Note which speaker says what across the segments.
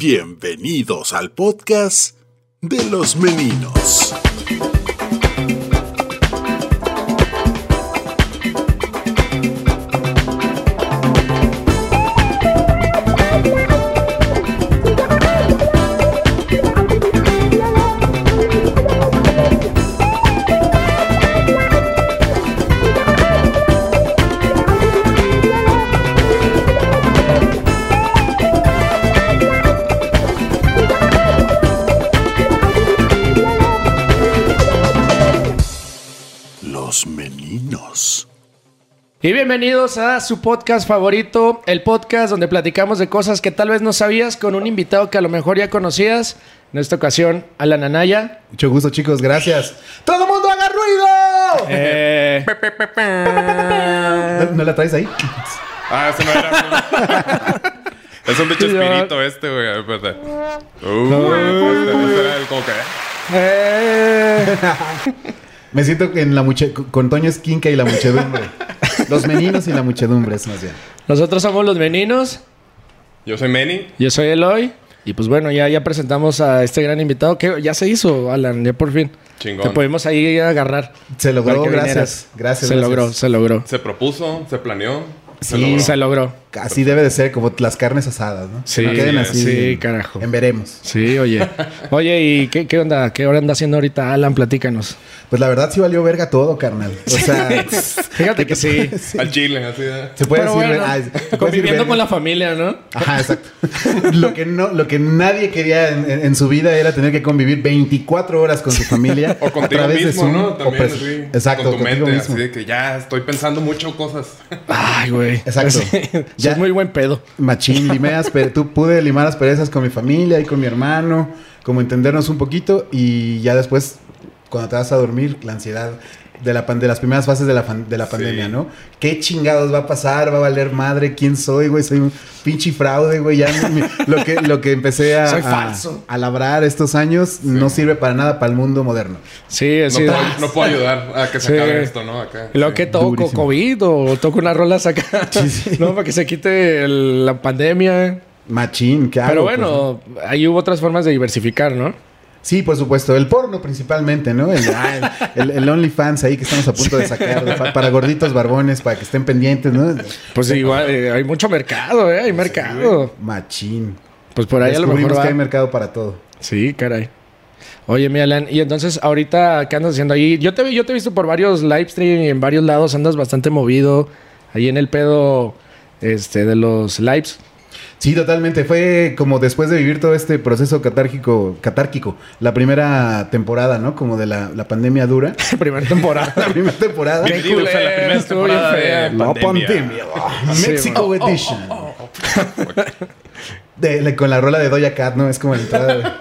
Speaker 1: Bienvenidos al podcast de los meninos. Los meninos.
Speaker 2: Y bienvenidos a su podcast favorito, el podcast donde platicamos de cosas que tal vez no sabías con un invitado que a lo mejor ya conocías. En esta ocasión, a la Nanaya.
Speaker 3: Mucho gusto, chicos. Gracias. ¡Todo el mundo haga ruido!
Speaker 2: Eh,
Speaker 3: ¿No, no la traes ahí?
Speaker 4: Ah, eso no era. es un bicho
Speaker 2: Sí, ya.
Speaker 4: espinito este, güey. Espérate. Uh, ese- ese era el como que.
Speaker 2: eh.
Speaker 3: Me siento que en la muche con Toño Esquinca y la muchedumbre. Los meninos y la muchedumbre, es más bien.
Speaker 2: Nosotros somos los meninos.
Speaker 4: Yo soy Manny.
Speaker 2: Yo soy Eloy. Y pues bueno, ya, ya presentamos a este gran invitado que ya se hizo, Alan, ya por fin.
Speaker 4: Chingón.
Speaker 2: Te pudimos ahí agarrar.
Speaker 3: Se logró,
Speaker 2: Para que
Speaker 3: gracias.
Speaker 2: vinieras.
Speaker 3: Gracias,
Speaker 2: Se
Speaker 3: gracias.
Speaker 2: logró, se logró.
Speaker 4: Se propuso, se planeó. se
Speaker 3: Sí,
Speaker 4: logró.
Speaker 2: Se logró.
Speaker 3: Así debe de ser, como las carnes asadas, ¿no?
Speaker 2: Sí,
Speaker 3: Que no queden así.
Speaker 2: sí, carajo.
Speaker 3: En veremos.
Speaker 2: Sí, oye. Oye, ¿y qué, qué onda? ¿Qué hora anda haciendo ahorita Alan? Platícanos.
Speaker 3: Pues la verdad sí valió verga todo, carnal. O sea,
Speaker 2: Fíjate que sí.
Speaker 4: Al chile, así de.
Speaker 3: se puede
Speaker 2: Pero
Speaker 3: decir...
Speaker 2: bueno,
Speaker 3: ver- ah, se puede decir
Speaker 2: Conviviendo
Speaker 3: verga.
Speaker 2: con la familia, ¿no?
Speaker 3: Ajá, exacto. lo, que no, lo que nadie quería en, en- en su vida era tener que convivir 24 horas con su familia.
Speaker 4: O contigo mismo, ¿no?
Speaker 3: o
Speaker 4: También,
Speaker 2: pues,
Speaker 3: pres-
Speaker 4: así.
Speaker 3: Exacto,
Speaker 4: Con tu
Speaker 3: contigo
Speaker 4: mente,
Speaker 3: mismo.
Speaker 4: así de que ya estoy pensando mucho cosas.
Speaker 2: Ay, güey.
Speaker 3: Exacto.
Speaker 2: Sí,
Speaker 3: Ya.
Speaker 2: Es muy buen pedo.
Speaker 3: Machín, limé asper- tú pude limar asperezas con mi familia y con mi hermano, como entendernos un poquito y ya después, cuando te vas a dormir, la ansiedad de, la pan- de las primeras fases de la, fan- de la pandemia, ¿no? ¿Qué chingados va a pasar? ¿Va a valer madre? ¿Quién soy, güey? Soy un pinche fraude, güey. Ya mi- mi- lo, que, lo que empecé a,
Speaker 2: Soy
Speaker 3: a-
Speaker 2: falso.
Speaker 3: a labrar estos años no sirve para nada para el mundo moderno.
Speaker 2: Sí,
Speaker 4: No,
Speaker 2: así.
Speaker 4: puedo, no puedo ayudar a que se
Speaker 2: Sí.
Speaker 4: acabe esto, ¿no? Acá.
Speaker 2: Lo
Speaker 4: Sí.
Speaker 2: que toco,
Speaker 3: Durísimo.
Speaker 2: COVID o toco unas rolas acá. No, para que se quite el- la pandemia. ¿eh?
Speaker 3: Machín, ¿qué hago?
Speaker 2: Pero
Speaker 3: pues, no?
Speaker 2: bueno, ahí hubo otras formas de diversificar, ¿no?
Speaker 3: Sí, por supuesto. El porno principalmente, ¿no? El, ah, el- el- el OnlyFans ahí que estamos a punto de sacar de fa- para gorditos barbones, para que estén pendientes, ¿no?
Speaker 2: Pues igual, eh, hay mucho mercado, ¿eh? Hay mercado.
Speaker 3: Machín.
Speaker 2: Pues por ahí a lo
Speaker 3: Descubrimos
Speaker 2: mejor
Speaker 3: que
Speaker 2: va.
Speaker 3: hay mercado para todo.
Speaker 2: Sí, caray. Oye, mi Alan, y entonces ahorita, ¿qué andas haciendo ahí? Yo te, vi- yo te he visto por varios live stream y en varios lados andas bastante movido. Ahí en el pedo este, de los lives.
Speaker 3: Sí, totalmente. Fue como después de vivir todo este proceso catárquico, catárquico, la primera temporada, ¿no? Como de la, la pandemia dura.
Speaker 2: Primera temporada.
Speaker 3: La primera temporada.
Speaker 2: Bien
Speaker 4: Bienvenidos a la primera
Speaker 2: Estuvo bien
Speaker 4: temporada
Speaker 2: fea.
Speaker 4: de
Speaker 3: La
Speaker 4: pandemia.
Speaker 3: pandemia.
Speaker 2: Sí, Oh,
Speaker 3: Mexico Edition. De- la- con la rola de Doja Cat, ¿no? Es como la entrada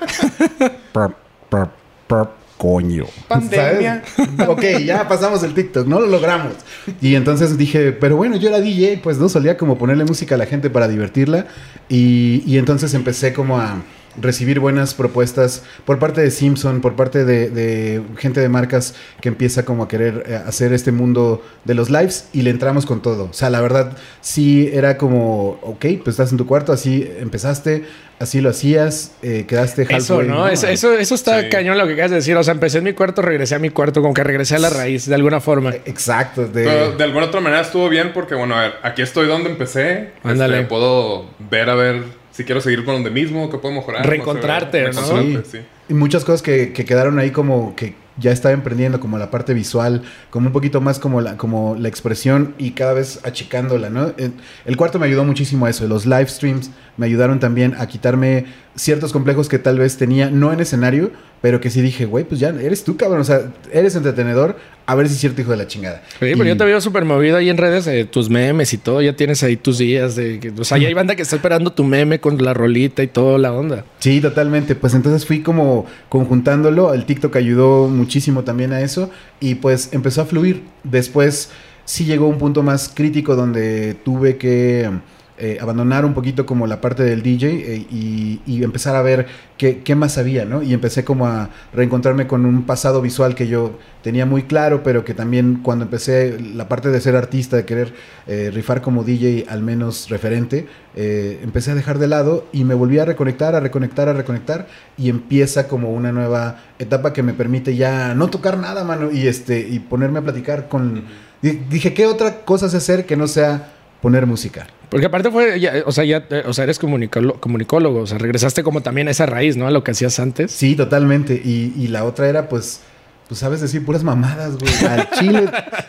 Speaker 3: de... coño.
Speaker 4: Pandemia.
Speaker 3: Ok, ya pasamos el TikTok, no lo logramos. Y entonces dije, pero bueno, yo era DJ, pues no solía como ponerle música a la gente para divertirla. Y, y entonces empecé como a recibir buenas propuestas por parte de Simpson, por parte de, de gente de marcas que empieza como a querer eh, hacer este mundo de los lives y le entramos con todo. O sea, la verdad sí era como, ok, pues estás en tu cuarto, así empezaste, así lo hacías, eh, quedaste halfway.
Speaker 2: Eso, ¿no? Es- Eso, eso está
Speaker 4: Sí.
Speaker 2: cañón lo que acabas de decir. O sea, empecé en mi cuarto, regresé a mi cuarto, como que regresé a la raíz de alguna forma.
Speaker 3: Exacto, de...
Speaker 4: Pero de alguna otra manera estuvo bien porque, bueno, a ver, aquí estoy donde empecé.
Speaker 2: Ándale.
Speaker 4: Este, puedo ver, a ver, si quiero seguir con donde mismo, que puedo mejorar.
Speaker 2: Reencontrarte,
Speaker 4: No
Speaker 2: ¿no?
Speaker 4: sé, reencontrarte,
Speaker 3: Sí.
Speaker 4: sí.
Speaker 3: Y muchas cosas que, que quedaron ahí como que ya estaba emprendiendo, como la parte visual, como un poquito más como la, como la expresión y cada vez achicándola, ¿no? El, el cuarto me ayudó muchísimo a eso. Los live streams me ayudaron también a quitarme ciertos complejos que tal vez tenía, no en escenario, pero que sí dije, güey, pues ya eres tú, cabrón. O sea, eres entretenedor, a ver si es cierto hijo de la chingada.
Speaker 2: Sí, pero
Speaker 3: Y-
Speaker 2: yo te veo súper movido ahí en redes, eh, tus memes y todo. Ya tienes ahí tus días de... que- O sea, ya hay banda que está esperando tu meme con la rolita y toda la onda.
Speaker 3: Sí, totalmente. Pues entonces fui como conjuntándolo. El TikTok ayudó muchísimo también a eso. Y pues empezó a fluir. Después sí llegó un punto más crítico donde tuve que eh, abandonar un poquito como la parte del DJ eh, y, y empezar a ver qué, qué más había, ¿no? Y empecé como a reencontrarme con un pasado visual que yo tenía muy claro, pero que también cuando empecé la parte de ser artista, de querer eh, rifar como DJ al menos referente, eh, empecé a dejar de lado y me volví a reconectar, a reconectar, a reconectar y empieza como una nueva etapa que me permite ya no tocar nada, mano, y este y ponerme a platicar con di- dije, ¿qué otra cosa sé hacer que no sea poner música?
Speaker 2: Porque aparte fue, ya, o sea, ya, eh, o sea, eres comunicólogo, comunicólogo, o sea, regresaste como también a esa raíz, ¿no? A lo que hacías antes.
Speaker 3: Sí, totalmente. Y, y la otra era, pues, pues sabes decir puras mamadas, güey. Al chile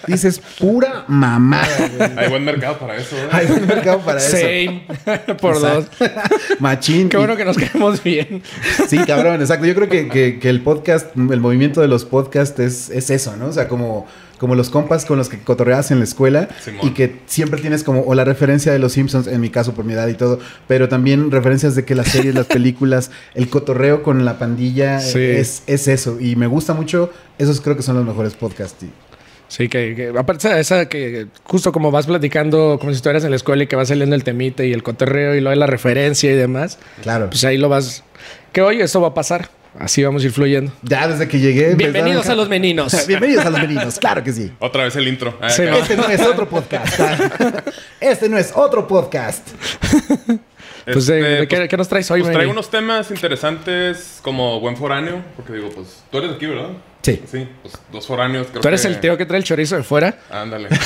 Speaker 3: dices pura mamada, güey.
Speaker 4: Hay buen mercado para eso, ¿eh?
Speaker 3: Hay un mercado para eso.
Speaker 2: Same. Por dos.
Speaker 3: Machín.
Speaker 2: Qué bueno que nos quedamos bien.
Speaker 3: Sí, cabrón, exacto. Yo creo que, que- que el podcast, el movimiento de los podcasts es, es eso, ¿no? O sea, como, como los compas con los que cotorreas en la escuela
Speaker 4: Simón.
Speaker 3: y que siempre tienes como, o la referencia de los Simpsons, en mi caso por mi edad y todo, pero también referencias de que las series, las películas, el cotorreo con la pandilla
Speaker 2: Sí.
Speaker 3: es, es eso. Y me gusta mucho, esos creo que son los mejores podcasts. y-
Speaker 2: Sí, que, que- aparte de esa que justo como vas platicando, como si estuvieras en la escuela y que vas saliendo el temita y el cotorreo y lo de la referencia y demás,
Speaker 3: claro.
Speaker 2: pues ahí lo vas. Que oye, esto va a pasar. Así vamos a ir fluyendo.
Speaker 3: ya desde que llegué...
Speaker 2: Bienvenidos
Speaker 3: empezaron-
Speaker 2: a los meninos.
Speaker 3: Bienvenidos a los meninos, claro que sí.
Speaker 4: Otra vez el intro. Ah,
Speaker 2: Sí, pues,
Speaker 4: acá.
Speaker 2: ¿no?
Speaker 3: Este no es otro podcast. Este no es otro podcast.
Speaker 2: Pues, de-
Speaker 4: Este,
Speaker 2: de qué,
Speaker 4: pues,
Speaker 2: qué nos traes hoy,
Speaker 4: pues
Speaker 2: Manny?
Speaker 4: traigo unos temas interesantes como buen foráneo, porque digo, pues tú eres de aquí, ¿verdad?
Speaker 3: Sí.
Speaker 4: Sí, pues dos foráneos. Creo
Speaker 2: Tú eres
Speaker 4: que-
Speaker 2: el tío que trae el chorizo de fuera.
Speaker 4: Ándale.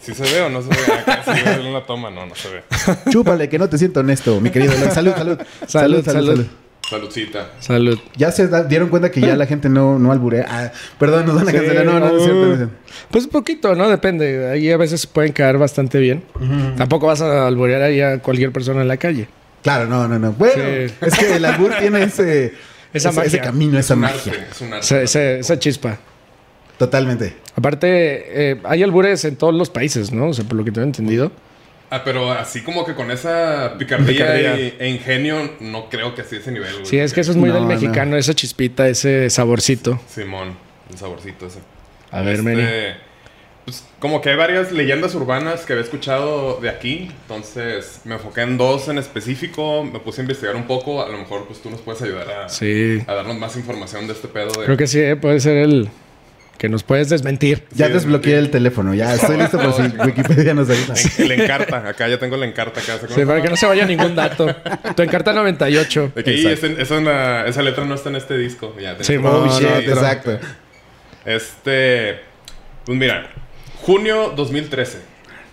Speaker 4: ¿Sí se ve o no se ve? Acá se ve en la toma, no, no se ve.
Speaker 3: Chúpale, que no te siento honesto, mi querido. Eloy. Salud, salud. Salud,
Speaker 2: Salud,
Speaker 3: salud,
Speaker 2: salud.
Speaker 3: salud.
Speaker 4: Saludcita.
Speaker 2: Salud.
Speaker 3: Ya se da- dieron cuenta que ya la gente no, no alburea. Ah, perdón, nos van a
Speaker 2: Sí,
Speaker 3: cancelar. No, no, no es cierto. no es cierto.
Speaker 2: Pues un poquito, ¿no? Depende. Ahí a veces pueden caer bastante bien. Tampoco vas a alborear ahí a cualquier persona en la calle.
Speaker 3: Claro, no, no, no. Bueno,
Speaker 2: Sí.
Speaker 3: es que el albur tiene ese,
Speaker 2: Esa
Speaker 3: ese, ese
Speaker 2: magia.
Speaker 3: camino, esa
Speaker 4: un
Speaker 3: magia.
Speaker 4: arte, es un arte.
Speaker 2: Esa, esa- esa chispa.
Speaker 3: Totalmente.
Speaker 2: Aparte, eh, hay albures en todos los países, ¿no? O sea, por lo que tengo entendido.
Speaker 4: Ah, pero así como que con esa picardía,
Speaker 2: Picardía.
Speaker 4: y- e ingenio, no creo que así ese nivel, güey.
Speaker 2: Sí, es que eso es muy
Speaker 3: No,
Speaker 2: del
Speaker 3: no.
Speaker 2: mexicano, esa chispita, ese saborcito.
Speaker 4: Simón, el saborcito ese.
Speaker 2: A ver, Meni.
Speaker 4: Este, Pues como que hay varias leyendas urbanas que había escuchado de aquí, entonces me enfoqué en dos en específico, me puse a investigar un poco, a lo mejor pues tú nos puedes ayudar a,
Speaker 2: Sí.
Speaker 4: a darnos más información de este pedo. De,
Speaker 2: Creo que sí, ¿eh? puede ser el que nos puedes desmentir.
Speaker 3: Ya
Speaker 4: Sí,
Speaker 3: desbloqueé
Speaker 4: sí.
Speaker 3: el teléfono. Ya estoy listo por si Wikipedia nos ayuda.
Speaker 4: En- la encarta, acá ya tengo la encarta acá.
Speaker 2: Sí, para que no se vaya ningún dato. Tu encarta 98.
Speaker 4: De que, "Y, ese- esa, la- esa letra no está en este disco. Ya, tenés-
Speaker 2: Sí,
Speaker 3: No,
Speaker 2: Oh,
Speaker 3: no,
Speaker 2: shit.
Speaker 3: exacto.
Speaker 4: Este. Pues mira, junio 2013.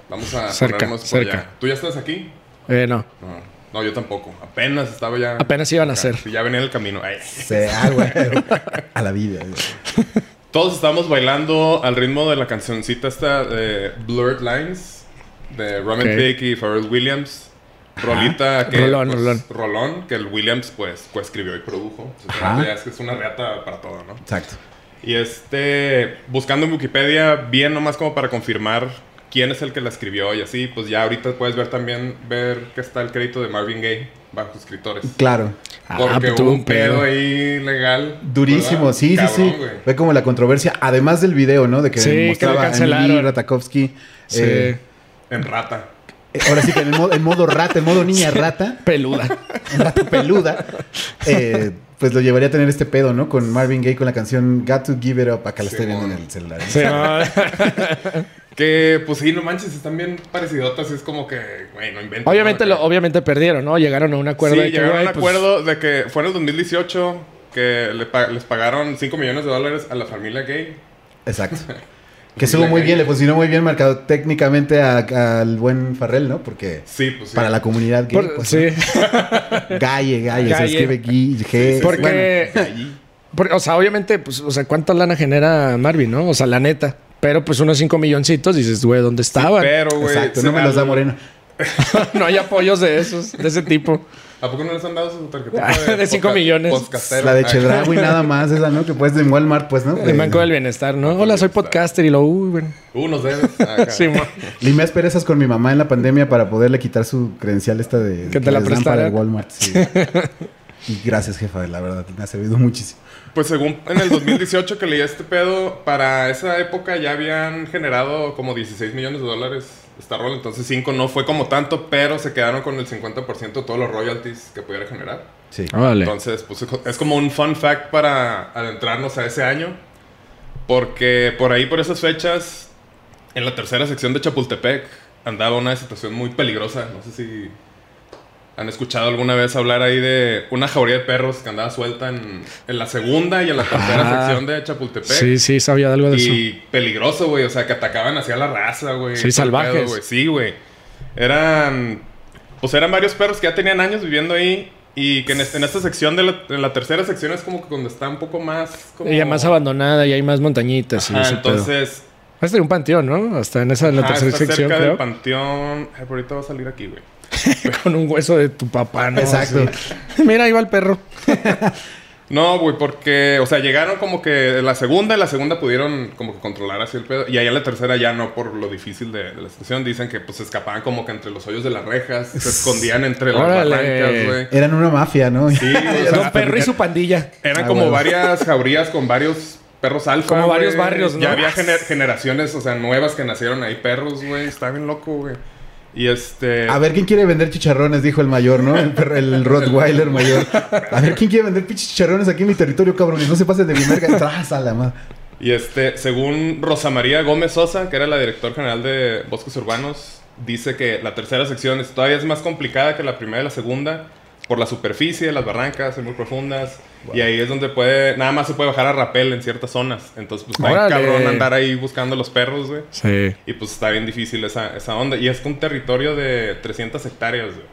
Speaker 4: Vamos a
Speaker 2: Cerca,
Speaker 4: ponernos por
Speaker 2: cerca.
Speaker 4: allá. ¿Tú ya estás aquí?
Speaker 2: Eh, no,
Speaker 4: No, no, yo tampoco. Apenas estaba ya.
Speaker 2: apenas iban a
Speaker 4: acá.
Speaker 2: hacer.
Speaker 4: Sí, Ya venía en el camino. Ay.
Speaker 3: Se ah, güey. A la vida. güey.
Speaker 4: Todos estábamos bailando al ritmo de la cancioncita esta de Blurred Lines de Roman
Speaker 2: Ok.
Speaker 4: Thicke y Pharrell Williams. Rolita que.
Speaker 2: Rolón,
Speaker 4: pues,
Speaker 2: rolón.
Speaker 4: Rolón, que el Williams pues coescribió y produjo. Entonces,
Speaker 3: Ajá.
Speaker 4: Ya es que es una reata para todo, ¿no?
Speaker 3: Exacto.
Speaker 4: Y este, buscando en Wikipedia, bien nomás como para confirmar quién es el que la escribió y así, pues ya ahorita puedes ver también, ver que está el crédito de Marvin Gaye bajo escritores.
Speaker 3: Claro.
Speaker 2: Ah,
Speaker 4: Porque
Speaker 2: pues
Speaker 4: hubo un pedo ahí legal.
Speaker 3: Durísimo,
Speaker 4: ¿verdad?
Speaker 3: sí, sí,
Speaker 4: Cabrón,
Speaker 3: sí.
Speaker 4: güey.
Speaker 3: Fue como la controversia, además del video, ¿no? De que
Speaker 2: Sí, que lo
Speaker 3: mostraba a
Speaker 2: cancelaron.
Speaker 3: Emily Ratakovsky.
Speaker 2: Sí.
Speaker 3: eh,
Speaker 4: En rata.
Speaker 3: eh, ahora sí que en, el modo, en modo rata, en modo niña rata,
Speaker 2: Peluda.
Speaker 3: en rata peluda, eh, pues lo llevaría a tener este pedo, ¿no? Con Marvin Gaye con la canción Got to Give It Up. Acá la estoy viendo en el celular.
Speaker 2: Sí, no.
Speaker 4: Que, pues sí, no manches, están bien parecidotas. Es como que, güey, no inventen.
Speaker 2: Obviamente,
Speaker 4: ¿no?
Speaker 2: lo, obviamente perdieron, ¿no? Llegaron a un acuerdo.
Speaker 4: Sí,
Speaker 2: de que,
Speaker 4: llegaron a un
Speaker 2: güey, pues,
Speaker 4: acuerdo de que fue en el 2018 que le pa- les pagaron 5 millones de dólares a la familia Gay.
Speaker 3: Exacto. Que estuvo muy bien, le funcionó muy bien marcado técnicamente a- al buen Farrell, ¿no? Porque
Speaker 4: Sí, pues sí.
Speaker 3: para la comunidad gay,
Speaker 2: por-
Speaker 3: pues,
Speaker 2: sí.
Speaker 3: Gaye, Gaye, se
Speaker 2: Gaye.
Speaker 3: escribe Gui, G.
Speaker 2: Porque-
Speaker 3: bueno,
Speaker 2: Porque, o sea, obviamente, pues, o sea, ¿cuánta lana genera Marvin, no? O sea, la neta. Pero pues unos 5 milloncitos dices, güey, ¿dónde estaban?
Speaker 4: Pero, güey.
Speaker 3: exacto,
Speaker 4: se-
Speaker 3: no me los da
Speaker 4: al-
Speaker 3: Moreno.
Speaker 2: no hay apoyos de esos, de ese tipo.
Speaker 4: ¿A poco no les han dado su tarjetita
Speaker 2: Ah, De cinco
Speaker 4: podca-
Speaker 2: millones.
Speaker 4: podcastero?
Speaker 3: La de
Speaker 4: Ah,
Speaker 3: Chedraui nada más, esa, ¿no? Que puedes en Walmart, pues, ¿no?
Speaker 2: El Banco del Bienestar, ¿no? Hola, soy podcaster y lo... Uy, bueno.
Speaker 4: Uh, nos debes. Ah, acá.
Speaker 2: Sí, mo-
Speaker 3: Limé perezas con mi mamá en la pandemia para poderle quitar su credencial esta de...
Speaker 2: Que te la
Speaker 3: les dan para
Speaker 2: prestara.
Speaker 3: el Walmart, sí. Y gracias, jefa, la verdad, me ha servido muchísimo.
Speaker 4: Pues según en el 2018 que leí este pedo, para esa época ya habían generado como 16 millones de dólares esta rola. Entonces 5 no fue como tanto, pero se quedaron con el 50% de todos los royalties que pudiera generar.
Speaker 3: Sí.
Speaker 2: Órale.
Speaker 4: Entonces, pues es como un fun fact para adentrarnos a ese año. Porque por ahí, por esas fechas, en la tercera sección de Chapultepec andaba una situación muy peligrosa. No sé si han escuchado alguna vez hablar ahí de una jauría de perros que andaba suelta en, en la segunda y en la tercera
Speaker 2: Ah.
Speaker 4: sección de Chapultepec.
Speaker 2: Sí, sí, sabía de algo de eso.
Speaker 4: Y peligroso, güey. O sea, que atacaban hacia la raza, güey.
Speaker 2: Sí,
Speaker 4: Todo el
Speaker 2: salvajes.
Speaker 4: pedo, güey. Sí, güey. Eran. Pues eran varios perros que ya tenían años viviendo ahí. Y que en, este- en esta sección, de la, en la tercera sección, es como que cuando está un poco más. Como...
Speaker 2: Ella más abandonada y hay más montañitas. y
Speaker 4: Ajá,
Speaker 2: ese pedo.
Speaker 4: entonces.
Speaker 2: Hasta en un panteón, ¿no? Hasta en esa en la
Speaker 4: ajá,
Speaker 2: tercera
Speaker 4: está
Speaker 2: sección,
Speaker 4: cerca
Speaker 2: creo.
Speaker 4: del panteón. Ay, por ahorita va a salir aquí, güey.
Speaker 2: Con un hueso de tu papá, ¿no?
Speaker 3: Exacto.
Speaker 2: Así. Mira, ahí va el perro.
Speaker 4: No, güey, porque, o sea, llegaron como que en la segunda, en la segunda pudieron como que controlar así el pedo. Y allá en la tercera ya no, por lo difícil de, de la situación. Dicen que pues se escapaban como que entre los hoyos de las rejas, se escondían entre las
Speaker 2: Órale.
Speaker 4: barrancas, güey.
Speaker 3: Eran una mafia, ¿no?
Speaker 4: Sí, o sea,
Speaker 2: Don Perro y su pandilla.
Speaker 4: eran
Speaker 3: Ah,
Speaker 4: como
Speaker 3: bueno.
Speaker 4: varias jaurías con varios perros alfa.
Speaker 2: Como
Speaker 4: güey.
Speaker 2: varios barrios, ¿no?
Speaker 4: Ya había gener- generaciones, o sea, nuevas que nacieron ahí perros, güey. Está bien loco, güey. Y este.
Speaker 3: A ver quién quiere vender chicharrones, dijo el mayor, ¿no? El, perro- el Rottweiler mayor. A ver quién quiere vender pinches chicharrones aquí en mi territorio, cabrones. No se pasen de mi merca. ah, Tras a la madre.
Speaker 4: Y este, según Rosa María Gómez Sosa, que era la directora general de Bosques Urbanos, dice que la tercera sección es, todavía es más complicada que la primera y la segunda por la superficie, las barrancas son muy profundas y ahí es donde puede, nada más se puede bajar a rapel en ciertas zonas. Entonces, pues está bien
Speaker 2: Órale.
Speaker 4: cabrón andar ahí buscando los perros, güey.
Speaker 2: Sí.
Speaker 4: Y pues está bien difícil esa, esa onda. Y es un territorio de 300 hectáreas, güey.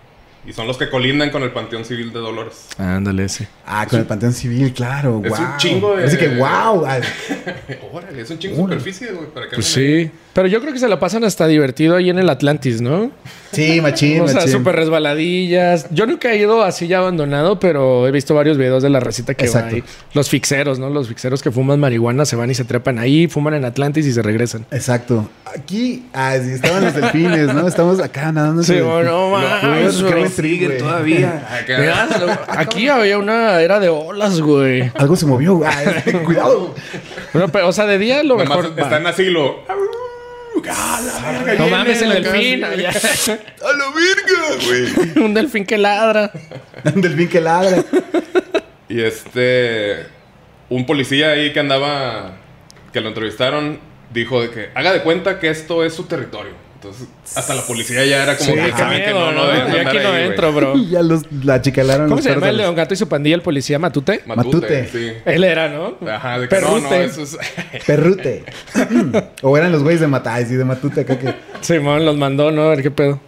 Speaker 4: Y son los que colindan con el Panteón Civil de Dolores.
Speaker 2: Ándale, sí.
Speaker 3: Ah, con el panteón civil, claro.
Speaker 4: Es un
Speaker 3: guau.
Speaker 4: chingo de-
Speaker 3: Así que, wow. ay,
Speaker 4: Eh, Órale, es un chingo de
Speaker 3: Órale.
Speaker 4: superficie, güey. para que
Speaker 2: Pues
Speaker 4: anden ahí.
Speaker 2: sí. Pero yo creo que se la pasan hasta divertido ahí en el Atlantis, ¿no?
Speaker 3: Sí, machín,
Speaker 2: o sea,
Speaker 3: machín.
Speaker 2: súper resbaladillas. Yo nunca he ido así ya abandonado, pero he visto varios videos de la recita que va
Speaker 3: Exacto.
Speaker 2: ahí. Los fixeros, ¿no? Los fixeros que fuman marihuana se van y se trepan ahí, fuman en Atlantis y se regresan.
Speaker 3: Exacto. Aquí, ah, sí, estaban los delfines, ¿no? Estamos acá nadando.
Speaker 2: Sí, o no, mames,
Speaker 3: Qué
Speaker 2: güey.
Speaker 3: buen trip, güey.
Speaker 4: Acá.
Speaker 2: Mira, lo- Aquí había una era de olas, güey.
Speaker 3: Algo se movió. Ah, es- cuidado.
Speaker 2: Bueno, pero, o sea, de día lo
Speaker 4: Nomás
Speaker 2: mejor. va.
Speaker 4: están así lo.
Speaker 2: No mames, el
Speaker 4: Vienen acá,
Speaker 2: delfín.
Speaker 4: sí.
Speaker 2: allá.
Speaker 4: ¡A la verga, güey!
Speaker 2: Un delfín que ladra.
Speaker 3: Un delfín que ladra.
Speaker 4: Y este. Un policía ahí que andaba. que lo entrevistaron. Dijo de que haga de cuenta que esto es su territorio. Entonces, hasta la policía ya era como
Speaker 2: Sí,
Speaker 4: que
Speaker 2: qué
Speaker 4: saben que
Speaker 2: miedo,
Speaker 4: no, no,
Speaker 2: ¿no?
Speaker 4: deben
Speaker 2: Yo
Speaker 4: andar
Speaker 2: aquí no
Speaker 4: ahí, güey.
Speaker 2: entro, bro.
Speaker 3: Y ya los, la chicalaron.
Speaker 2: ¿Cómo
Speaker 3: los
Speaker 2: se llama el
Speaker 3: perros a
Speaker 2: León Gato y su pandilla, el policía Matute?
Speaker 4: Matute,
Speaker 3: Matute.
Speaker 4: sí.
Speaker 2: Él era, ¿no?
Speaker 4: Ajá, de que no, no,
Speaker 2: Perrute.
Speaker 4: eso es.
Speaker 3: los- Perrute. Mm. o eran los güeyes de Matá, sí, de Matute acá que.
Speaker 2: Simón los mandó, ¿no? A ver qué pedo.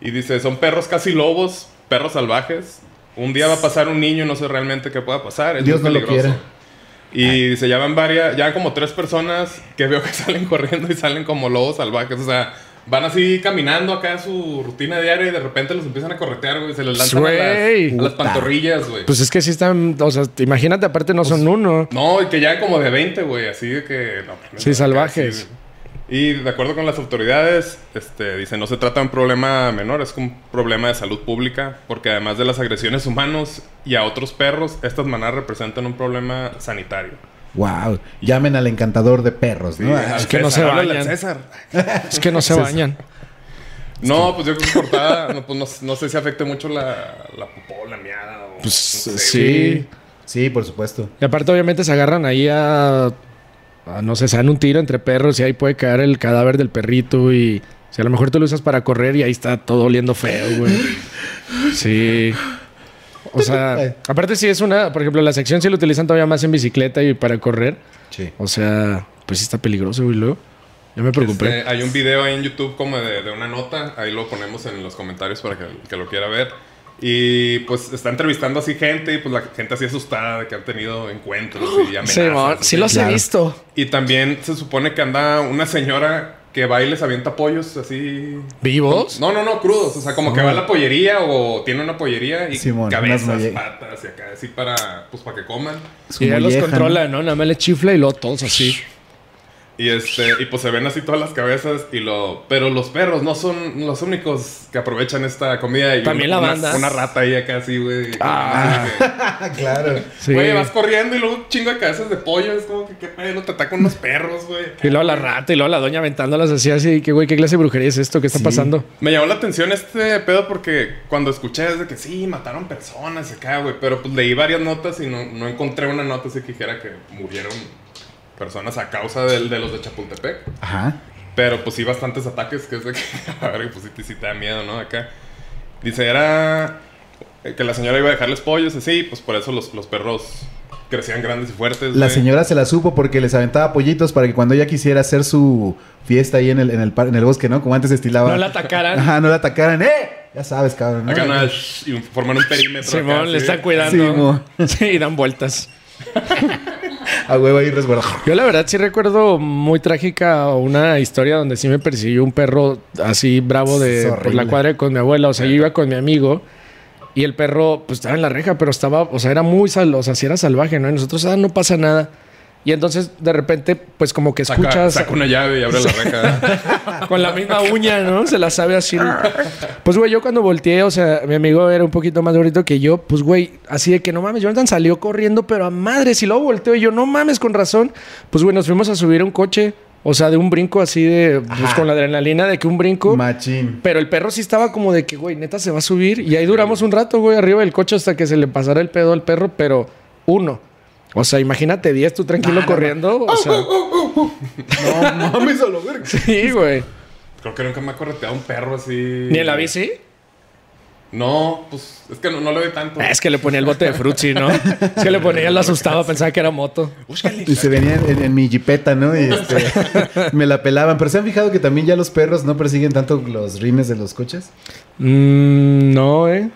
Speaker 4: Y dice: son perros casi lobos, perros salvajes. Un día va a pasar un niño y no sé realmente qué pueda pasar. Es
Speaker 3: Dios
Speaker 4: muy
Speaker 3: no lo
Speaker 4: peligroso.
Speaker 3: quiera. Ah.
Speaker 4: Y se llaman varias, ya como tres personas que veo que salen corriendo y salen como lobos salvajes. O sea, van así caminando acá a su rutina diaria y de repente los empiezan a corretear, güey. Se les lanzan a las,
Speaker 2: Güey.
Speaker 4: a las
Speaker 3: Puta.
Speaker 4: pantorrillas, güey.
Speaker 2: Pues es que sí están, o sea, te- imagínate, aparte no son uno.
Speaker 4: No, y que ya como de 20, güey. Así de que. No, mames,
Speaker 2: Sí,
Speaker 4: acá,
Speaker 2: salvajes.
Speaker 4: sí, güey. Y de acuerdo con las autoridades, este, dicen, no se trata de un problema menor, es un problema de salud pública, porque además de las agresiones humanos y a otros perros, estas manadas representan un problema sanitario.
Speaker 3: Wow. Llamen al encantador de perros,
Speaker 4: Sí,
Speaker 3: ¿no?
Speaker 4: al
Speaker 2: es que no
Speaker 4: César,
Speaker 2: se
Speaker 4: háblale al
Speaker 2: bañan.
Speaker 4: César.
Speaker 2: Es que no se bañan.
Speaker 4: No, pues yo creo que portada, no, pues no, no sé si afecte mucho la, la popó, la miada o...
Speaker 2: Pues
Speaker 4: no sé,
Speaker 2: sí.
Speaker 3: Ah, Sí, por supuesto.
Speaker 2: Y aparte, obviamente, se agarran ahí a, a, no sé, se dan un tiro entre perros y ahí puede caer el cadáver del perrito y si a lo mejor tú lo usas para correr y ahí está todo oliendo feo, güey. Sí. O sea, aparte sí es una, por ejemplo, la sección sí lo utilizan todavía más en bicicleta y para correr.
Speaker 3: Sí.
Speaker 2: O sea, pues sí está peligroso, güey, luego. Yo me preocupé.
Speaker 4: Este, hay un video ahí en YouTube como de, de una nota, ahí lo ponemos en los comentarios para que, que lo quiera ver. Y pues está entrevistando así gente y pues la gente así asustada de que han tenido encuentros y amenazas.
Speaker 2: Sí, mo-
Speaker 4: así.
Speaker 2: sí los
Speaker 3: claro.
Speaker 2: he visto.
Speaker 4: Y también se supone que anda una señora que va y les avienta pollos así...
Speaker 2: ¿Vivos?
Speaker 4: No, no, no, crudos. O sea, como que va a la pollería o tiene una pollería y
Speaker 3: Simón, unas
Speaker 4: cabezas,
Speaker 3: molle-
Speaker 4: patas y acá así para, pues, para que coman.
Speaker 3: Su
Speaker 2: Y ya los
Speaker 3: molleja, ¿no?
Speaker 2: controla, ¿no? Nada más le chifla y luego todos así.
Speaker 4: Y este, y pues se ven así todas las cabezas y lo. Pero los perros no son los únicos que aprovechan esta comida. Y
Speaker 2: También
Speaker 4: una-
Speaker 2: la
Speaker 4: una-
Speaker 2: banda.
Speaker 4: Una, rata ahí acá así, güey.
Speaker 2: Ah.
Speaker 4: Así que,
Speaker 3: claro.
Speaker 2: Sí.
Speaker 4: Güey, vas corriendo y luego un chingo de cabezas de pollo. Es como que qué pedo, te atacan unos perros, güey.
Speaker 2: Y luego la rata y luego la doña aventándolas así, así, que güey, ¿qué clase de brujería es esto? ¿Qué está pasando?
Speaker 4: Me llamó la atención este pedo porque cuando escuché es de que sí, mataron personas acá, güey. Pero pues leí varias notas y no, no encontré una nota así que dijera que murieron personas a causa del, de los de Chapultepec.
Speaker 3: Ajá.
Speaker 4: Pero pues sí, bastantes ataques, que es de que, a ver, pues sí, te- sí te da miedo, ¿no? Acá. Dice, era eh, que la señora iba a dejarles pollos, así, pues por eso los, los perros crecían grandes y
Speaker 2: Pues,
Speaker 4: fuertes.
Speaker 3: La
Speaker 4: güey.
Speaker 3: señora se la supo porque les aventaba pollitos para que cuando ella quisiera hacer su fiesta ahí en el, en el, par- en el bosque, ¿no? Como antes estilaba.
Speaker 2: No la atacaran.
Speaker 3: Ah. Ajá, no la atacaran. ¡Eh! Ya sabes, cabrón. ¿no?
Speaker 4: Acá nada, shh, y formar un perímetro. acá,
Speaker 2: Simón, le
Speaker 4: así.
Speaker 2: están cuidando.
Speaker 3: Sí, mo.
Speaker 2: Sí, y dan vueltas.
Speaker 3: A huevo ahí resguardado.
Speaker 2: Yo la verdad sí recuerdo muy trágica una historia donde sí me persiguió un perro así bravo
Speaker 3: Es
Speaker 2: de por la
Speaker 3: horrible.
Speaker 2: cuadra con mi abuela. O sea, yo iba con mi amigo y el perro pues estaba en la reja, pero estaba, o sea, era muy sal, o sea, sí era salvaje, ¿no? Y nosotros, ah, no pasa nada. Y entonces de repente, pues como que
Speaker 4: Saca,
Speaker 2: escuchas
Speaker 4: saca una llave y abre la reja.
Speaker 2: con la misma uña, ¿no? Se la sabe así. Pues, güey, yo cuando volteé, o sea, mi amigo era un poquito más bonito que yo, pues, güey, así de que no mames, Jonathan salió corriendo, pero a madre, si luego volteo y yo, no mames, con razón. Pues, güey, nos fuimos a subir a un coche, o sea, de un brinco así de, pues,
Speaker 3: Ajá.
Speaker 2: con la adrenalina de que un brinco.
Speaker 3: Machín.
Speaker 2: Pero el perro sí estaba como de que, güey, neta se va a subir. Y ahí duramos un rato, güey, arriba del coche hasta que se le pasara el pedo al perro, pero uno. O sea, imagínate 10 tú tranquilo corriendo. O sea,
Speaker 3: No mames, a lo verga.
Speaker 2: sí, güey.
Speaker 4: Creo que nunca me ha correteado un perro así.
Speaker 2: Ni en la bici.
Speaker 4: No, pues es que no, no le doy tanto.
Speaker 2: Ah, Es que le ponía el bote de frutzi, ¿no? Es que le ponía, lo asustaba, pensaba que era moto.
Speaker 4: Búscale.
Speaker 3: Y se venía en, en mi jipeta, ¿no? Y este, me la pelaban. Pero se han fijado que también ya los perros no persiguen tanto los rines de los coches.
Speaker 2: Mm, no, ¿eh?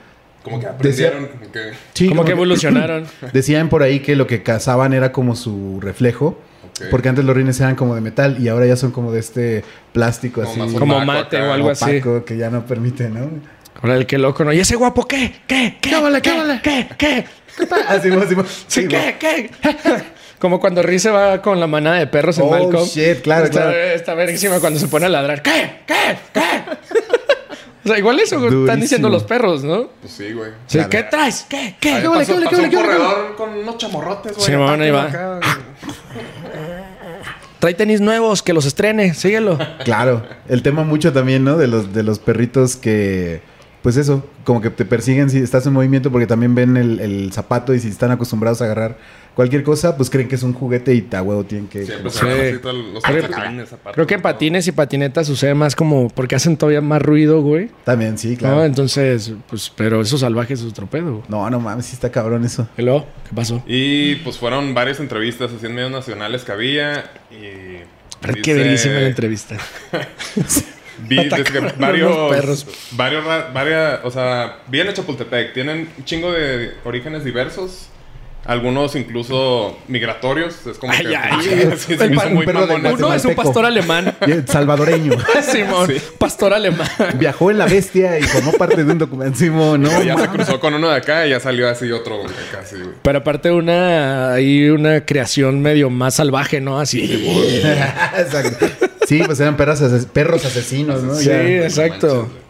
Speaker 4: Como que aprendieron. Como que...
Speaker 3: Sí,
Speaker 2: como, que evolucionaron.
Speaker 3: Decían por ahí que lo que cazaban era como su reflejo.
Speaker 4: Ok.
Speaker 3: Porque antes los rines eran como de metal y ahora ya son como de este plástico
Speaker 4: Como más
Speaker 3: así.
Speaker 2: como
Speaker 4: opaco
Speaker 2: mate
Speaker 4: acá,
Speaker 2: o algo así.
Speaker 3: opaco que ya no permite, ¿no?
Speaker 2: Ahora el que loco, ¿no? ¿Y ese guapo qué? ¿Qué? ¿Qué? ¿Qué? ¿Qué? ¿Qué?
Speaker 3: Así, así,
Speaker 2: Sí, ¿qué? ¿Qué? Como cuando Riz se va con la manada de perros en
Speaker 3: Oh,
Speaker 2: Malcolm.
Speaker 3: shit, claro,
Speaker 2: Está-
Speaker 3: claro.
Speaker 2: Está verguísima cuando se pone a ladrar. ¿Qué? ¿Qué? ¿Qué? O sea, igual eso están
Speaker 3: Durísimo.
Speaker 2: diciendo los perros, ¿no?
Speaker 4: Pues sí, güey.
Speaker 2: Sí,
Speaker 3: Claro.
Speaker 2: ¿Qué traes? ¿Qué? ¿Qué?
Speaker 4: Ahí
Speaker 2: ¿Qué? huele, ¿Qué?
Speaker 4: pasó-
Speaker 2: huele, ¿Qué? huele,
Speaker 4: pasó un
Speaker 2: ¿Qué? huele, qué huele?
Speaker 4: corredor con unos chamorrotes, güey.
Speaker 2: Sí, bueno, ahí va.
Speaker 4: Acá,
Speaker 2: Trae tenis nuevos, que los estrene, síguelo.
Speaker 3: Claro, el tema mucho también, ¿no? De los, de los perritos que, pues eso, como que te persiguen si estás en movimiento porque también ven el, el zapato y si están acostumbrados a agarrar cualquier cosa, pues creen que es un juguete y ta huevo tienen que...
Speaker 4: Siempre se
Speaker 2: Sí.
Speaker 4: ven pues, así todos los
Speaker 2: Creo-
Speaker 4: patines, aparte,
Speaker 2: Creo que en
Speaker 4: ¿no?
Speaker 2: patines y patinetas sucede más como porque hacen todavía más ruido, güey.
Speaker 3: También, sí,
Speaker 2: ¿no?
Speaker 3: claro.
Speaker 2: Entonces, pues, pero esos salvajes es otro pedo. güey.
Speaker 3: No, no mames, sí está cabrón eso.
Speaker 2: Hello, ¿qué pasó?
Speaker 4: Y pues fueron varias entrevistas así en medios nacionales que había. Y.
Speaker 2: Ay, Qué
Speaker 4: dice-
Speaker 2: bellísima la entrevista.
Speaker 4: Vi desde que
Speaker 2: Atacaron
Speaker 4: varios.
Speaker 2: unos perros.
Speaker 4: Varios. ra- Varias, o sea, viene Chapultepec. Tienen un chingo de orígenes diversos. Algunos incluso migratorios. Es como
Speaker 2: Ay,
Speaker 4: que.
Speaker 2: ay,
Speaker 4: sí, se me hizo
Speaker 3: pan-
Speaker 4: muy
Speaker 3: un perro de
Speaker 4: mamón eso.
Speaker 2: Uno es un
Speaker 3: Guatemalteco.
Speaker 2: pastor alemán.
Speaker 3: Y el Salvadoreño.
Speaker 2: Simón,
Speaker 4: Sí.
Speaker 2: pastor alemán.
Speaker 3: Viajó en la bestia y formó parte de un documento. Simón, no,
Speaker 4: Pero ya se
Speaker 3: mames.
Speaker 4: cruzó con uno de acá y ya salió así otro güey, casi, güey.
Speaker 2: Pero aparte una hay una creación medio más salvaje, ¿no? Así. Sí,
Speaker 3: Exacto. Sí, pues eran perros, ases- perros asesinos, ¿no? Ya.
Speaker 2: exacto.
Speaker 4: Manches, güey.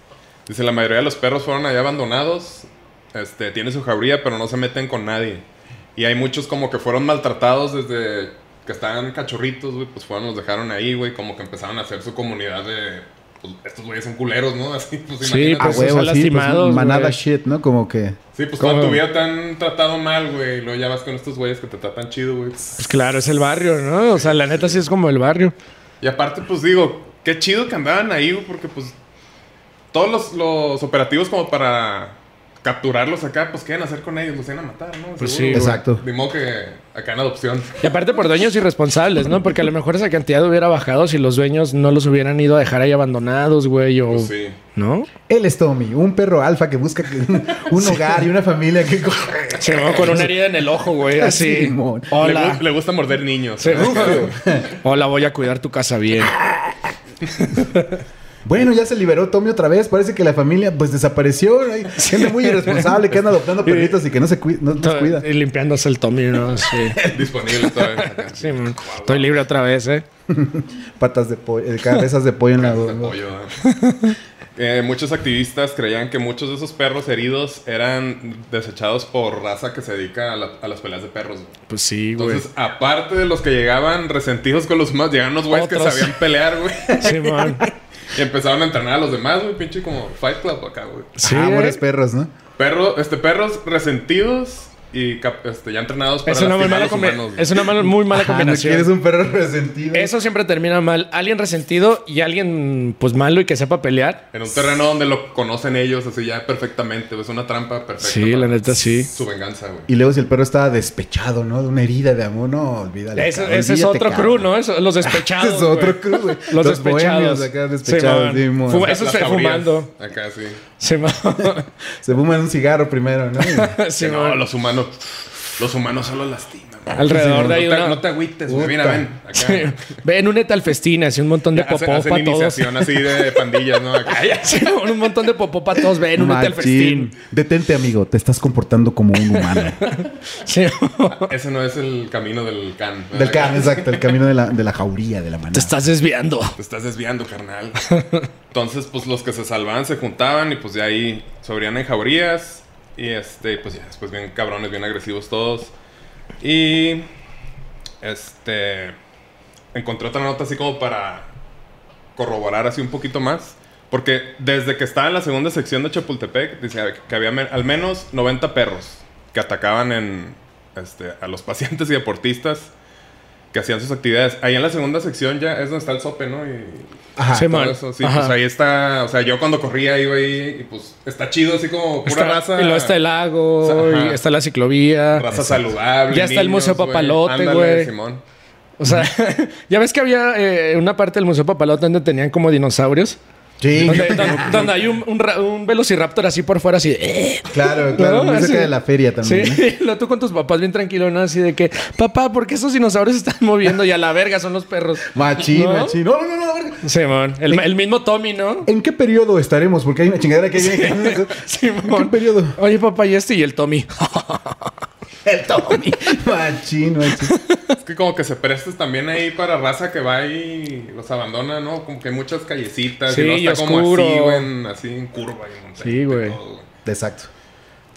Speaker 4: Dice, la mayoría de los perros fueron allá abandonados. Este, tiene su jauría, pero no se meten con nadie. Y hay muchos como que fueron maltratados desde que estaban cachorritos, güey. Pues fueron, los dejaron ahí, güey. Como que empezaron a hacer su comunidad de... pues, estos güeyes son culeros, ¿no? Así, pues
Speaker 2: Sí,
Speaker 4: imagínate.
Speaker 3: A
Speaker 2: pues, o sea,
Speaker 3: huevo, sí,
Speaker 2: lastimados,
Speaker 3: pues, manada
Speaker 2: güey.
Speaker 3: shit, ¿no? Como que...
Speaker 4: Sí, pues
Speaker 2: ¿Cómo?
Speaker 4: toda tu vida te han tratado mal, güey. Y luego ya vas con estos güeyes que te tratan chido, güey.
Speaker 2: Pues claro, es el barrio, ¿no? O sea, la neta sí es como el barrio.
Speaker 4: Y aparte, pues digo, qué chido que andaban ahí, güey, porque pues todos los, los operativos como para capturarlos acá, pues qué iban a hacer con ellos, los iban a matar, ¿no?
Speaker 2: Pues
Speaker 4: Seguro,
Speaker 2: sí,
Speaker 4: güey.
Speaker 3: exacto.
Speaker 4: De modo que acá en adopción.
Speaker 2: Y aparte por dueños irresponsables, ¿no? Porque a lo mejor esa cantidad hubiera bajado si los dueños no los hubieran ido a dejar ahí abandonados, güey, o...
Speaker 4: Pues sí.
Speaker 2: ¿No?
Speaker 3: Él es Tommy, un perro alfa que busca que- un hogar y una familia que corre.
Speaker 2: Se va con una herida en el ojo, güey, así.
Speaker 3: Simón.
Speaker 4: Le,
Speaker 2: Hola.
Speaker 4: gu- le gusta morder niños.
Speaker 3: Ah,
Speaker 2: Se- Hola, voy a cuidar tu casa bien.
Speaker 3: Bueno, ya se liberó Tommy otra vez. Parece que la familia pues desapareció. Hay gente muy irresponsable que anda adoptando perritos y que no se cuida, no los cuida.
Speaker 2: Y limpiándose el Tommy, ¿no? Sí.
Speaker 4: ¿eh? Disponible todavía.
Speaker 2: Sí, man. estoy libre otra vez, ¿eh?
Speaker 3: Patas de pollo, eh, cabezas de pollo en la
Speaker 4: De pollo, ¿eh? Eh, muchos activistas creían que muchos de esos perros heridos eran desechados por raza que se dedica a, la- a las peleas de perros. güey.
Speaker 2: Pues sí, güey.
Speaker 4: Entonces, aparte de los que llegaban resentidos con los demás, llegaban unos güeyes que
Speaker 2: Otros.
Speaker 4: sabían pelear, güey.
Speaker 2: Sí, man.
Speaker 4: Y empezaron a entrenar a los demás, güey, pinche como Fight Club acá, güey.
Speaker 2: Sí,
Speaker 3: ah,
Speaker 2: ¿eh?
Speaker 3: buenos perros, ¿no?
Speaker 4: Perro, este, perros resentidos y cap- este, ya entrenados para
Speaker 2: Es una, muy
Speaker 4: lastimar a
Speaker 2: mala
Speaker 4: los
Speaker 2: combi-
Speaker 4: humanos. güey.
Speaker 2: es una mala- muy mala
Speaker 3: Ah, no
Speaker 2: combinación.
Speaker 3: quieres un perro resentido.
Speaker 2: Eso siempre termina mal. Alguien resentido y alguien, pues, malo y que sepa pelear.
Speaker 4: En un terreno donde lo conocen ellos así ya perfectamente, güey. Es una trampa perfecta.
Speaker 2: Sí,
Speaker 4: para
Speaker 2: la neta, sí.
Speaker 4: Su venganza, güey.
Speaker 3: Y luego si el perro estaba despechado, ¿no? De una herida de amor, no, olvídale.
Speaker 2: Ese,
Speaker 3: cabrón,
Speaker 2: ese es
Speaker 3: olvídate,
Speaker 2: otro
Speaker 3: cabrón.
Speaker 2: crew, ¿no? Eso- los despechados.
Speaker 3: Ese es otro
Speaker 2: güey.
Speaker 3: crew, güey.
Speaker 2: Los,
Speaker 3: bohemios
Speaker 2: despechados.
Speaker 3: acá despechados,
Speaker 2: Sí,
Speaker 3: sí,
Speaker 2: man.
Speaker 3: mon.
Speaker 2: Fuma-
Speaker 4: Las-
Speaker 2: eso
Speaker 4: las
Speaker 2: se
Speaker 4: jaurías.
Speaker 2: fumando.
Speaker 4: Acá, sí.
Speaker 2: Sí, man.
Speaker 3: Se fuman un cigarro primero, ¿no?
Speaker 2: Sí,
Speaker 4: Que no,
Speaker 2: man.
Speaker 4: los humanos. Los humanos solo lastiman. güey.
Speaker 2: Alrededor de ahí
Speaker 4: no, te,
Speaker 2: una-
Speaker 4: no te agüites, güey. Mira,
Speaker 3: Puta.
Speaker 4: ven. Acá.
Speaker 2: Sí. Ven un etalfestina, así un montón de popó
Speaker 4: Hacen,
Speaker 2: para
Speaker 4: hacen
Speaker 2: todos.
Speaker 4: iniciación así de pandillas, ¿no? Acá.
Speaker 2: Sí, man, un montón de popó para todos. Ven, un
Speaker 3: Machín.
Speaker 2: etalfestín.
Speaker 3: Detente, amigo. Te estás comportando como un humano.
Speaker 2: Sí, man.
Speaker 4: Ese no es el camino del can. ¿no?
Speaker 3: Del
Speaker 4: Acá.
Speaker 3: ca- exacto. El camino de la, de la jauría, de la manada.
Speaker 2: Te estás desviando.
Speaker 4: Te estás desviando, carnal. Entonces, pues los que se salvaban se juntaban y pues de ahí se abrían en jaurías. Y este, pues ya, después bien cabrones, bien agresivos todos. Y este, encontré otra nota así como para corroborar así un poquito más. Porque desde que estaba en la segunda sección de Chapultepec, dice que había me- al menos 90 perros que atacaban en, este, a los pacientes y deportistas que hacían sus actividades. Ahí en la segunda sección ya es donde está el sope, ¿no? Y,
Speaker 3: Ajá.
Speaker 2: Sí,
Speaker 4: todo
Speaker 2: man.
Speaker 4: eso, sí,
Speaker 2: Ajá.
Speaker 4: pues ahí está. O sea, yo cuando corría iba ahí y pues está chido, así como pura
Speaker 2: Está-
Speaker 4: raza.
Speaker 2: Y luego está el lago,
Speaker 4: Ajá.
Speaker 2: y está la ciclovía.
Speaker 4: Raza saludable.
Speaker 2: Ya está el Museo
Speaker 4: güey.
Speaker 2: Papalote,
Speaker 4: Ándale,
Speaker 2: güey.
Speaker 4: Simón.
Speaker 2: O sea, ya ves que había eh, una parte del Museo Papalote donde tenían como dinosaurios.
Speaker 3: Sí,
Speaker 2: Donde, don- donde hay un, un ra- un velociraptor así por fuera, así de. "Eh,
Speaker 3: claro, claro.
Speaker 2: No,
Speaker 3: muy
Speaker 2: así-
Speaker 3: cerca de la feria
Speaker 2: Sí,
Speaker 3: también. ¿no?
Speaker 2: lo tú con tus papás bien tranquilo, ¿no? Así de que, papá, ¿por qué esos dinosaurios se están moviendo? Y a la verga son los perros.
Speaker 3: Machín,
Speaker 2: ¿No?
Speaker 3: machín. No, no, no, no, a ver.
Speaker 2: Simón, el, el mismo Tommy, ¿no?
Speaker 3: ¿En qué periodo estaremos? Porque hay una chingadera que viene. caminando. ¿En qué
Speaker 2: Simón.
Speaker 3: periodo? Ah.
Speaker 2: Oye, papá, y este y el Tommy.
Speaker 3: El Tommy. Machín, machín.
Speaker 4: Es que como que se prestes también ahí para raza que va y los abandona, ¿no? Como que hay muchas callecitas
Speaker 2: Sí,
Speaker 4: y no
Speaker 2: y
Speaker 4: está como
Speaker 2: oscuro.
Speaker 4: así, güey, en- así en curva. y en
Speaker 2: Sí, güey.
Speaker 4: todo, güey.
Speaker 3: Exacto.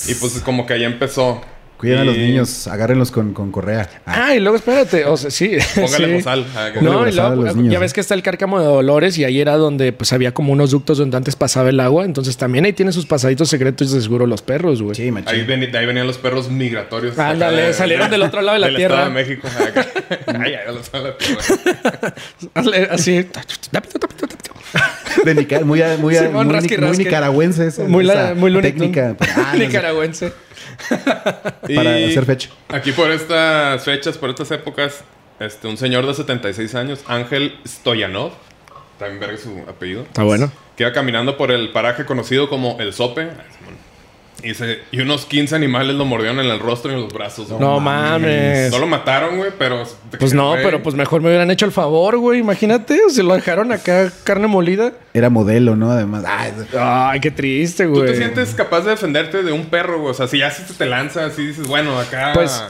Speaker 4: Y pues como que ahí empezó.
Speaker 3: Cuiden a los
Speaker 4: Y
Speaker 3: niños, agárrenlos con, con correa. Ah,
Speaker 2: Ah, y luego espérate, o sea, sí.
Speaker 4: Póngale
Speaker 2: sí.
Speaker 4: bozal. Ah, que-
Speaker 2: No,
Speaker 3: Póngale
Speaker 2: y
Speaker 3: bozal a
Speaker 2: luego, pues,
Speaker 3: los niños,
Speaker 2: ya
Speaker 3: ¿eh?
Speaker 2: ves que está el cárcamo de Dolores y ahí era donde pues había como unos ductos donde antes pasaba el agua, entonces también ahí tienen sus pasaditos secretos de seguro los perros, güey.
Speaker 3: sí,
Speaker 4: Ahí,
Speaker 3: machín.
Speaker 4: veni- de ahí venían los perros migratorios.
Speaker 2: Ándale,
Speaker 4: Acá
Speaker 2: salieron del otro lado de la
Speaker 4: del
Speaker 2: tierra.
Speaker 4: Estado de México. acá. Ay, ay, del Estado de la tierra.
Speaker 2: Hazle Así, tapito, tapito, tapito.
Speaker 3: De Nica- muy, a- muy, a-
Speaker 2: Simón,
Speaker 3: muy,
Speaker 2: rasque,
Speaker 3: nic- muy
Speaker 2: rasque.
Speaker 3: nicaragüense esa,
Speaker 2: Muy, la,
Speaker 3: esa
Speaker 2: muy lunes,
Speaker 3: técnica
Speaker 2: ¿no?
Speaker 3: para, ah, no sé,
Speaker 2: Nicaragüense.
Speaker 3: para
Speaker 4: Y-
Speaker 3: hacer fecha.
Speaker 4: Aquí por estas fechas, por estas épocas, este, un señor de 76 años, Ángel Stoyanov, también verga su apellido,
Speaker 2: Está bueno.
Speaker 4: que iba caminando por el paraje conocido como El Sope. Y, se- y unos 15 animales lo mordieron en el rostro y en los brazos. güey.
Speaker 2: No, mames.
Speaker 4: No lo mataron, güey, pero...
Speaker 2: Pues no,
Speaker 4: güey,
Speaker 2: pero pues mejor me hubieran hecho el favor, güey. Imagínate, se lo dejaron acá carne molida.
Speaker 3: Era modelo, ¿no? Además, ah, es-
Speaker 2: Ay, qué triste,
Speaker 4: ¿Tú
Speaker 2: güey.
Speaker 4: te sientes capaz de defenderte de un perro, güey? O sea, si ya se te lanza, así dices, bueno, acá...
Speaker 2: Pues,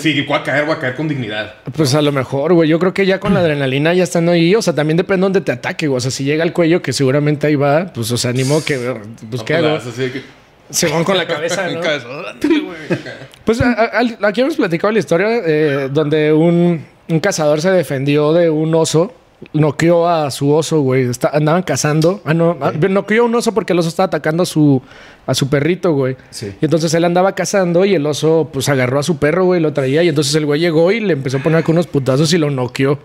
Speaker 4: sí, voy a caer, voy a caer con dignidad.
Speaker 2: Pues a lo mejor, güey. Yo creo que ya con la adrenalina ya estando ahí, o sea, también depende dónde te ataque, güey. O sea, si llega al cuello, que seguramente ahí va, pues, o sea, ni modo que, pues,
Speaker 4: No
Speaker 2: ¿qué
Speaker 4: te
Speaker 2: hago?
Speaker 4: lanzas, así de que-
Speaker 2: Según con la cabeza,
Speaker 4: Un
Speaker 2: ¿no?
Speaker 4: cabezazo, güey, acá.
Speaker 2: Pues a- a- al- aquí hemos platicado la historia eh, donde un, un cazador se defendió de un oso, noqueó a su oso, güey. Está- andaban cazando. Ah, no, ah, noqueó a un oso porque el oso estaba atacando a su, a su perrito, güey.
Speaker 3: Sí.
Speaker 2: Y entonces él andaba cazando y el oso, pues agarró a su perro, güey, lo traía. Y entonces el güey llegó y le empezó a poner con unos putazos y lo noqueó.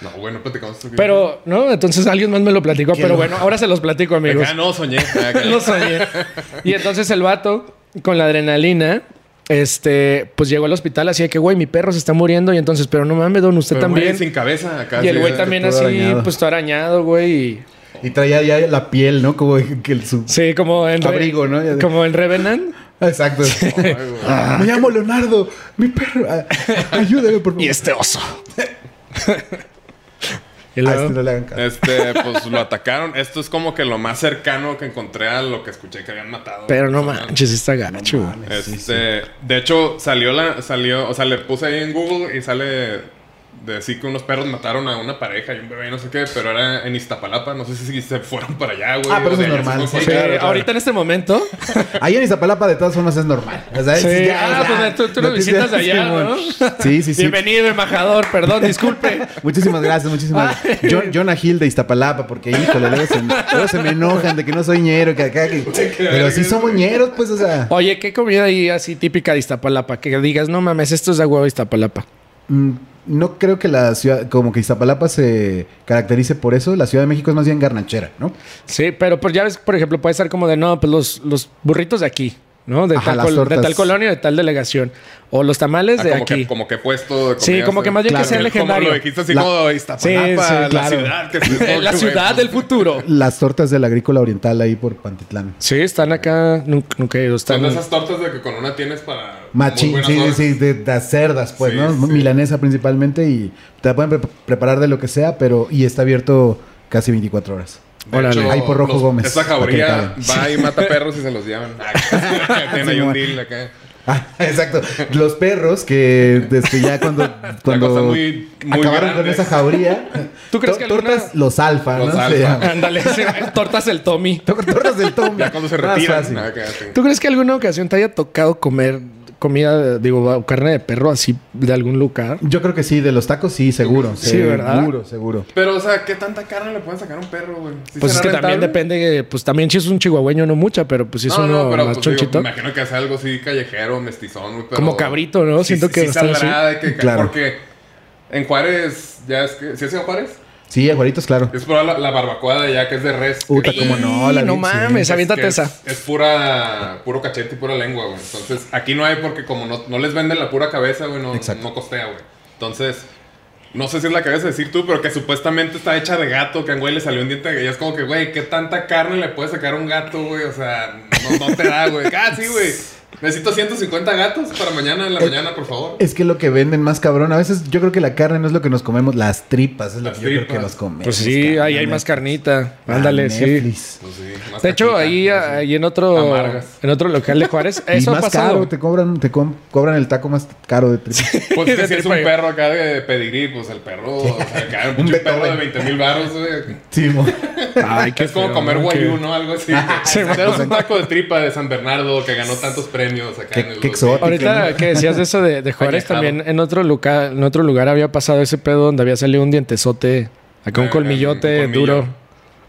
Speaker 4: No, bueno, platicamos esto.
Speaker 2: Pero, ¿no? Entonces alguien más me lo platicó, pero bueno, ahora se los platico, amigos.
Speaker 4: Acá no soñé. Acá.
Speaker 2: Lo soñé. Y entonces el vato, con la adrenalina, este, pues llegó al hospital así de que, güey, mi perro se está muriendo. Y entonces, pero no mames, don, usted
Speaker 4: Pero, güey,
Speaker 2: también.
Speaker 4: sin cabeza acá.
Speaker 2: y el
Speaker 4: sí,
Speaker 2: güey
Speaker 4: de-
Speaker 2: también
Speaker 3: todo
Speaker 2: así,
Speaker 3: arañado.
Speaker 2: pues todo arañado, güey. y-
Speaker 3: y traía ya la piel, ¿no? Como que el su...
Speaker 2: Sí, como en. Re-
Speaker 3: Abrigo, ¿no? Ya-
Speaker 2: Como en Revenant.
Speaker 3: Exacto.
Speaker 4: Ay, güey.
Speaker 3: Ah, Me llamo Leonardo, este mi perro. Ah, Ayúdame, por favor.
Speaker 2: Y este oso. Y
Speaker 3: A
Speaker 2: luego-
Speaker 3: este no le hagan caso.
Speaker 4: Este, pues lo atacaron. Esto es como que lo más cercano que encontré a lo que escuché que habían matado.
Speaker 2: pero no
Speaker 4: Personas.
Speaker 2: manches, está gacho. güey.
Speaker 3: mames, sí, sí.
Speaker 4: Este, de hecho, salió la, salió, o sea, le puse ahí en Google y sale de decir que unos perros mataron a una pareja y un bebé y no sé qué, pero era en Iztapalapa, no sé si se fueron para allá, güey.
Speaker 3: Ah, pero eso
Speaker 4: o de
Speaker 3: es
Speaker 4: allá se
Speaker 3: normal,
Speaker 4: fue
Speaker 3: sí,
Speaker 4: para
Speaker 3: claro,
Speaker 4: acá.
Speaker 2: Eh, Ahorita en este momento.
Speaker 3: Ahí en Iztapalapa, de todas formas, es normal. O sea, es-
Speaker 2: Sí,
Speaker 3: ya,
Speaker 2: ah,
Speaker 3: ya.
Speaker 2: pues tú, tú lo
Speaker 3: Noticias,
Speaker 2: visitas allá, ¿no?
Speaker 3: Simón. Sí, sí, sí.
Speaker 2: Bienvenido, embajador, perdón, disculpe.
Speaker 3: Muchísimas gracias, muchísimas gracias. John, Jonah Hill de Iztapalapa, porque híjole, luego se, luego se me enojan de que no soy ñero, que acá, que- Pero sí somos ñeros, pues, o sea.
Speaker 2: Oye, ¿qué comida ahí así típica de Iztapalapa? Que digas, no mames, esto es de huevo Iztapalapa.
Speaker 3: mm, No creo que la ciudad, como que Iztapalapa se caracterice por eso. La Ciudad de México es más bien garnachera, ¿no?
Speaker 2: Sí, pero pues ya ves, por ejemplo, puede ser como de, no, pues los, los burritos de aquí, ¿no? De,
Speaker 3: Ajá,
Speaker 2: tal
Speaker 3: las
Speaker 2: col- de
Speaker 3: tortas.
Speaker 2: tal colonia, de tal delegación. O los tamales
Speaker 4: Ah,
Speaker 2: de
Speaker 4: como
Speaker 2: aquí.
Speaker 4: Que, como que puesto de
Speaker 2: Sí,
Speaker 4: comida,
Speaker 2: como que más bien
Speaker 3: que sea
Speaker 2: legendario.
Speaker 4: Como lo dijiste así
Speaker 3: La-
Speaker 4: como Iztapalapa,
Speaker 2: Sí, sí,
Speaker 4: la
Speaker 2: claro.
Speaker 4: ciudad. Que se-
Speaker 2: la ciudad del futuro.
Speaker 3: Las tortas de la agrícola oriental ahí por Pantitlán.
Speaker 2: Sí, están acá, nunca, nunca he ido,
Speaker 4: Son
Speaker 2: están...
Speaker 4: de esas tortas de que con una tienes para... muy
Speaker 3: Machín,
Speaker 4: buenas
Speaker 3: sí,
Speaker 4: horas.
Speaker 3: sí, de, de las cerdas, pues,
Speaker 4: Sí,
Speaker 3: ¿no?
Speaker 4: sí.
Speaker 3: Milanesa principalmente y te la pueden pre- preparar de lo que sea, pero y está abierto casi 24 horas.
Speaker 4: De
Speaker 2: Órale.
Speaker 4: hecho,
Speaker 3: Ahí por Rojo
Speaker 4: los-
Speaker 3: Gómez,
Speaker 4: Esa
Speaker 3: para
Speaker 4: jauría
Speaker 3: que
Speaker 4: va y mata perros y se los llevan. Ah, Tiene ahí un
Speaker 3: Sí,
Speaker 4: deal acá.
Speaker 3: Ah, exacto. Los perros que desde ya cuando,
Speaker 4: cosa
Speaker 3: cuando
Speaker 4: muy- muy
Speaker 3: acabaron con
Speaker 4: grande.
Speaker 3: esa jauría.
Speaker 2: ¿Tú crees
Speaker 3: to-
Speaker 2: que alguna-
Speaker 3: tortas los alfa,
Speaker 4: Los
Speaker 3: ¿no?
Speaker 4: alfa.
Speaker 3: Se llama.
Speaker 2: Ándale, sí, tortas el Tommy.
Speaker 3: To- Tortas del Tommy.
Speaker 4: Ya cuando se
Speaker 3: Más
Speaker 4: retiran.
Speaker 3: fácil.
Speaker 4: acá, sí.
Speaker 2: ¿Tú crees que alguna ocasión te haya tocado comer comida, digo, carne de perro así de algún lugar?
Speaker 3: Yo creo que sí, de los tacos sí, seguro.
Speaker 2: Sí, ¿verdad?
Speaker 3: Seguro, seguro.
Speaker 4: Pero, o sea, ¿qué tanta carne le pueden sacar a un perro, güey? ¿Sí
Speaker 2: Pues es
Speaker 4: será
Speaker 2: que también
Speaker 4: rentable?
Speaker 2: depende, eh, pues también si es un chihuahueño, no mucha, pero pues si es
Speaker 4: No,
Speaker 2: uno
Speaker 4: no, pero
Speaker 2: más
Speaker 4: pues, digo,
Speaker 2: chonchito.
Speaker 4: me imagino que hace algo así callejero, mestizón, güey, pero-
Speaker 2: Como cabrito, ¿no?
Speaker 4: Sí,
Speaker 2: Siento
Speaker 4: sí,
Speaker 2: que
Speaker 4: sí
Speaker 2: está
Speaker 4: saldrá de que-
Speaker 3: Claro.
Speaker 4: Porque en Juárez, ya es que... ¿Sí es en Juárez?
Speaker 3: Sí, Juaritos, claro.
Speaker 4: Es pura la, la barbacoa de allá que es de res.
Speaker 3: Puta,
Speaker 4: que-
Speaker 3: cómo no, la
Speaker 2: Y no
Speaker 3: vi, sí.
Speaker 2: mames,
Speaker 4: Es
Speaker 2: aviéntate
Speaker 4: que es-
Speaker 2: esa.
Speaker 4: Es pura, puro cachete y pura lengua, güey. Entonces, aquí no hay porque como no, no les venden la pura cabeza, güey, no,
Speaker 3: Exacto.
Speaker 4: no costea, güey. Entonces, no sé si es la cabeza de decir tú, pero que supuestamente está hecha de gato, que a un güey le salió un diente de gallo. Es como que, güey, ¿qué tanta carne le puede sacar a un gato, güey? O sea, no, no te da, güey. Ah, sí, güey. Necesito 150 gatos para mañana en la mañana, por favor.
Speaker 3: Es que lo que venden más cabrón, a veces yo creo que la carne no es lo que nos comemos, las tripas es lo
Speaker 4: Las
Speaker 3: que yo creo
Speaker 4: tripas.
Speaker 3: que nos comemos. Ah,
Speaker 2: Pues sí, ahí hay más carnita. Ándale, sí.
Speaker 4: Pues sí, más pues
Speaker 2: De hecho,
Speaker 4: cajita,
Speaker 2: ahí,
Speaker 4: no sé.
Speaker 2: ahí en otro
Speaker 4: Amargas.
Speaker 2: en otro local de Juárez,
Speaker 3: Eso
Speaker 2: eso
Speaker 3: y
Speaker 2: ha
Speaker 3: más
Speaker 2: pasado.
Speaker 3: caro, te cobran, te com- cobran el taco más caro de tripas.
Speaker 4: Pues es
Speaker 2: De
Speaker 4: que si es un
Speaker 2: tripa.
Speaker 4: perro acá de pedigrí, pues el perro, o sea, acá un, pinche perro de
Speaker 3: Beethoven.
Speaker 4: 20 mil barros, güey.
Speaker 3: sí, mo-
Speaker 2: Ay, qué
Speaker 4: Es como
Speaker 2: feo,
Speaker 4: comer
Speaker 2: ¿no? Que- Ah,
Speaker 4: guayú, ¿no? Algo así.
Speaker 2: Sí,
Speaker 4: Tenemos un taco de tripa de San Bernardo que ganó tantos premios acá
Speaker 3: Qué-
Speaker 4: en el...
Speaker 3: qué
Speaker 4: 2000.
Speaker 3: exótico.
Speaker 2: Ahorita que decías de eso de, de Juárez,
Speaker 4: Añejado.
Speaker 2: también en otro, lugar, en otro lugar había pasado ese pedo donde había salido un dientezote, acá un
Speaker 4: Ah,
Speaker 2: colmillote
Speaker 4: un colmillo.
Speaker 2: duro.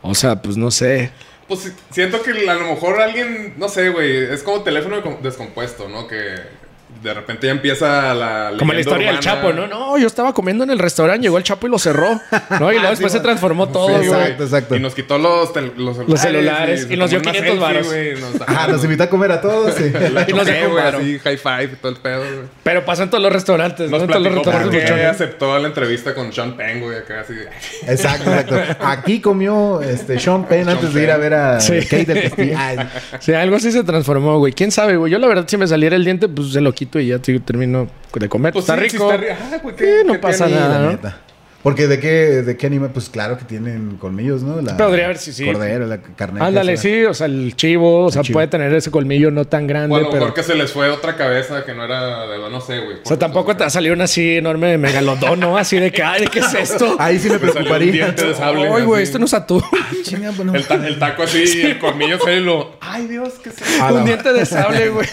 Speaker 2: O sea, pues no sé.
Speaker 4: Pues sí, siento que a lo mejor alguien, no sé, güey, es como teléfono com- descompuesto, ¿no? Que de repente ya empieza la...
Speaker 2: Como la
Speaker 4: leyenda
Speaker 2: historia del
Speaker 4: urbana.
Speaker 2: Chapo, ¿no? No, yo estaba comiendo en el restaurante, llegó el Chapo y lo cerró. ¿no? Y luego después se transformó todo.
Speaker 4: Sí,
Speaker 2: güey.
Speaker 4: güey.
Speaker 3: Exacto, exacto.
Speaker 4: Y nos quitó los, tel- los celulares.
Speaker 2: celulares, y
Speaker 4: se
Speaker 2: nos dio
Speaker 4: tomó una
Speaker 2: 500 varos.
Speaker 4: selfie, güey, nos-
Speaker 3: Ah, nos invita a comer a todos. sí.
Speaker 4: La
Speaker 2: Y nos
Speaker 4: choqué,
Speaker 2: dejó
Speaker 4: güey,
Speaker 2: varo.
Speaker 4: así, high five y todo el pedo, güey.
Speaker 2: Pero pasó en todos los restaurantes, ¿no?
Speaker 4: Nos
Speaker 2: En todos los
Speaker 4: platicó por
Speaker 2: restaurantes.
Speaker 4: qué
Speaker 2: muchachos.
Speaker 4: aceptó la entrevista con Sean Penn, güey, acá así. de-
Speaker 3: Exacto, exacto. Aquí comió este Sean Penn antes de ir a ver a
Speaker 2: Sí.
Speaker 3: Kate del Castillo. Ay,
Speaker 2: Sí, algo así se transformó, güey. ¿Quién sabe, güey? Yo la verdad, si me saliera el diente, pues se lo quito y ya te- termino de comer.
Speaker 4: Pues
Speaker 2: está
Speaker 4: sí, sí
Speaker 2: rico.
Speaker 4: está ri- Ajá, güey,
Speaker 2: Sí, no pasa
Speaker 4: tiene?
Speaker 2: nada.
Speaker 3: la
Speaker 2: ¿no?
Speaker 3: neta. Porque de qué, de qué anima, pues claro que tienen colmillos, ¿no? La,
Speaker 2: Podría haber, sí, sí.
Speaker 3: Cordero, la carne.
Speaker 2: Ándale, sí, o sea, el chivo, o sea,
Speaker 3: chivo.
Speaker 2: puede tener ese colmillo no tan grande,
Speaker 4: O a lo
Speaker 2: pero.
Speaker 4: mejor que se les fue otra cabeza que no era de... No sé, güey.
Speaker 2: O sea, tampoco te ha salido una así enorme de megalodón, ¿no? Así de que, ay, ¿qué es esto?
Speaker 3: Ahí sí me
Speaker 4: Me salió un
Speaker 3: preocuparía.
Speaker 4: diente de sable.
Speaker 2: Ay, güey,
Speaker 4: así.
Speaker 2: esto no es atún.
Speaker 3: Chinga, pues, bueno.
Speaker 4: El, ta- el taco así, el colmillo feo y lo... Ay, Dios, qué es eso?
Speaker 3: A la-
Speaker 2: un diente de sable, güey.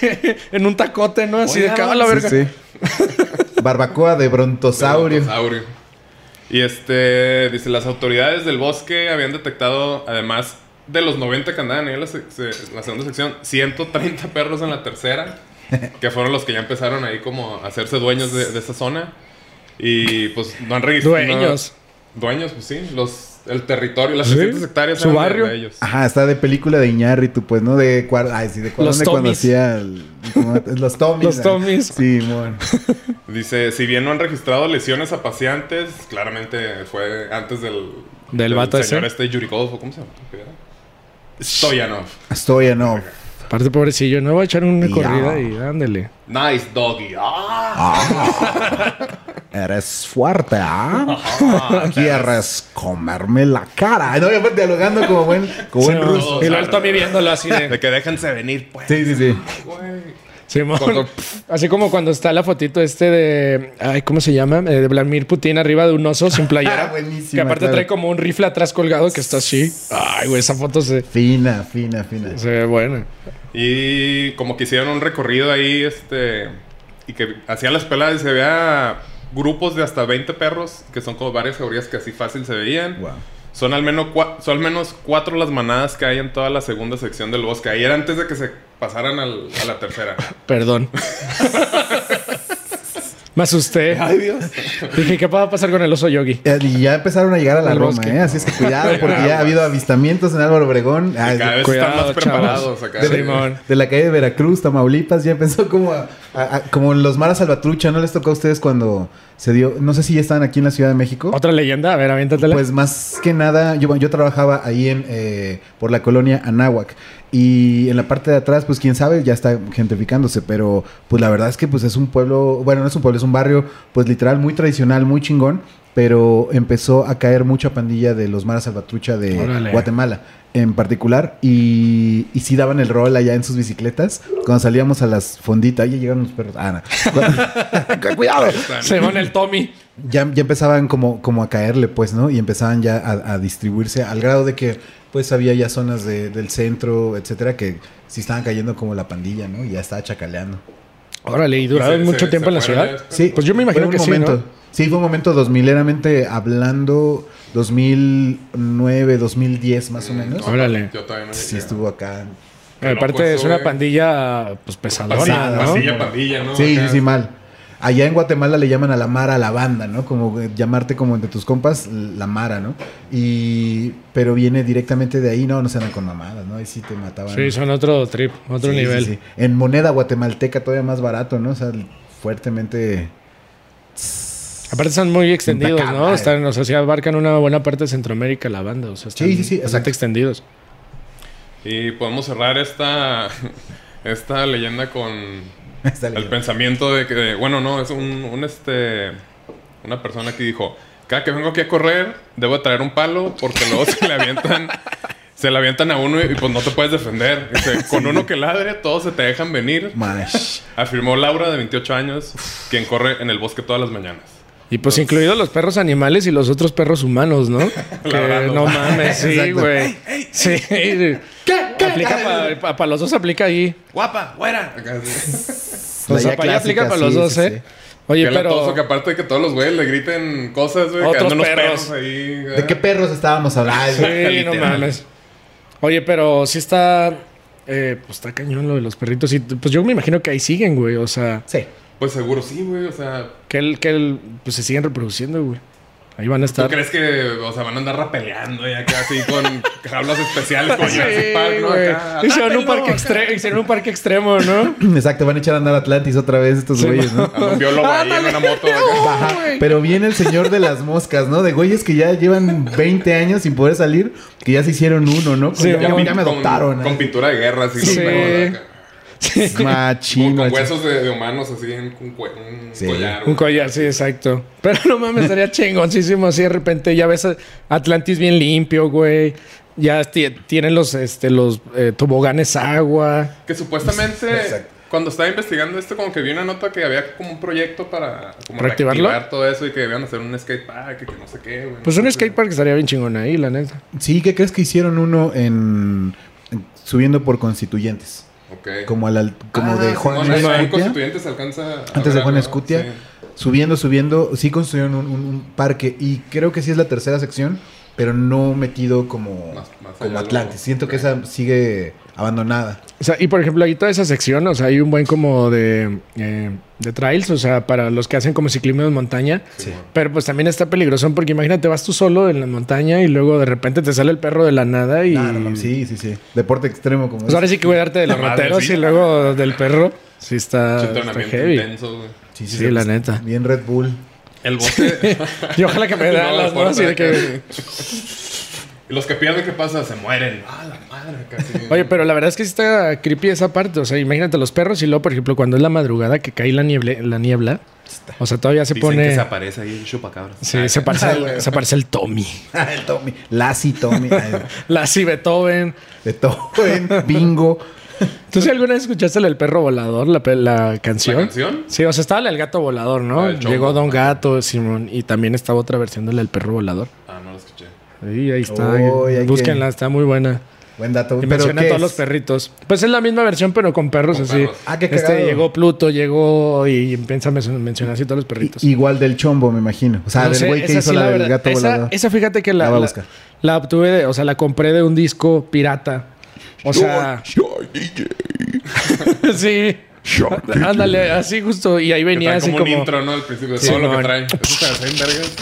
Speaker 2: En un tacote, ¿no? Así de que, a la
Speaker 3: Sí,
Speaker 2: verga.
Speaker 3: sí. Barbacoa de brontosaurio.
Speaker 4: Saurio. Y este... Dice, las autoridades del bosque habían detectado, además de los 90 que andaban ahí en la, sec- se- en la segunda sección, 130 perros en la tercera, que fueron los que ya empezaron ahí como a hacerse dueños de, de esa zona. Y pues no han registrado...
Speaker 2: Dueños.
Speaker 4: Dueños, pues sí. Los, el territorio, las
Speaker 2: Sí,
Speaker 4: 300 hectáreas
Speaker 2: su
Speaker 4: eran de-
Speaker 2: barrio.
Speaker 4: de ellos.
Speaker 3: Ajá, está de película de Iñárritu, pues, ¿no? De cuar- Ay, sí, de cuar-
Speaker 2: Los
Speaker 3: ¿dónde cuando
Speaker 2: Tommies.
Speaker 3: hacía el- como- los Tommies.
Speaker 2: Los
Speaker 3: ah.
Speaker 2: Tommies.
Speaker 3: Sí, bueno.
Speaker 4: Dice, si bien no han registrado lesiones a pacientes, claramente fue antes del...
Speaker 2: Del vato ese.
Speaker 4: señor este Yurikov, ¿cómo se llama? Stoyanov.
Speaker 3: Stoyanov.
Speaker 2: Aparte, pobrecillo, no voy a echar una
Speaker 3: Ya. Ah.
Speaker 2: corrida y ándele.
Speaker 4: Nice doggy. Ah.
Speaker 3: Eres fuerte, ¿ah? Quieres comerme la cara. No, yo dialogando como buen, como buen ruso.
Speaker 2: y lo alto a mí viéndolo así de.
Speaker 4: De que déjense venir, pues.
Speaker 3: Sí, sí, sí.
Speaker 4: Güey.
Speaker 2: Simón.
Speaker 4: Cuando-
Speaker 2: Así como cuando está la fotito este de. Ay, ¿cómo se llama? Eh, De Vladimir Putin arriba de un oso sin playera.
Speaker 3: Ah, buenísima,
Speaker 2: Que aparte
Speaker 3: claro.
Speaker 2: trae como un rifle atrás colgado que está así. Ay, güey, esa foto se,
Speaker 3: Fina, fina, fina.
Speaker 2: se ve buena.
Speaker 4: Y como que hicieron un recorrido ahí, este. Y que hacían las peladas y se veía grupos de hasta 20 perros, que son como varias categorías que así fácil se veían.
Speaker 3: Wow.
Speaker 4: Son al, menos cua- son al menos cuatro las manadas que hay en toda la segunda sección del bosque. Ahí era antes de que se pasaran al- a la tercera.
Speaker 2: Perdón. Me asusté. Ay, Dios. Dije, ¿qué va a pasar con el oso yogi?
Speaker 3: Eh, Y ya empezaron a llegar a la
Speaker 2: Al
Speaker 3: Roma,
Speaker 2: bosque.
Speaker 3: ¿eh? Así es que cuidado, porque ya ha habido avistamientos en Álvaro Obregón. Ah,
Speaker 4: Y cada vez están
Speaker 2: Cuidado,
Speaker 4: más preparados acá.
Speaker 2: chavos. Simón.
Speaker 3: De la calle de Veracruz, Tamaulipas, ya empezó como a- a- a- como los maras salvatrucha. ¿No les tocó a ustedes cuando se dio? No sé si ya estaban aquí en la Ciudad de México.
Speaker 2: Otra leyenda, a ver, aviéntatela.
Speaker 3: Pues más que nada, yo, yo trabajaba ahí en eh, por la colonia Anáhuac. Y en la parte de atrás, pues quién sabe, ya está gentrificándose. Pero pues la verdad es que pues es un pueblo, bueno, no es un pueblo, es un barrio, pues literal, muy tradicional, muy chingón. Pero empezó a caer mucha pandilla de los maras salvatrucha de
Speaker 2: Órale.
Speaker 3: Guatemala en particular. Y, y sí daban el rol allá en sus bicicletas. Cuando salíamos a las fonditas, ahí llegaron los perros. Ah, no. Cuidado.
Speaker 2: se van el Tommy.
Speaker 3: Ya, ya empezaban como, como a caerle, pues, ¿no? Y empezaban ya a, a distribuirse al grado de que, pues, había ya zonas de- del centro, etcétera, que sí estaban cayendo como la pandilla, ¿no? Y ya estaba chacaleando.
Speaker 2: Órale, y duraron
Speaker 4: se-
Speaker 2: mucho
Speaker 4: se-
Speaker 2: tiempo
Speaker 4: se
Speaker 2: en la
Speaker 4: fueron
Speaker 2: ciudad.
Speaker 4: ya.
Speaker 3: Sí.
Speaker 2: Pues yo me imagino
Speaker 3: fue
Speaker 2: que
Speaker 3: un
Speaker 2: sí,
Speaker 3: momento,
Speaker 2: ¿no?
Speaker 3: Sí, fue un momento 2000 eramente hablando, 2009, 2010 más o menos.
Speaker 2: Mm, ahora- Órale.
Speaker 4: Yo todavía no
Speaker 3: Sí
Speaker 4: llegué.
Speaker 3: estuvo acá.
Speaker 4: Qué loco
Speaker 2: Aparte, es
Speaker 4: eso,
Speaker 2: una
Speaker 4: güey.
Speaker 2: pandilla, pues pesadona,
Speaker 4: Pasilla,
Speaker 2: ¿no?
Speaker 4: pasilla, pandilla, ¿no?
Speaker 3: Sí, sí,
Speaker 4: Acá.
Speaker 3: sí, mal. Allá en Guatemala le llaman a la mara a la banda, ¿no? Como eh, llamarte como entre tus compas la mara, ¿no? Y pero viene directamente de ahí, no, no se andan con mamadas, ¿no? Ahí sí te mataban.
Speaker 2: Sí, son otro trip, otro
Speaker 3: Sí, sí,
Speaker 2: nivel.
Speaker 3: sí. En moneda guatemalteca todavía más barato, ¿no? O sea, fuertemente
Speaker 2: Aparte están muy extendidos,
Speaker 3: Puta
Speaker 2: ¿no?
Speaker 3: madre.
Speaker 2: Están, o sea, sí abarcan una buena parte de Centroamérica la banda. O sea, están
Speaker 3: Sí, sí, sí,
Speaker 2: bastante
Speaker 3: exacto.
Speaker 2: extendidos.
Speaker 4: Y podemos cerrar esta, esta leyenda con
Speaker 3: está
Speaker 4: El
Speaker 3: legal.
Speaker 4: pensamiento de que, bueno, no, es un, un, este, una persona que dijo, cada que vengo aquí a correr, debo traer un palo porque luego se le avientan, se le avientan a uno y, pues no te puedes defender. Dice, con uno que ladre, todos se te dejan venir.
Speaker 3: Mash.
Speaker 4: Afirmó Laura, de 28 años, quien corre en el bosque todas las mañanas.
Speaker 2: Y pues incluidos los perros animales y los otros perros humanos, ¿no? que
Speaker 4: Ladrando.
Speaker 2: no mames, sí,
Speaker 3: Exacto.
Speaker 2: güey. Sí. ¿Qué? Aplica para los dos, aplica ahí.
Speaker 4: ¡Guapa! ¡Fuera!
Speaker 2: O sea,
Speaker 3: ya
Speaker 2: para allá aplica
Speaker 3: clásica,
Speaker 2: para los
Speaker 3: sí,
Speaker 2: dos,
Speaker 3: sí,
Speaker 2: ¿eh?
Speaker 3: sí.
Speaker 2: Oye,
Speaker 4: Qué latoso
Speaker 2: pero...
Speaker 4: que aparte de que todos los güeyes le griten cosas, güey, que
Speaker 2: Otros
Speaker 4: andan unos
Speaker 2: perros.
Speaker 4: perros ahí. güey.
Speaker 3: ¿De qué perros estábamos hablando?
Speaker 2: Sí, no
Speaker 4: Literal.
Speaker 2: mames. Oye, pero sí está... eh, pues está cañón lo de los perritos. Y pues yo me imagino que ahí siguen, güey. O sea,
Speaker 3: Sí.
Speaker 4: Pues seguro sí, güey, o sea...
Speaker 2: que, el, que el, pues se siguen reproduciendo, güey. Ahí van a
Speaker 4: ¿Tú
Speaker 2: estar.
Speaker 4: crees que, o sea, van a andar rapeleando y acá así con jaulas especiales como
Speaker 2: Sí,
Speaker 4: Jurassic Park, ¿no?
Speaker 2: güey.
Speaker 4: Acá,
Speaker 2: Hicieron un
Speaker 4: "Atápenlo,
Speaker 2: parque
Speaker 4: acá".
Speaker 2: extremo, hicieron un parque extremo, ¿no?
Speaker 3: Exacto, van a echar a andar Atlantis otra vez estos
Speaker 2: Sí,
Speaker 3: güeyes, ¿no?
Speaker 4: Anda Un biólogo ahí en una moto. acá.
Speaker 3: Ajá, pero viene el señor de las moscas, ¿no? De güeyes que ya llevan 20 años sin poder salir, que ya se hicieron uno, ¿no?
Speaker 2: Sí,
Speaker 3: ya,
Speaker 2: ya
Speaker 3: ya me
Speaker 4: Con-
Speaker 3: adoptaron.
Speaker 4: Con,
Speaker 3: ¿eh?
Speaker 4: pintura de guerra, así.
Speaker 2: Sí.
Speaker 4: los perros acá.
Speaker 3: Machín,
Speaker 4: Con, con
Speaker 3: machín.
Speaker 4: huesos de, de humanos así en un, cue- un
Speaker 3: Sí.
Speaker 4: collar.
Speaker 2: Un
Speaker 4: güey.
Speaker 2: collar, sí, exacto. Pero no mames, estaría chingoncísimo así de repente. Ya ves a Atlantis bien limpio, güey. Ya ti- tienen los, este, los eh, toboganes agua.
Speaker 4: Que supuestamente,
Speaker 3: Exacto.
Speaker 4: cuando estaba investigando esto, como que vi una nota que había como un proyecto para como
Speaker 2: ¿Reactivarlo?
Speaker 4: reactivar todo eso y que debían hacer un skate park y que no sé qué, güey.
Speaker 2: Pues un skatepark estaría bien chingón ahí, la neta.
Speaker 3: Sí, ¿qué crees que hicieron uno en, en- subiendo por constituyentes?
Speaker 4: Ok.
Speaker 3: Como, a la- como
Speaker 4: Ah,
Speaker 3: de Juan
Speaker 4: Simón, ahí- ahí en
Speaker 3: Escutia.
Speaker 4: Constituyentes alcanza. a
Speaker 3: Antes de
Speaker 4: ver
Speaker 3: Juan
Speaker 4: algo,
Speaker 3: Escutia.
Speaker 4: sí.
Speaker 3: Subiendo, subiendo, sí construyeron un, un- un parque y creo que sí es la tercera sección, pero no metido como,
Speaker 4: Más- más
Speaker 3: como
Speaker 4: allá
Speaker 3: Atlantis.
Speaker 4: luego.
Speaker 3: Siento que
Speaker 4: Ok.
Speaker 3: esa sigue abandonada.
Speaker 2: O sea, y por ejemplo, ahí toda esa sección, o sea, hay un buen como de, eh, de trails, o sea, para los que hacen como ciclismo en montaña. Pero pues también está peligroso porque imagínate, vas tú solo en la montaña y luego de repente te sale el perro de la nada y...
Speaker 3: Ah, no mames, sí, sí, sí. Deporte extremo como
Speaker 2: O sea, ahora sí que cuidarte de los
Speaker 4: Madre,
Speaker 2: rateros
Speaker 4: sí.
Speaker 2: y luego del perro. Sí está,
Speaker 4: Mucho
Speaker 2: Ah, está
Speaker 4: entrenamiento
Speaker 2: heavy.
Speaker 4: intenso, güey.
Speaker 2: sí, la neta.
Speaker 3: Bien Red Bull.
Speaker 4: El bosque.
Speaker 2: Y ojalá que me
Speaker 4: No,
Speaker 2: den alas, ¿no?
Speaker 4: por
Speaker 2: Así de
Speaker 4: acá,
Speaker 2: que...
Speaker 4: sí. Y los que pierden, ¿qué pasa? Se mueren. Ah, la madre, casi.
Speaker 2: Oye, pero la verdad es que sí está creepy esa parte. O sea, imagínate los perros y luego, por ejemplo, cuando es la madrugada que cae la niebla, la niebla O sea, todavía se
Speaker 4: Dicen que
Speaker 2: pone.
Speaker 4: se aparece ahí el chupacabras.
Speaker 2: Sí, se parece, al- se parece el Tommy.
Speaker 3: el Tommy. Lassie, Tommy. ay,
Speaker 2: Lassie Beethoven.
Speaker 3: De todo, ¿eh? bingo.
Speaker 2: ¿Tú sí alguna vez escuchaste la del perro volador, la, pe- la canción?
Speaker 4: Ah, ¿La canción?
Speaker 2: Sí, o sea, estaba la del gato volador, ¿no?
Speaker 4: La del Chongo.
Speaker 2: Llegó Don Gato, Simón, y también estaba otra versión de la del perro volador.
Speaker 4: Ah, no lo escuché.
Speaker 2: Sí, ahí está.
Speaker 3: Uy, hay que-
Speaker 2: Búsquenla, está muy buena.
Speaker 3: Buen dato.
Speaker 2: Y
Speaker 3: Pero
Speaker 2: mencionan
Speaker 3: ¿qué
Speaker 2: todos los
Speaker 3: es?
Speaker 2: perritos. Pues es la misma versión, pero con perros
Speaker 4: Con
Speaker 2: así.
Speaker 4: perros.
Speaker 3: Ah, qué
Speaker 2: Este
Speaker 3: cagado.
Speaker 2: llegó Pluto, llegó y empieza a men- mencionar así todos los perritos.
Speaker 3: Igual del chombo, me imagino. O sea,
Speaker 2: No
Speaker 3: del
Speaker 2: sé,
Speaker 3: güey que
Speaker 2: esa
Speaker 3: hizo
Speaker 2: sí,
Speaker 3: la, del
Speaker 2: verdad-
Speaker 3: gato
Speaker 2: esa,
Speaker 3: volador.
Speaker 2: Esa fíjate que
Speaker 3: La
Speaker 2: la,
Speaker 3: voy a
Speaker 2: la-
Speaker 3: buscar.
Speaker 2: la obtuve de, o sea, la compré de un disco pirata. O sea, sí. Ándale, así justo. Y ahí
Speaker 4: Que
Speaker 2: venía
Speaker 4: trae
Speaker 2: así
Speaker 4: como,
Speaker 2: como.
Speaker 4: un intro, ¿no? Al principio de
Speaker 2: Sí,
Speaker 4: todo lo
Speaker 2: mon.
Speaker 4: que trae. Eso se hace en vergas.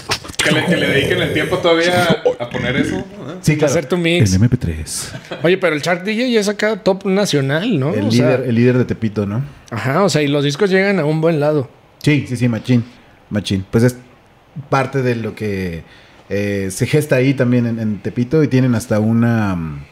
Speaker 4: Que le, que le dediquen el tiempo todavía a poner eso. ¿eh?
Speaker 3: Sí, claro.
Speaker 2: hacer tu mix.
Speaker 3: El em- MP3.
Speaker 2: Oye, pero el Shark DJ es acá top nacional, ¿no?
Speaker 3: El,
Speaker 2: Oh, O sea,
Speaker 3: líder, el líder de Tepito, ¿no?
Speaker 2: Ajá, o sea, y los discos llegan a un buen lado.
Speaker 3: Sí, sí, sí, machín. Machín. Pues es parte de lo que eh, se gesta ahí también en, en Tepito y tienen hasta una... mm,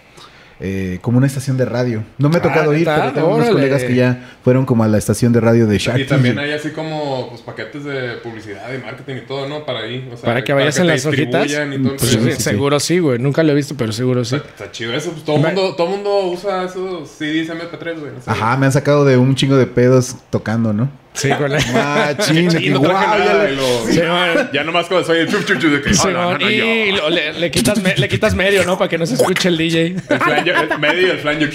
Speaker 3: eh, como una estación de radio. No me ha
Speaker 2: Ah,
Speaker 3: tocado ir,
Speaker 2: ¿neta?
Speaker 3: pero tengo unos
Speaker 2: Órale.
Speaker 3: colegas que ya fueron como a la estación de radio de Shark.
Speaker 4: Y también
Speaker 3: Tank.
Speaker 4: hay así como pues, paquetes de publicidad y marketing y todo, ¿no? Para ahí. O sea,
Speaker 2: para que vayas
Speaker 4: te
Speaker 2: en las hojitas.
Speaker 4: distribuyan y todo el
Speaker 2: Pues,
Speaker 4: pedo.
Speaker 2: sí,
Speaker 3: sí, sí.
Speaker 2: seguro sí, güey. Nunca lo he visto, pero seguro sí.
Speaker 4: Está, está chido eso. Pues todo el
Speaker 2: Me-
Speaker 4: mundo, todo mundo usa esos CDs MP3, güey. no sé.
Speaker 3: Ajá, me han sacado de un chingo de pedos tocando, ¿no?
Speaker 2: Sí, con la-
Speaker 3: Machín.
Speaker 4: Y no
Speaker 3: guau,
Speaker 4: traje
Speaker 3: ya
Speaker 4: nada
Speaker 3: la-
Speaker 4: de lo-
Speaker 2: Sí, bueno.
Speaker 4: Ya nomás cuando soy el chup chup chup de que.
Speaker 2: Sí,
Speaker 4: "Hola,
Speaker 2: mon,
Speaker 4: no, yo".
Speaker 2: y lo- le, le quitas me- le quitas medio, ¿no? Para que no se escuche el DJ.
Speaker 4: El flan, yo- el medio y el flan. yo-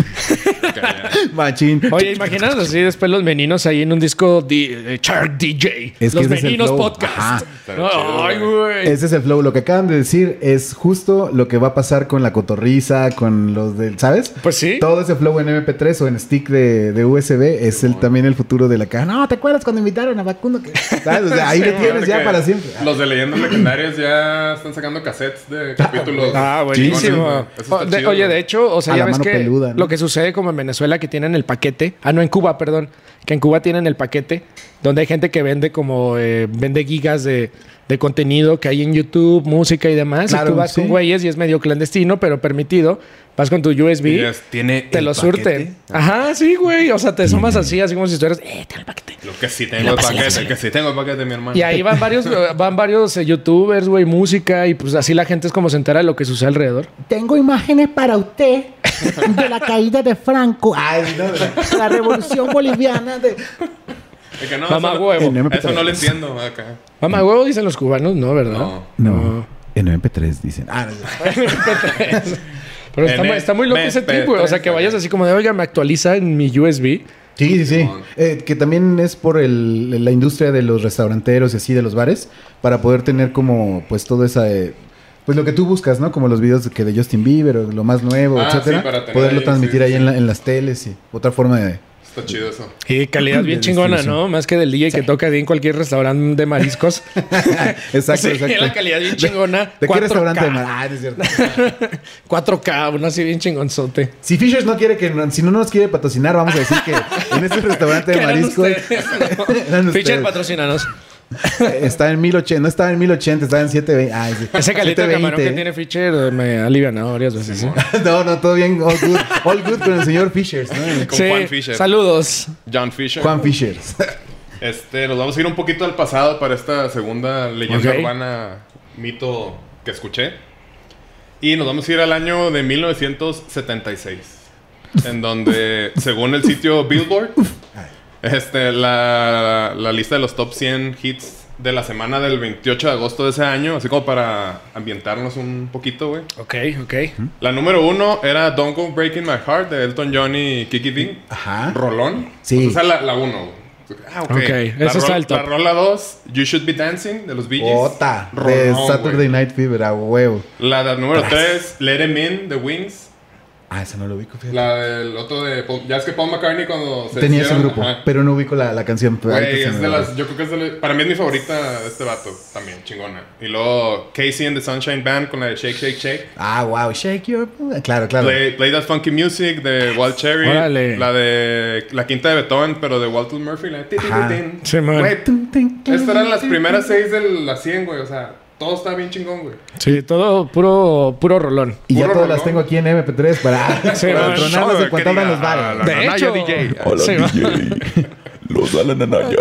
Speaker 4: Ok, ya.
Speaker 3: Machín.
Speaker 2: Oye, imagínate así después los meninos ahí en un disco di- eh, Shark DJ.
Speaker 3: Es que
Speaker 2: los
Speaker 3: ese es el
Speaker 2: meninos
Speaker 3: flow. Ajá.
Speaker 2: podcast. No,
Speaker 4: Está chido,
Speaker 2: ay,
Speaker 4: güey.
Speaker 2: güey.
Speaker 3: Ese es el flow. Lo que acaban de decir es justo lo que va a pasar con la cotorriza, con los del, ¿sabes?
Speaker 2: Pues sí.
Speaker 3: Todo ese flow en MP3 o en stick de, de USB es el, también el futuro de la caja. No, ¿te acuerdas cuando invitaron a Facundo? Que- ¿Sabes? O sea, ahí
Speaker 2: Sí,
Speaker 3: lo
Speaker 2: bueno,
Speaker 3: tienes ya
Speaker 4: Que
Speaker 3: para siempre.
Speaker 4: Los de leyendas legendarias ya están sacando cassettes de capítulos.
Speaker 2: Ah, buenísimo.
Speaker 4: chingones, güey. Eso está
Speaker 2: O- de-
Speaker 4: chido,
Speaker 2: oye,
Speaker 4: güey.
Speaker 2: de hecho, o sea,
Speaker 3: A
Speaker 2: ya
Speaker 3: la
Speaker 2: ves
Speaker 3: mano
Speaker 2: que
Speaker 3: peluda, ¿no?
Speaker 2: lo que sucede como en Venezuela que tienen el paquete, ah, no, en Cuba, perdón, que en Cuba tienen el paquete donde hay gente que vende como, eh, vende gigas de, de contenido que hay en YouTube, música y demás. y
Speaker 3: Claro,
Speaker 2: tú vas
Speaker 3: sí.
Speaker 2: con güeyes y es medio clandestino, pero permitido. Vas con tu USB.
Speaker 4: Y ellas, Tiene
Speaker 2: Te
Speaker 4: el
Speaker 2: lo
Speaker 4: paquete".
Speaker 2: surten. Ajá, sí, güey. O sea, te sumas así, así como si estuvieras, eh, tengo el paquete.
Speaker 4: Lo que sí tengo el paquete, que sí tengo el paquete, mi hermano.
Speaker 2: Y ahí van varios, van varios eh, youtubers, güey, música, y pues así la gente es como se entera de lo que sucede alrededor.
Speaker 5: Tengo imágenes para usted de la caída de Franco,
Speaker 3: Ay, no, de-
Speaker 5: la revolución boliviana de...
Speaker 4: De que no,
Speaker 2: Mamá
Speaker 4: eso no-
Speaker 2: huevo.
Speaker 3: En MP3.
Speaker 4: Eso no lo entiendo acá.
Speaker 2: Mamá huevo dicen los cubanos, no, ¿verdad?
Speaker 4: No.
Speaker 3: No, en MP3 dicen. Ah, no.
Speaker 2: Pero está,
Speaker 4: En
Speaker 2: mu- está muy loco ese
Speaker 4: MP3,
Speaker 2: tipo, güey. O sea, que vayas así como de, oiga, me actualiza en mi USB.
Speaker 3: Sí, sí, sí.
Speaker 4: Simón.
Speaker 3: Eh, que también es por el- la industria de los restauranteros y así, de los bares, para poder tener como, pues, todo esa... eh, pues lo que tú buscas, ¿no? Como los videos de, que de Justin Bieber, o lo más nuevo,
Speaker 4: Ah,
Speaker 3: etcétera.
Speaker 4: sí, para tener
Speaker 3: poderlo
Speaker 4: ahí,
Speaker 3: transmitir
Speaker 4: sí,
Speaker 3: ahí
Speaker 4: sí.
Speaker 3: En, la- en las teles y otra forma de...
Speaker 4: Está chido eso.
Speaker 2: Y calidad bien
Speaker 3: De
Speaker 2: chingona,
Speaker 3: distribución.
Speaker 2: ¿no? Más que del DJ que toca bien en cualquier restaurante de mariscos.
Speaker 3: Exacto,
Speaker 2: Sí,
Speaker 3: exacto.
Speaker 2: la calidad bien chingona.
Speaker 3: ¿De qué
Speaker 2: 4K.
Speaker 3: restaurante? de mar- Ah, no es cierto.
Speaker 2: 4K, uno así bien chingonzote.
Speaker 3: Si Fishers no quiere que... no- Si no nos quiere patrocinar, vamos a decir que en este restaurante de
Speaker 2: ¿Qué eran
Speaker 3: mariscos...
Speaker 2: ustedes?
Speaker 3: Eran
Speaker 2: No. Fisher,
Speaker 3: ustedes.
Speaker 2: patrocínanos.
Speaker 3: Está en 1080. No estaba en 1080, estaba en 720. Ah, sí.
Speaker 2: Ese calito de camarón
Speaker 3: 720,
Speaker 2: que
Speaker 3: ¿eh?
Speaker 2: tiene Fisher me ha alivianado varias veces. ¿eh?
Speaker 3: No, no, todo bien, all good, all good con el señor Fishers, ¿no?
Speaker 4: Con Juan Fisher.
Speaker 2: Saludos.
Speaker 4: John Fisher.
Speaker 3: Juan Fishers.
Speaker 4: Este, nos vamos a ir un poquito al pasado para esta segunda leyenda
Speaker 2: Ok.
Speaker 4: urbana mito que escuché. Y nos vamos a ir al año de 1976. En donde, según el sitio Billboard, este, la, la lista de los top 100 hits de la semana del 28 de agosto de ese año, así como para ambientarnos un poquito, güey.
Speaker 2: Ok, ok.
Speaker 4: La número uno era Don't Go Breaking My Heart de Elton John y Kiki D.
Speaker 3: Ajá.
Speaker 4: Rolón.
Speaker 3: Ah. Sí.
Speaker 4: Pues esa es la, la uno. güey. Ah, ok.
Speaker 2: Ok,
Speaker 4: la
Speaker 2: eso está
Speaker 4: rol-
Speaker 2: el top.
Speaker 4: La rola dos, You Should Be Dancing de los Bee Gees.
Speaker 3: Ota, de
Speaker 4: Rolón,
Speaker 3: Saturday
Speaker 4: güey.
Speaker 3: Night Fever, a huevo.
Speaker 4: La de- número tres, Let Him In de Wings.
Speaker 3: Ah, esa no lo ubico, fíjate.
Speaker 4: La del otro de. Paul- ya es que Paul McCartney cuando se.
Speaker 3: Tenía ese
Speaker 4: hicieron-
Speaker 3: grupo,
Speaker 4: ajá.
Speaker 3: pero no ubico la, la canción. pero ahorita
Speaker 4: Güey,
Speaker 3: se
Speaker 4: es
Speaker 3: me
Speaker 4: de
Speaker 3: va.
Speaker 4: las, yo creo que es de la- para mí es mi favorita de este vato, también, chingona. Y luego Casey and the Sunshine Band con la de Shake, Shake, Shake.
Speaker 3: Ah, wow, shake your... Claro, claro.
Speaker 4: Play, Play That Funky Music de Walt Cherry.
Speaker 2: Órale.
Speaker 4: La de la quinta de Beethoven, pero de Walter Murphy. La de ti, ti, ti,
Speaker 3: Ajá.
Speaker 4: tin.
Speaker 2: Sí, man.
Speaker 4: Güey,
Speaker 3: Tum, tin, tin,
Speaker 4: Estas eran las
Speaker 3: tin,
Speaker 4: primeras
Speaker 3: tin.
Speaker 4: seis de las 100, güey. O sea, todo está bien chingón, güey.
Speaker 2: Sí, todo puro, puro rolón.
Speaker 3: Y ya
Speaker 4: Puro
Speaker 3: todas las
Speaker 4: rolón.
Speaker 3: tengo aquí en MP3 para,
Speaker 2: Sí,
Speaker 3: para
Speaker 2: man.
Speaker 3: tronarlas en cuanto abran los bares.
Speaker 2: De hecho,
Speaker 4: DJ.
Speaker 2: sí, va.
Speaker 6: Los Saludos a la nanaya.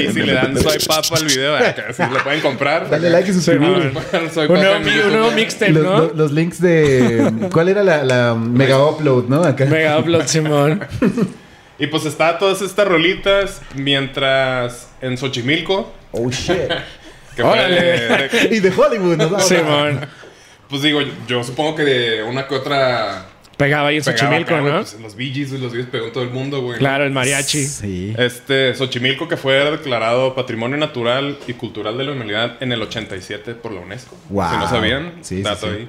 Speaker 4: Y si le dan swipe up al video, acá, si lo pueden comprar.
Speaker 3: Dale like y
Speaker 4: Ah,
Speaker 3: suscribirte.
Speaker 4: bueno, soy
Speaker 2: Un
Speaker 4: papá
Speaker 2: nuevo,
Speaker 4: en
Speaker 2: mi-
Speaker 4: YouTube.
Speaker 2: un nuevo mixtape,
Speaker 3: Los,
Speaker 2: ¿no?
Speaker 3: lo- los links de. ¿Cuál era la, la mega upload, no? Acá.
Speaker 2: Mega upload, Simón.
Speaker 4: Y pues está todas estas rolitas mientras en Xochimilco.
Speaker 3: Oh shit.
Speaker 4: Que fue
Speaker 2: Órale.
Speaker 4: de- de-
Speaker 3: y de Hollywood, ¿no?
Speaker 2: Simón.
Speaker 4: pues digo, yo supongo que de una que otra.
Speaker 2: Pegaba ahí en
Speaker 4: pegaba
Speaker 2: Xochimilco,
Speaker 4: acá, güey,
Speaker 2: ¿no?
Speaker 4: pues, los Bee Gees, güey, los Bee Gees pegó en todo el mundo, güey.
Speaker 2: Claro, el mariachi.
Speaker 3: Sí.
Speaker 2: Eh,
Speaker 4: Este, Xochimilco que fue declarado Patrimonio Natural y Cultural de la Humanidad en el 87 por la UNESCO.
Speaker 3: Wow.
Speaker 4: Si no sabían,
Speaker 3: Sí, sí,
Speaker 4: dato
Speaker 3: sí.
Speaker 4: ahí.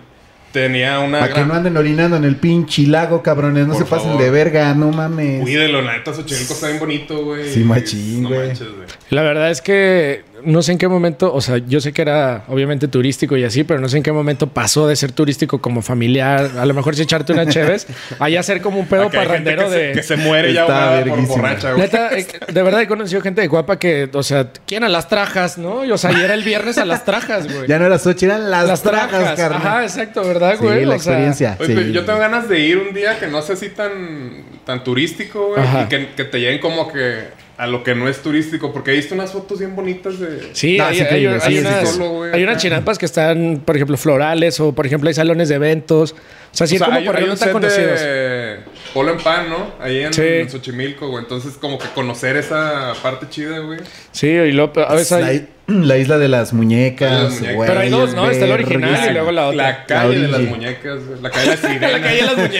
Speaker 4: Tenía una
Speaker 3: Para que
Speaker 4: gran...
Speaker 3: no anden orinando en el pinche lago, cabrones. No
Speaker 4: Por
Speaker 3: se pasen
Speaker 4: favor.
Speaker 3: de verga, no mames.
Speaker 4: Cuídelo, la neta, Xochimilco está bien bonito, güey.
Speaker 3: Sí, machín,
Speaker 4: No
Speaker 3: güey.
Speaker 4: manches, güey.
Speaker 2: La verdad es que no sé en qué momento, o sea, yo sé que era obviamente turístico y así, pero no sé en qué momento pasó de ser turístico como familiar, a lo mejor si echarte una chéves, allá ser como un pedo
Speaker 4: Acá hay gente
Speaker 2: parrandero
Speaker 4: que se-
Speaker 2: de...
Speaker 4: que se muere ya
Speaker 3: Está
Speaker 4: ahogada por
Speaker 3: verguísima.
Speaker 4: borracha, güey.
Speaker 2: Neta, eh, de verdad he conocido gente de guapa que, o sea, ¿quién a las trajas, no? Y, o sea, y era el viernes a las trajas, güey.
Speaker 3: Ya no era Sochi, eran las,
Speaker 2: las
Speaker 3: trajas,
Speaker 2: trajas,
Speaker 3: carnal.
Speaker 2: ajá, exacto, ¿verdad,
Speaker 3: Sí,
Speaker 2: güey?
Speaker 3: la
Speaker 2: O sea,
Speaker 3: experiencia.
Speaker 4: Oye, pero
Speaker 3: sí.
Speaker 4: yo tengo ganas de ir un día que no sea así tan, tan turístico, güey.
Speaker 2: Ajá.
Speaker 4: Y que, que te lleguen como que a lo que no es turístico. Porque he visto unas fotos bien bonitas de...
Speaker 2: Sí,
Speaker 3: No,
Speaker 2: hay,
Speaker 3: es increíble,
Speaker 2: hay-
Speaker 3: sí,
Speaker 2: hay
Speaker 3: sí,
Speaker 2: unas,
Speaker 4: sí. Solo, güey,
Speaker 2: hay unas
Speaker 4: acá.
Speaker 2: chinampas que están, por ejemplo, florales o, por ejemplo, hay salones de eventos. O sea, sí,
Speaker 4: O sea,
Speaker 2: como
Speaker 4: hay,
Speaker 2: por
Speaker 4: hay
Speaker 2: ahí no
Speaker 4: un
Speaker 2: tan
Speaker 4: set
Speaker 2: conocidos.
Speaker 4: de Polo en Pan, ¿no? Ahí en,
Speaker 2: Sí.
Speaker 4: en Xochimilco, güey. Entonces, como que conocer esa parte chida, güey.
Speaker 2: Sí, y luego a veces
Speaker 3: la,
Speaker 2: hay...
Speaker 3: i- la isla de las
Speaker 4: La de
Speaker 3: muñecas,
Speaker 4: las muñecas.
Speaker 3: güey.
Speaker 2: Pero hay dos, ¿no? Está el original
Speaker 3: verguísima.
Speaker 2: y luego la otra.
Speaker 4: La calle de las
Speaker 3: orilla.
Speaker 4: muñecas, güey. La calle de las sirenas. la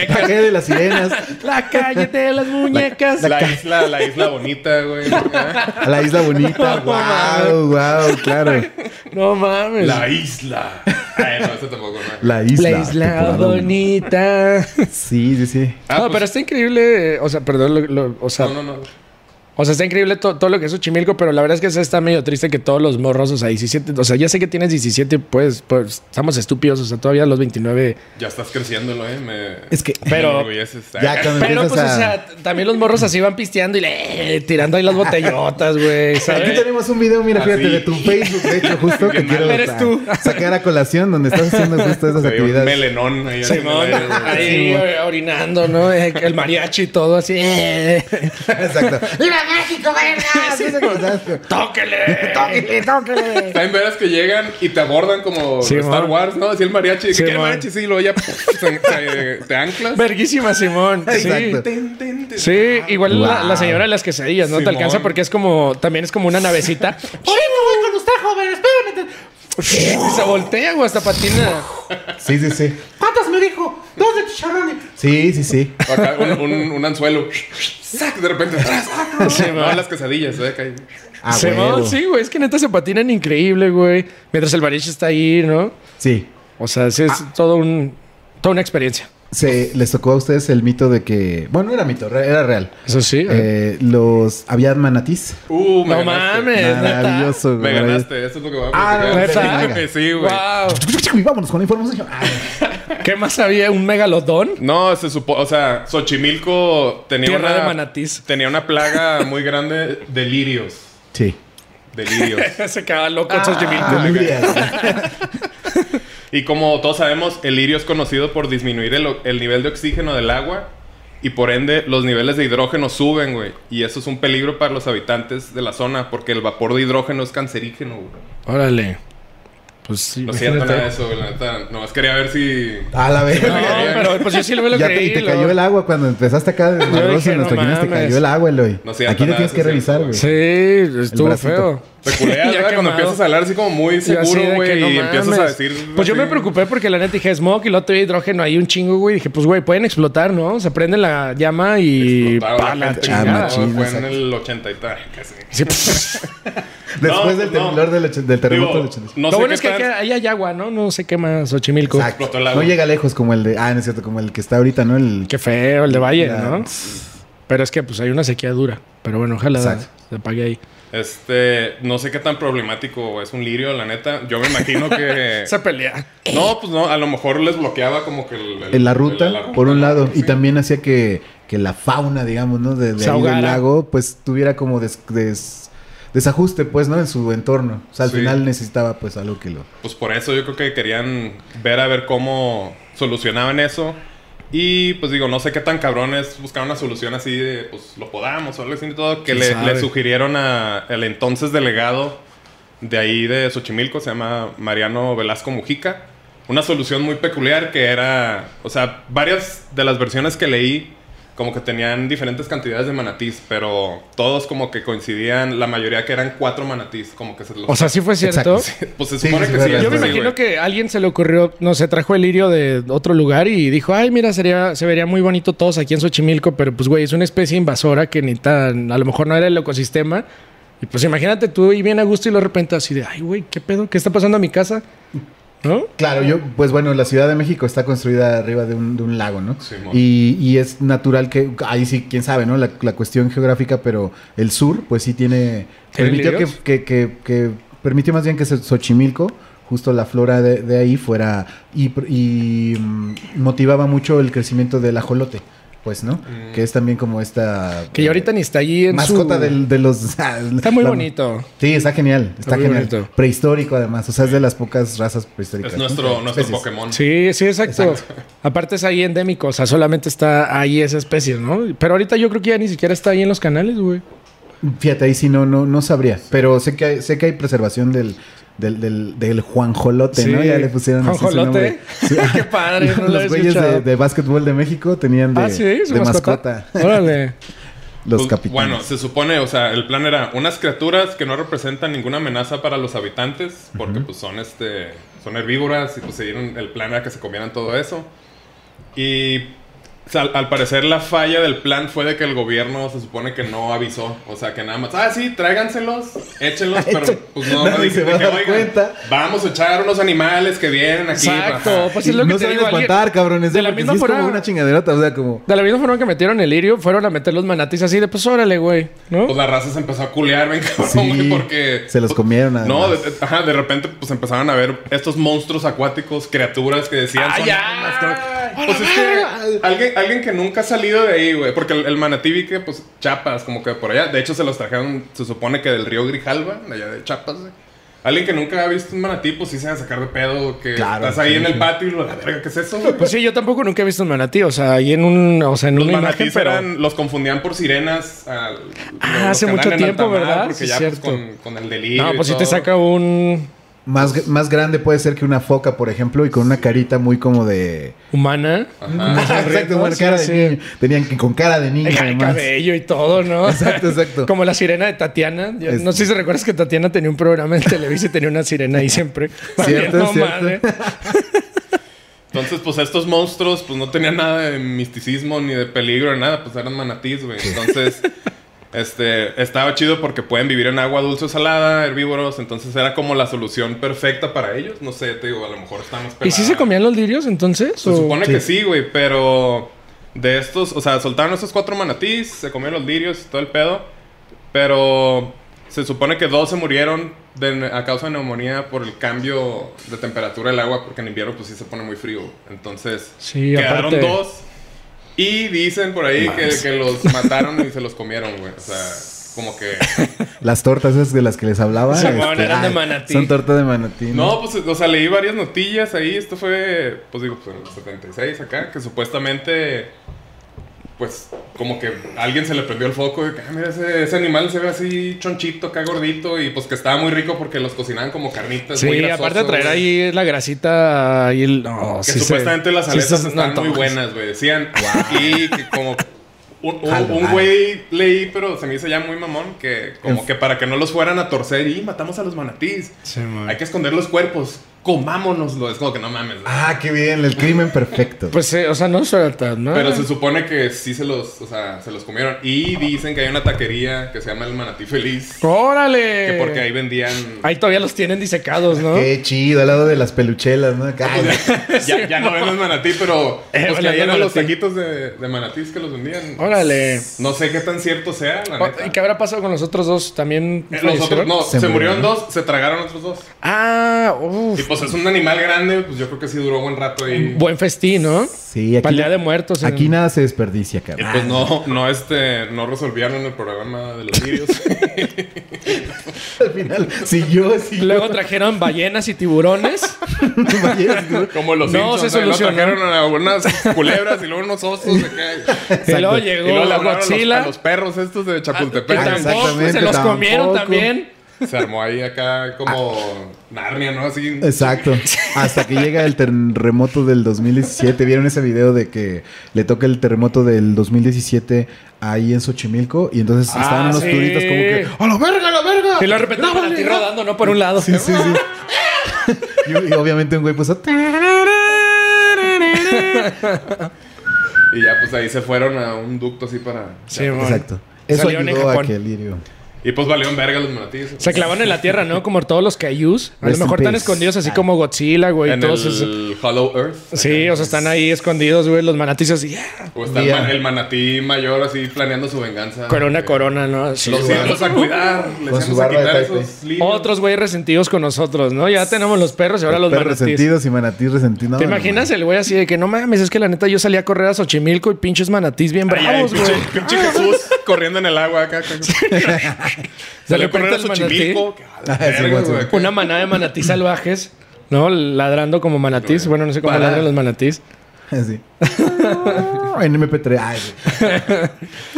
Speaker 3: La calle de las sirenas,
Speaker 2: La calle de las muñecas.
Speaker 4: isla, la isla bonita, güey.
Speaker 3: la isla bonita. wow, wow, claro.
Speaker 2: no mames.
Speaker 4: la isla. Ay, no, eso tampoco, ¿no?
Speaker 3: La isla.
Speaker 2: La isla
Speaker 3: temporada uno.
Speaker 2: bonita.
Speaker 3: Sí, sí, sí.
Speaker 4: Ah,
Speaker 2: no,
Speaker 4: pues-
Speaker 2: pero está increíble. eh, O sea, perdón, lo- lo- o, sea,
Speaker 4: No, no, no.
Speaker 2: o sea, está increíble to- todo lo que es Xochimilco, pero la verdad es que sí está medio triste que todos los morros, o sea, 17, o sea, ya sé que tienes 17, pues, pues estamos estúpidos, o sea, todavía los 29.
Speaker 4: Ya estás creciéndolo, ¿eh? Me...
Speaker 3: Es que-
Speaker 4: me
Speaker 2: Pero-
Speaker 4: enorgulleces.
Speaker 3: Ya cuando
Speaker 2: Pero pues,
Speaker 3: empiezas
Speaker 2: o
Speaker 3: a-
Speaker 2: sea, t- también los morros así van pisteando y le eh, tirando ahí las botellotas, güey.
Speaker 3: Aquí
Speaker 2: ¿sabes?
Speaker 3: tenemos un video, mira,
Speaker 4: Ah,
Speaker 3: fíjate,
Speaker 4: sí.
Speaker 3: de tu Facebook, de hecho, justo que
Speaker 4: Bien
Speaker 3: quiero
Speaker 4: mal.
Speaker 2: Eres
Speaker 3: sa-
Speaker 2: tú.
Speaker 3: sacar a colación donde estás haciendo justo esas
Speaker 4: Se ve un
Speaker 3: actividades.
Speaker 4: melenón ahí.
Speaker 2: Simón,
Speaker 4: en el aire, güey.
Speaker 2: ahí eh, orinando, ¿no? Eh, El mariachi y todo así. eh.
Speaker 3: Exacto.
Speaker 5: ¡Viva México, verga!
Speaker 3: Sí, sí, exacto.
Speaker 2: ¡Tóquele!
Speaker 5: ¡Tóquele, tóquele!
Speaker 4: Está en veras que llegan y te abordan como
Speaker 2: Sí,
Speaker 4: Star
Speaker 2: man.
Speaker 4: Wars, ¿no? Así el mariachi. ¿Qué
Speaker 2: Sí,
Speaker 4: quiere
Speaker 2: man.
Speaker 4: mariachi? Sí, lo ya se- te, te anclas.
Speaker 2: Verguísima, Simón. Sí.
Speaker 3: Exacto.
Speaker 4: Ten, ten, ten.
Speaker 2: Sí, igual la,
Speaker 3: Wow.
Speaker 2: la señora de las quesadillas, ¿no? Te
Speaker 4: Simón.
Speaker 2: alcanza porque es como, también es como una navecita.
Speaker 5: ¡Ahorita voy con usted, joven! ¡Espérame!
Speaker 2: Se voltea o hasta patina.
Speaker 3: Sí, sí, sí.
Speaker 5: ¿Cuántas me dijo? ¡Dos de chicharrones!
Speaker 3: Sí, sí, sí.
Speaker 4: Acá un, un, un anzuelo. Sac, De repente. tras, sac.
Speaker 2: Sí,
Speaker 4: no,
Speaker 2: man.
Speaker 4: las quesadillas, ¿eh? Cae.
Speaker 3: A
Speaker 2: Simón,
Speaker 3: Ah, huevo.
Speaker 2: sí, güey. Es que neta se patinan increíble, güey. Mientras el mariachi está ahí, ¿no?
Speaker 3: Sí.
Speaker 2: O sea, sí es
Speaker 3: Ah.
Speaker 2: todo un, toda una experiencia.
Speaker 3: Se, les tocó a ustedes el mito de que. Bueno, no era mito, re- era real.
Speaker 2: Eso sí.
Speaker 3: Eh, los. Había manatís.
Speaker 4: Uh, me
Speaker 2: no
Speaker 4: ganaste.
Speaker 2: mames, Eh, neta.
Speaker 3: Maravilloso,
Speaker 4: Me
Speaker 3: güey.
Speaker 4: ganaste. Eso es lo que voy a
Speaker 3: Ah, no,
Speaker 4: platicar.
Speaker 2: neta.
Speaker 4: Sí, güey.
Speaker 2: Wow.
Speaker 3: Y vámonos con la información. Ah,
Speaker 2: ¿Qué más había? ¿Un megalodón?
Speaker 4: No, se supo, o sea, Xochimilco tenía
Speaker 2: Tierra
Speaker 4: una
Speaker 2: de manatís.
Speaker 4: tenía una plaga muy grande de lirios,
Speaker 3: sí.
Speaker 4: de lirios.
Speaker 2: Se quedaba loco
Speaker 3: Ah.
Speaker 2: en Xochimilco.
Speaker 3: Delirias.
Speaker 4: Y como todos sabemos, el lirio es conocido por disminuir el, o- el nivel de oxígeno del agua y por ende los niveles de hidrógeno suben, güey. Y eso es un peligro para los habitantes de la zona porque el vapor de hidrógeno es cancerígeno, güey.
Speaker 2: Órale. Pues sí.
Speaker 4: No es cierto
Speaker 2: imagínate.
Speaker 4: nada de eso, güey, la neta. Nomás quería ver si...
Speaker 3: A la vez.
Speaker 2: No, pero pues yo sí me lo
Speaker 3: Ah. Ya te,
Speaker 2: creí.
Speaker 3: y te
Speaker 2: lo-
Speaker 3: cayó el agua cuando empezaste acá de Barbosa
Speaker 2: dije,
Speaker 3: en nuestra
Speaker 2: no
Speaker 3: guiones, te
Speaker 2: mames.
Speaker 3: cayó el agua, Eloy.
Speaker 4: No es cierto,
Speaker 3: Aquí lo
Speaker 4: nada,
Speaker 3: tienes
Speaker 4: eso
Speaker 3: que
Speaker 4: es
Speaker 3: revisar,
Speaker 4: cierto,
Speaker 3: güey.
Speaker 2: Sí,
Speaker 4: güey.
Speaker 2: estuvo
Speaker 3: bracito.
Speaker 2: feo.
Speaker 4: Te culeas,
Speaker 2: Ya
Speaker 4: ¿verdad? Cuando
Speaker 2: quemado.
Speaker 4: empiezas a hablar así como muy
Speaker 2: Yo así de
Speaker 4: seguro,
Speaker 2: que
Speaker 4: güey,
Speaker 2: no
Speaker 4: y empiezas a
Speaker 2: mames.
Speaker 4: decir...
Speaker 2: Pues yo me
Speaker 4: así-
Speaker 2: preocupé porque la neta dije smoke y luego tuve hidrógeno ahí un chingo, güey. Dije, pues güey, pueden explotar, ¿no? Se prende la llama y.
Speaker 4: Explotaba
Speaker 2: pa,
Speaker 4: la
Speaker 2: la
Speaker 4: gente,
Speaker 2: chingada.
Speaker 4: ¿no?
Speaker 3: Ah, machín,
Speaker 4: Fue en
Speaker 3: exacto.
Speaker 4: el 80 y tal, casi.
Speaker 2: Sí, pues, pff.
Speaker 3: Después
Speaker 4: No,
Speaker 3: del
Speaker 4: no.
Speaker 3: temblor del, ocho- del terremoto
Speaker 4: Digo,
Speaker 3: del 88.
Speaker 4: no
Speaker 2: lo
Speaker 4: sé
Speaker 2: bueno
Speaker 4: qué
Speaker 2: es que
Speaker 4: tan-
Speaker 2: aquí ahí hay agua, ¿no? No se quema Xochimilco.
Speaker 4: explotó el agua.
Speaker 3: No llega lejos como el de. Ah, no es cierto, como el que está ahorita, ¿no? El.
Speaker 2: Qué feo el de Valle,
Speaker 3: la-
Speaker 2: ¿no? Pero es que pues hay una sequía dura. Pero bueno, ojalá
Speaker 3: Exacto.
Speaker 2: se apague ahí.
Speaker 4: Este, no sé qué tan problemático es un lirio, la neta. Yo me imagino que.
Speaker 2: Se pelea.
Speaker 4: no, pues no, a lo mejor les bloqueaba como que el- el-
Speaker 3: En la
Speaker 4: el-
Speaker 3: ruta, por un lado. Y también hacía que, que la fauna, digamos, ¿no? De, de
Speaker 2: Se
Speaker 3: ahí
Speaker 2: ahogara.
Speaker 3: del lago, pues tuviera como des- des- desajuste, pues, ¿no? En su entorno. O sea, al
Speaker 4: Sí.
Speaker 3: final necesitaba, pues, algo que lo.
Speaker 4: Pues por eso yo creo que querían ver a ver cómo solucionaban eso. Y pues digo, no sé qué tan cabrones buscaron una solución así de, pues lo podamos o algo así y todo, que
Speaker 2: ¿Quién
Speaker 4: le,
Speaker 2: sabe?
Speaker 4: le sugirieron a el entonces delegado de ahí de Xochimilco, se llama Mariano Velasco Mujica, una solución muy peculiar que era, o sea, varias de las versiones que leí como que tenían diferentes cantidades de manatís, pero todos como que coincidían, la mayoría que eran cuatro manatís, como que se los...
Speaker 2: O sea, sí fue cierto.
Speaker 4: pues se
Speaker 3: Sí,
Speaker 4: supone
Speaker 3: sí,
Speaker 4: que
Speaker 3: sí,
Speaker 4: sí.
Speaker 3: sí,
Speaker 2: Yo me
Speaker 4: sí,
Speaker 2: imagino
Speaker 4: güey.
Speaker 2: que a alguien se le ocurrió, no sé, trajo el lirio de otro lugar y dijo, ay, mira, sería, se vería muy bonito todos aquí en Xochimilco, pero pues, güey, es una especie invasora que ni tan, a lo mejor no era el ecosistema. Y pues imagínate tú y bien a gusto y de repente así de, ay, güey, ¿qué pedo? ¿Qué está pasando a mi casa? ¿No?
Speaker 3: Claro, yo, pues bueno, la Ciudad de México está construida arriba de un, de un lago, ¿no?
Speaker 4: Simón.
Speaker 3: y, y es natural que, ahí sí, quién sabe, ¿no? La, la cuestión geográfica, pero el sur, pues sí tiene... Permitió que,
Speaker 2: ¿Terribilios?
Speaker 3: que- que- que- permitió más bien que Xoch- Xochimilco, justo la flora de, de ahí, fuera... Y, pr- y, mm, motivaba mucho el crecimiento del ajolote, pues, ¿no? Que es también como esta... eh,
Speaker 2: Que ya ahorita ni está allí en
Speaker 3: Mascota
Speaker 2: su...
Speaker 3: del- de los...
Speaker 2: Está muy bonito.
Speaker 3: Sí, está genial, está,
Speaker 2: Está muy
Speaker 3: genial.
Speaker 2: bonito.
Speaker 3: Prehistórico además, o sea, es de las pocas razas prehistóricas.
Speaker 4: Es
Speaker 3: ¿no?
Speaker 4: nuestro, nuestro
Speaker 3: Especies.
Speaker 4: Pokémon.
Speaker 2: Sí, sí, exacto. Aparte es ahí endémico, o sea, solamente está ahí esa especie, ¿no? Pero ahorita yo creo que ya ni siquiera está ahí en los canales, güey.
Speaker 3: Fíjate, ahí sí no, no, no sabría. Pero sé que hay, sé que hay preservación del, del, del, del Juanjolote, ¿no?
Speaker 2: Sí.
Speaker 3: Ya le pusieron así su
Speaker 2: Juanjolote.
Speaker 3: nombre.
Speaker 2: Qué padre, no lo
Speaker 3: Los
Speaker 2: había
Speaker 3: güeyes de,
Speaker 2: escuchado.
Speaker 3: de básquetbol de México tenían de,
Speaker 2: ah, sí, su
Speaker 3: de
Speaker 2: mascota.
Speaker 3: mascota,
Speaker 2: Órale.
Speaker 3: los
Speaker 4: Pues,
Speaker 3: capitanes.
Speaker 4: Bueno, se supone, o sea, el plan era unas criaturas que no representan ninguna amenaza para los habitantes, porque pues son este, son herbívoras y pues se dieron- el plan era que se comieran todo eso. Y o sea, al, al parecer la falla del plan fue de que el gobierno se supone que no avisó, o sea, que nada más, ah, sí, tráiganselos, échenlos, pero pues no, no
Speaker 3: Nadie se
Speaker 4: dije
Speaker 3: va a
Speaker 4: que,
Speaker 3: dar
Speaker 4: "Oigan,
Speaker 3: cuenta".
Speaker 4: vamos a echar unos animales que vienen aquí.
Speaker 2: Exacto. Pues es
Speaker 3: Y
Speaker 2: lo que
Speaker 3: no
Speaker 2: te
Speaker 3: se van a
Speaker 2: digo, alguien-
Speaker 3: espantar, cabrones.
Speaker 2: de
Speaker 3: De
Speaker 2: la misma
Speaker 3: es
Speaker 2: forma-
Speaker 3: como una chingaderota, o sea, como...
Speaker 2: De la misma forma que metieron el lirio, fueron a meter los manatís así de, pues órale, güey, ¿no?
Speaker 4: Pues la raza se empezó a culear, ven cabrón,
Speaker 3: Sí,
Speaker 4: güey, porque...
Speaker 3: se los
Speaker 4: pues,
Speaker 3: comieron,
Speaker 4: No, de,
Speaker 3: además.
Speaker 4: de- ajá, de repente pues empezaban a ver estos monstruos acuáticos, criaturas que decían...
Speaker 2: ¡Ah,
Speaker 4: son
Speaker 2: ya!
Speaker 4: almas, creo- Pues es que alguien, alguien que nunca ha salido de ahí, güey, porque el, el manatí vi que, pues, Chapas, como que por allá. De hecho, se los trajeron, se supone que del río Grijalva, de allá de Chapas, güey. Alguien que nunca ha visto un manatí, pues sí se va a sacar de pedo, que
Speaker 3: Claro,
Speaker 4: estás ahí
Speaker 3: sí,
Speaker 4: en el
Speaker 3: sí.
Speaker 4: patio y lo, la verga, ¿qué es eso, güey?
Speaker 2: Pues sí, yo tampoco nunca he visto un manatí, o sea, ahí en un, o sea, en
Speaker 4: Los
Speaker 2: una imagen,
Speaker 4: manatís
Speaker 2: Pues pero...
Speaker 4: eran, los confundían por sirenas. al-
Speaker 2: Ah,
Speaker 4: los
Speaker 2: hace
Speaker 4: que
Speaker 2: mucho
Speaker 4: andan en
Speaker 2: tiempo,
Speaker 4: alta mar,
Speaker 2: ¿verdad?
Speaker 4: Porque
Speaker 2: Sí,
Speaker 4: ya pues,
Speaker 2: cierto.
Speaker 4: con, con el delirio.
Speaker 2: No,
Speaker 4: y
Speaker 2: pues sí te
Speaker 4: todo.
Speaker 2: saca un
Speaker 3: Más, más grande puede ser que una foca, por ejemplo, y con una carita muy como de...
Speaker 2: humana.
Speaker 4: Ajá.
Speaker 3: Exacto, bueno,
Speaker 2: sí,
Speaker 3: cara
Speaker 2: sí.
Speaker 3: de niño. Tenían que con cara de niño,
Speaker 2: Ay,
Speaker 3: además.
Speaker 2: cabello y todo, ¿no?
Speaker 3: Exacto, exacto.
Speaker 2: Como la sirena de Tatiana. Yo-
Speaker 3: Es-
Speaker 2: No sé si recuerdas que Tatiana tenía un programa en Televisa y tenía una sirena ahí siempre.
Speaker 3: Cierto,
Speaker 2: Valiendo
Speaker 3: cierto.
Speaker 2: madre.
Speaker 4: Entonces, pues estos monstruos, pues no tenían nada de misticismo ni de peligro ni nada, pues eran manatís, güey. Entonces, este, estaba chido porque pueden vivir en agua dulce o salada, herbívoros, entonces era como la solución perfecta para ellos. No sé, te digo, a lo mejor estamos
Speaker 2: ¿Y si se comían los lirios entonces?
Speaker 4: Se
Speaker 2: ¿O-
Speaker 4: supone
Speaker 3: Sí.
Speaker 4: que sí, güey, pero de estos, o sea, soltaron esos cuatro manatís, se comieron los lirios y todo el pedo, pero se supone que dos se murieron de ne- a causa de neumonía por el cambio de temperatura del agua, porque en invierno pues sí se pone muy frío, entonces
Speaker 2: Sí,
Speaker 4: quedaron
Speaker 2: aparte.
Speaker 4: dos y dicen por ahí que, que los mataron y se los comieron, güey, o sea, como que...
Speaker 3: Las tortas esas de las que les hablaba. este,
Speaker 2: Sí, bueno, eran de
Speaker 3: ay,
Speaker 2: manatí.
Speaker 3: Son tortas de manatí.
Speaker 4: No, pues, o sea, leí varias notillas ahí. Esto fue, pues digo, pues en el 76 acá, que supuestamente, pues, como que a alguien se le prendió el foco de que, ah, mira, ese, ese animal se ve así chonchito, acá gordito, y pues que estaba muy rico porque los cocinaban como carnitas. muy
Speaker 2: Sí,
Speaker 4: grasoso,
Speaker 2: aparte de traer
Speaker 4: güey.
Speaker 2: ahí la grasita y el... No,
Speaker 4: Que
Speaker 2: sí se-
Speaker 4: supuestamente las
Speaker 2: sí
Speaker 4: aletas
Speaker 2: se- no
Speaker 4: están muy
Speaker 2: antojas.
Speaker 4: buenas, güey. Decían, y que como... Un, un-
Speaker 3: Jalo,
Speaker 4: un
Speaker 3: jalo.
Speaker 4: güey leí, pero se me hizo ya muy mamón, que como que para que no los fueran a torcer y matamos a los manatís.
Speaker 2: Sí, man.
Speaker 4: Hay que esconder los cuerpos. Comámonoslo. Es como que no mames. güey.
Speaker 3: Ah, qué bien, el crimen perfecto.
Speaker 2: Pues, eh, o sea, pues, no suena tan, ¿no?
Speaker 4: Pero se supone que sí se los, o sea, se los comieron. Y dicen que hay una taquería que se llama El Manatí Feliz.
Speaker 2: ¡Órale!
Speaker 4: Que porque ahí vendían...
Speaker 2: Ahí todavía los tienen disecados, ¿no?
Speaker 3: Qué chido, al lado de las peluchelas, ¿no? Ay,
Speaker 2: Pues,
Speaker 4: ya, ya no venden manatí, pero
Speaker 2: Eh,
Speaker 4: pues que
Speaker 2: bueno,
Speaker 4: ahí
Speaker 2: no
Speaker 4: eran los
Speaker 2: manatí.
Speaker 4: taquitos de, de manatís que los vendían.
Speaker 2: ¡Órale! Oh,
Speaker 4: No sé qué tan cierto sea, la neta.
Speaker 2: ¿Y qué habrá pasado con los otros dos? ¿También
Speaker 4: Eh, Los otros,
Speaker 2: fallecieron?
Speaker 4: no,
Speaker 3: Se
Speaker 4: se, murieron
Speaker 3: murieron.
Speaker 4: dos, se tragaron otros dos.
Speaker 2: Ah,
Speaker 4: Y
Speaker 2: uff.
Speaker 4: pues es un animal grande, pues yo creo que sí duró buen rato ahí.
Speaker 2: Buen festín, ¿no?
Speaker 3: Sí, aquí.
Speaker 2: Pa'l Día de Muertos eh. en-
Speaker 3: Aquí nada se desperdicia,
Speaker 4: Y
Speaker 3: cabrón.
Speaker 4: pues no, no, este, no resolvieron el programa de los vídeos.
Speaker 3: Al final, si yo, si yo.
Speaker 2: Luego trajeron ballenas y tiburones.
Speaker 4: Como los
Speaker 2: No,
Speaker 4: Simpsons,
Speaker 2: se
Speaker 4: ¿eh? Luego
Speaker 2: solucionó.
Speaker 4: trajeron a unas culebras y luego unos osos. de que-
Speaker 2: Y luego
Speaker 4: Y
Speaker 2: llegó
Speaker 4: luego le
Speaker 2: la
Speaker 4: hablaron a los-
Speaker 2: Godzilla.
Speaker 4: A los, perros estos de
Speaker 2: que
Speaker 4: Chapultepec.
Speaker 3: Ah,
Speaker 2: tampoco,
Speaker 3: exactamente,
Speaker 2: se los comieron
Speaker 3: tampoco.
Speaker 2: también.
Speaker 4: Se armó ahí acá como Narnia, ¿no? Así.
Speaker 3: Exacto. Hasta que llega el terremoto del 2017. ¿Vieron ese video de que le toca el terremoto del 2017 ahí en Xochimilco? Y entonces
Speaker 2: Ah,
Speaker 3: estaban unos
Speaker 2: sí.
Speaker 3: turistas como que... ¡A la verga, a la verga!
Speaker 2: Y lo repente para ti rodando, no por un lado.
Speaker 3: Sí, sí, sí. Y, y obviamente un güey puso...
Speaker 4: Y ya pues ahí se fueron a un ducto así para.
Speaker 2: Sí, mon.
Speaker 3: Exacto. Eso
Speaker 2: Salieron en
Speaker 3: ayudó a
Speaker 2: Japón.
Speaker 3: que el lirio...
Speaker 4: Y pues valieron verga los manatíes.
Speaker 2: Se clavaron en la tierra, ¿no? Como todos los cayús. A lo
Speaker 3: Rest in
Speaker 2: mejor están
Speaker 3: peace.
Speaker 2: escondidos así como Godzilla, güey.
Speaker 4: en
Speaker 2: todos esos-
Speaker 4: el Hollow Earth.
Speaker 2: Sí, o sea, están ahí escondidos, güey. Los manatis así. ¡ah!
Speaker 4: O está el
Speaker 3: Día.
Speaker 4: man- el manatí mayor así planeando su venganza.
Speaker 2: Corona,
Speaker 4: Eh,
Speaker 2: corona, ¿no? Sí,
Speaker 4: Los
Speaker 2: güey.
Speaker 4: íbamos a cuidar.
Speaker 3: Con
Speaker 4: Les
Speaker 3: su
Speaker 4: íbamos a
Speaker 3: barba de
Speaker 4: quitar
Speaker 3: Taipei.
Speaker 4: esos lirios.
Speaker 2: Otros güey resentidos con nosotros, ¿no? Ya tenemos los perros y ahora los
Speaker 3: Perros
Speaker 2: manatíes.
Speaker 3: resentidos y manatí resentido. No,
Speaker 2: ¿Te
Speaker 3: no, no.
Speaker 2: imaginas el güey así de que no mames? Es que la neta yo salí a correr a Xochimilco y pinches manatís bien
Speaker 4: Ay, ay,
Speaker 2: bravos, güey.
Speaker 4: pinche, pinche Jesús corriendo en el agua acá.
Speaker 2: De
Speaker 4: Se le corrió
Speaker 2: repente
Speaker 4: a
Speaker 2: el manatí,
Speaker 4: Xochimilco. que a la
Speaker 3: Ah, sí,
Speaker 4: verga,
Speaker 3: guacho.
Speaker 4: güey.
Speaker 2: una manada de manatís salvajes, ¿no? Ladrando como manatís. Bueno, no sé cómo
Speaker 4: Para.
Speaker 2: ladran los manatís.
Speaker 3: Así. en MP3. Ay, güey.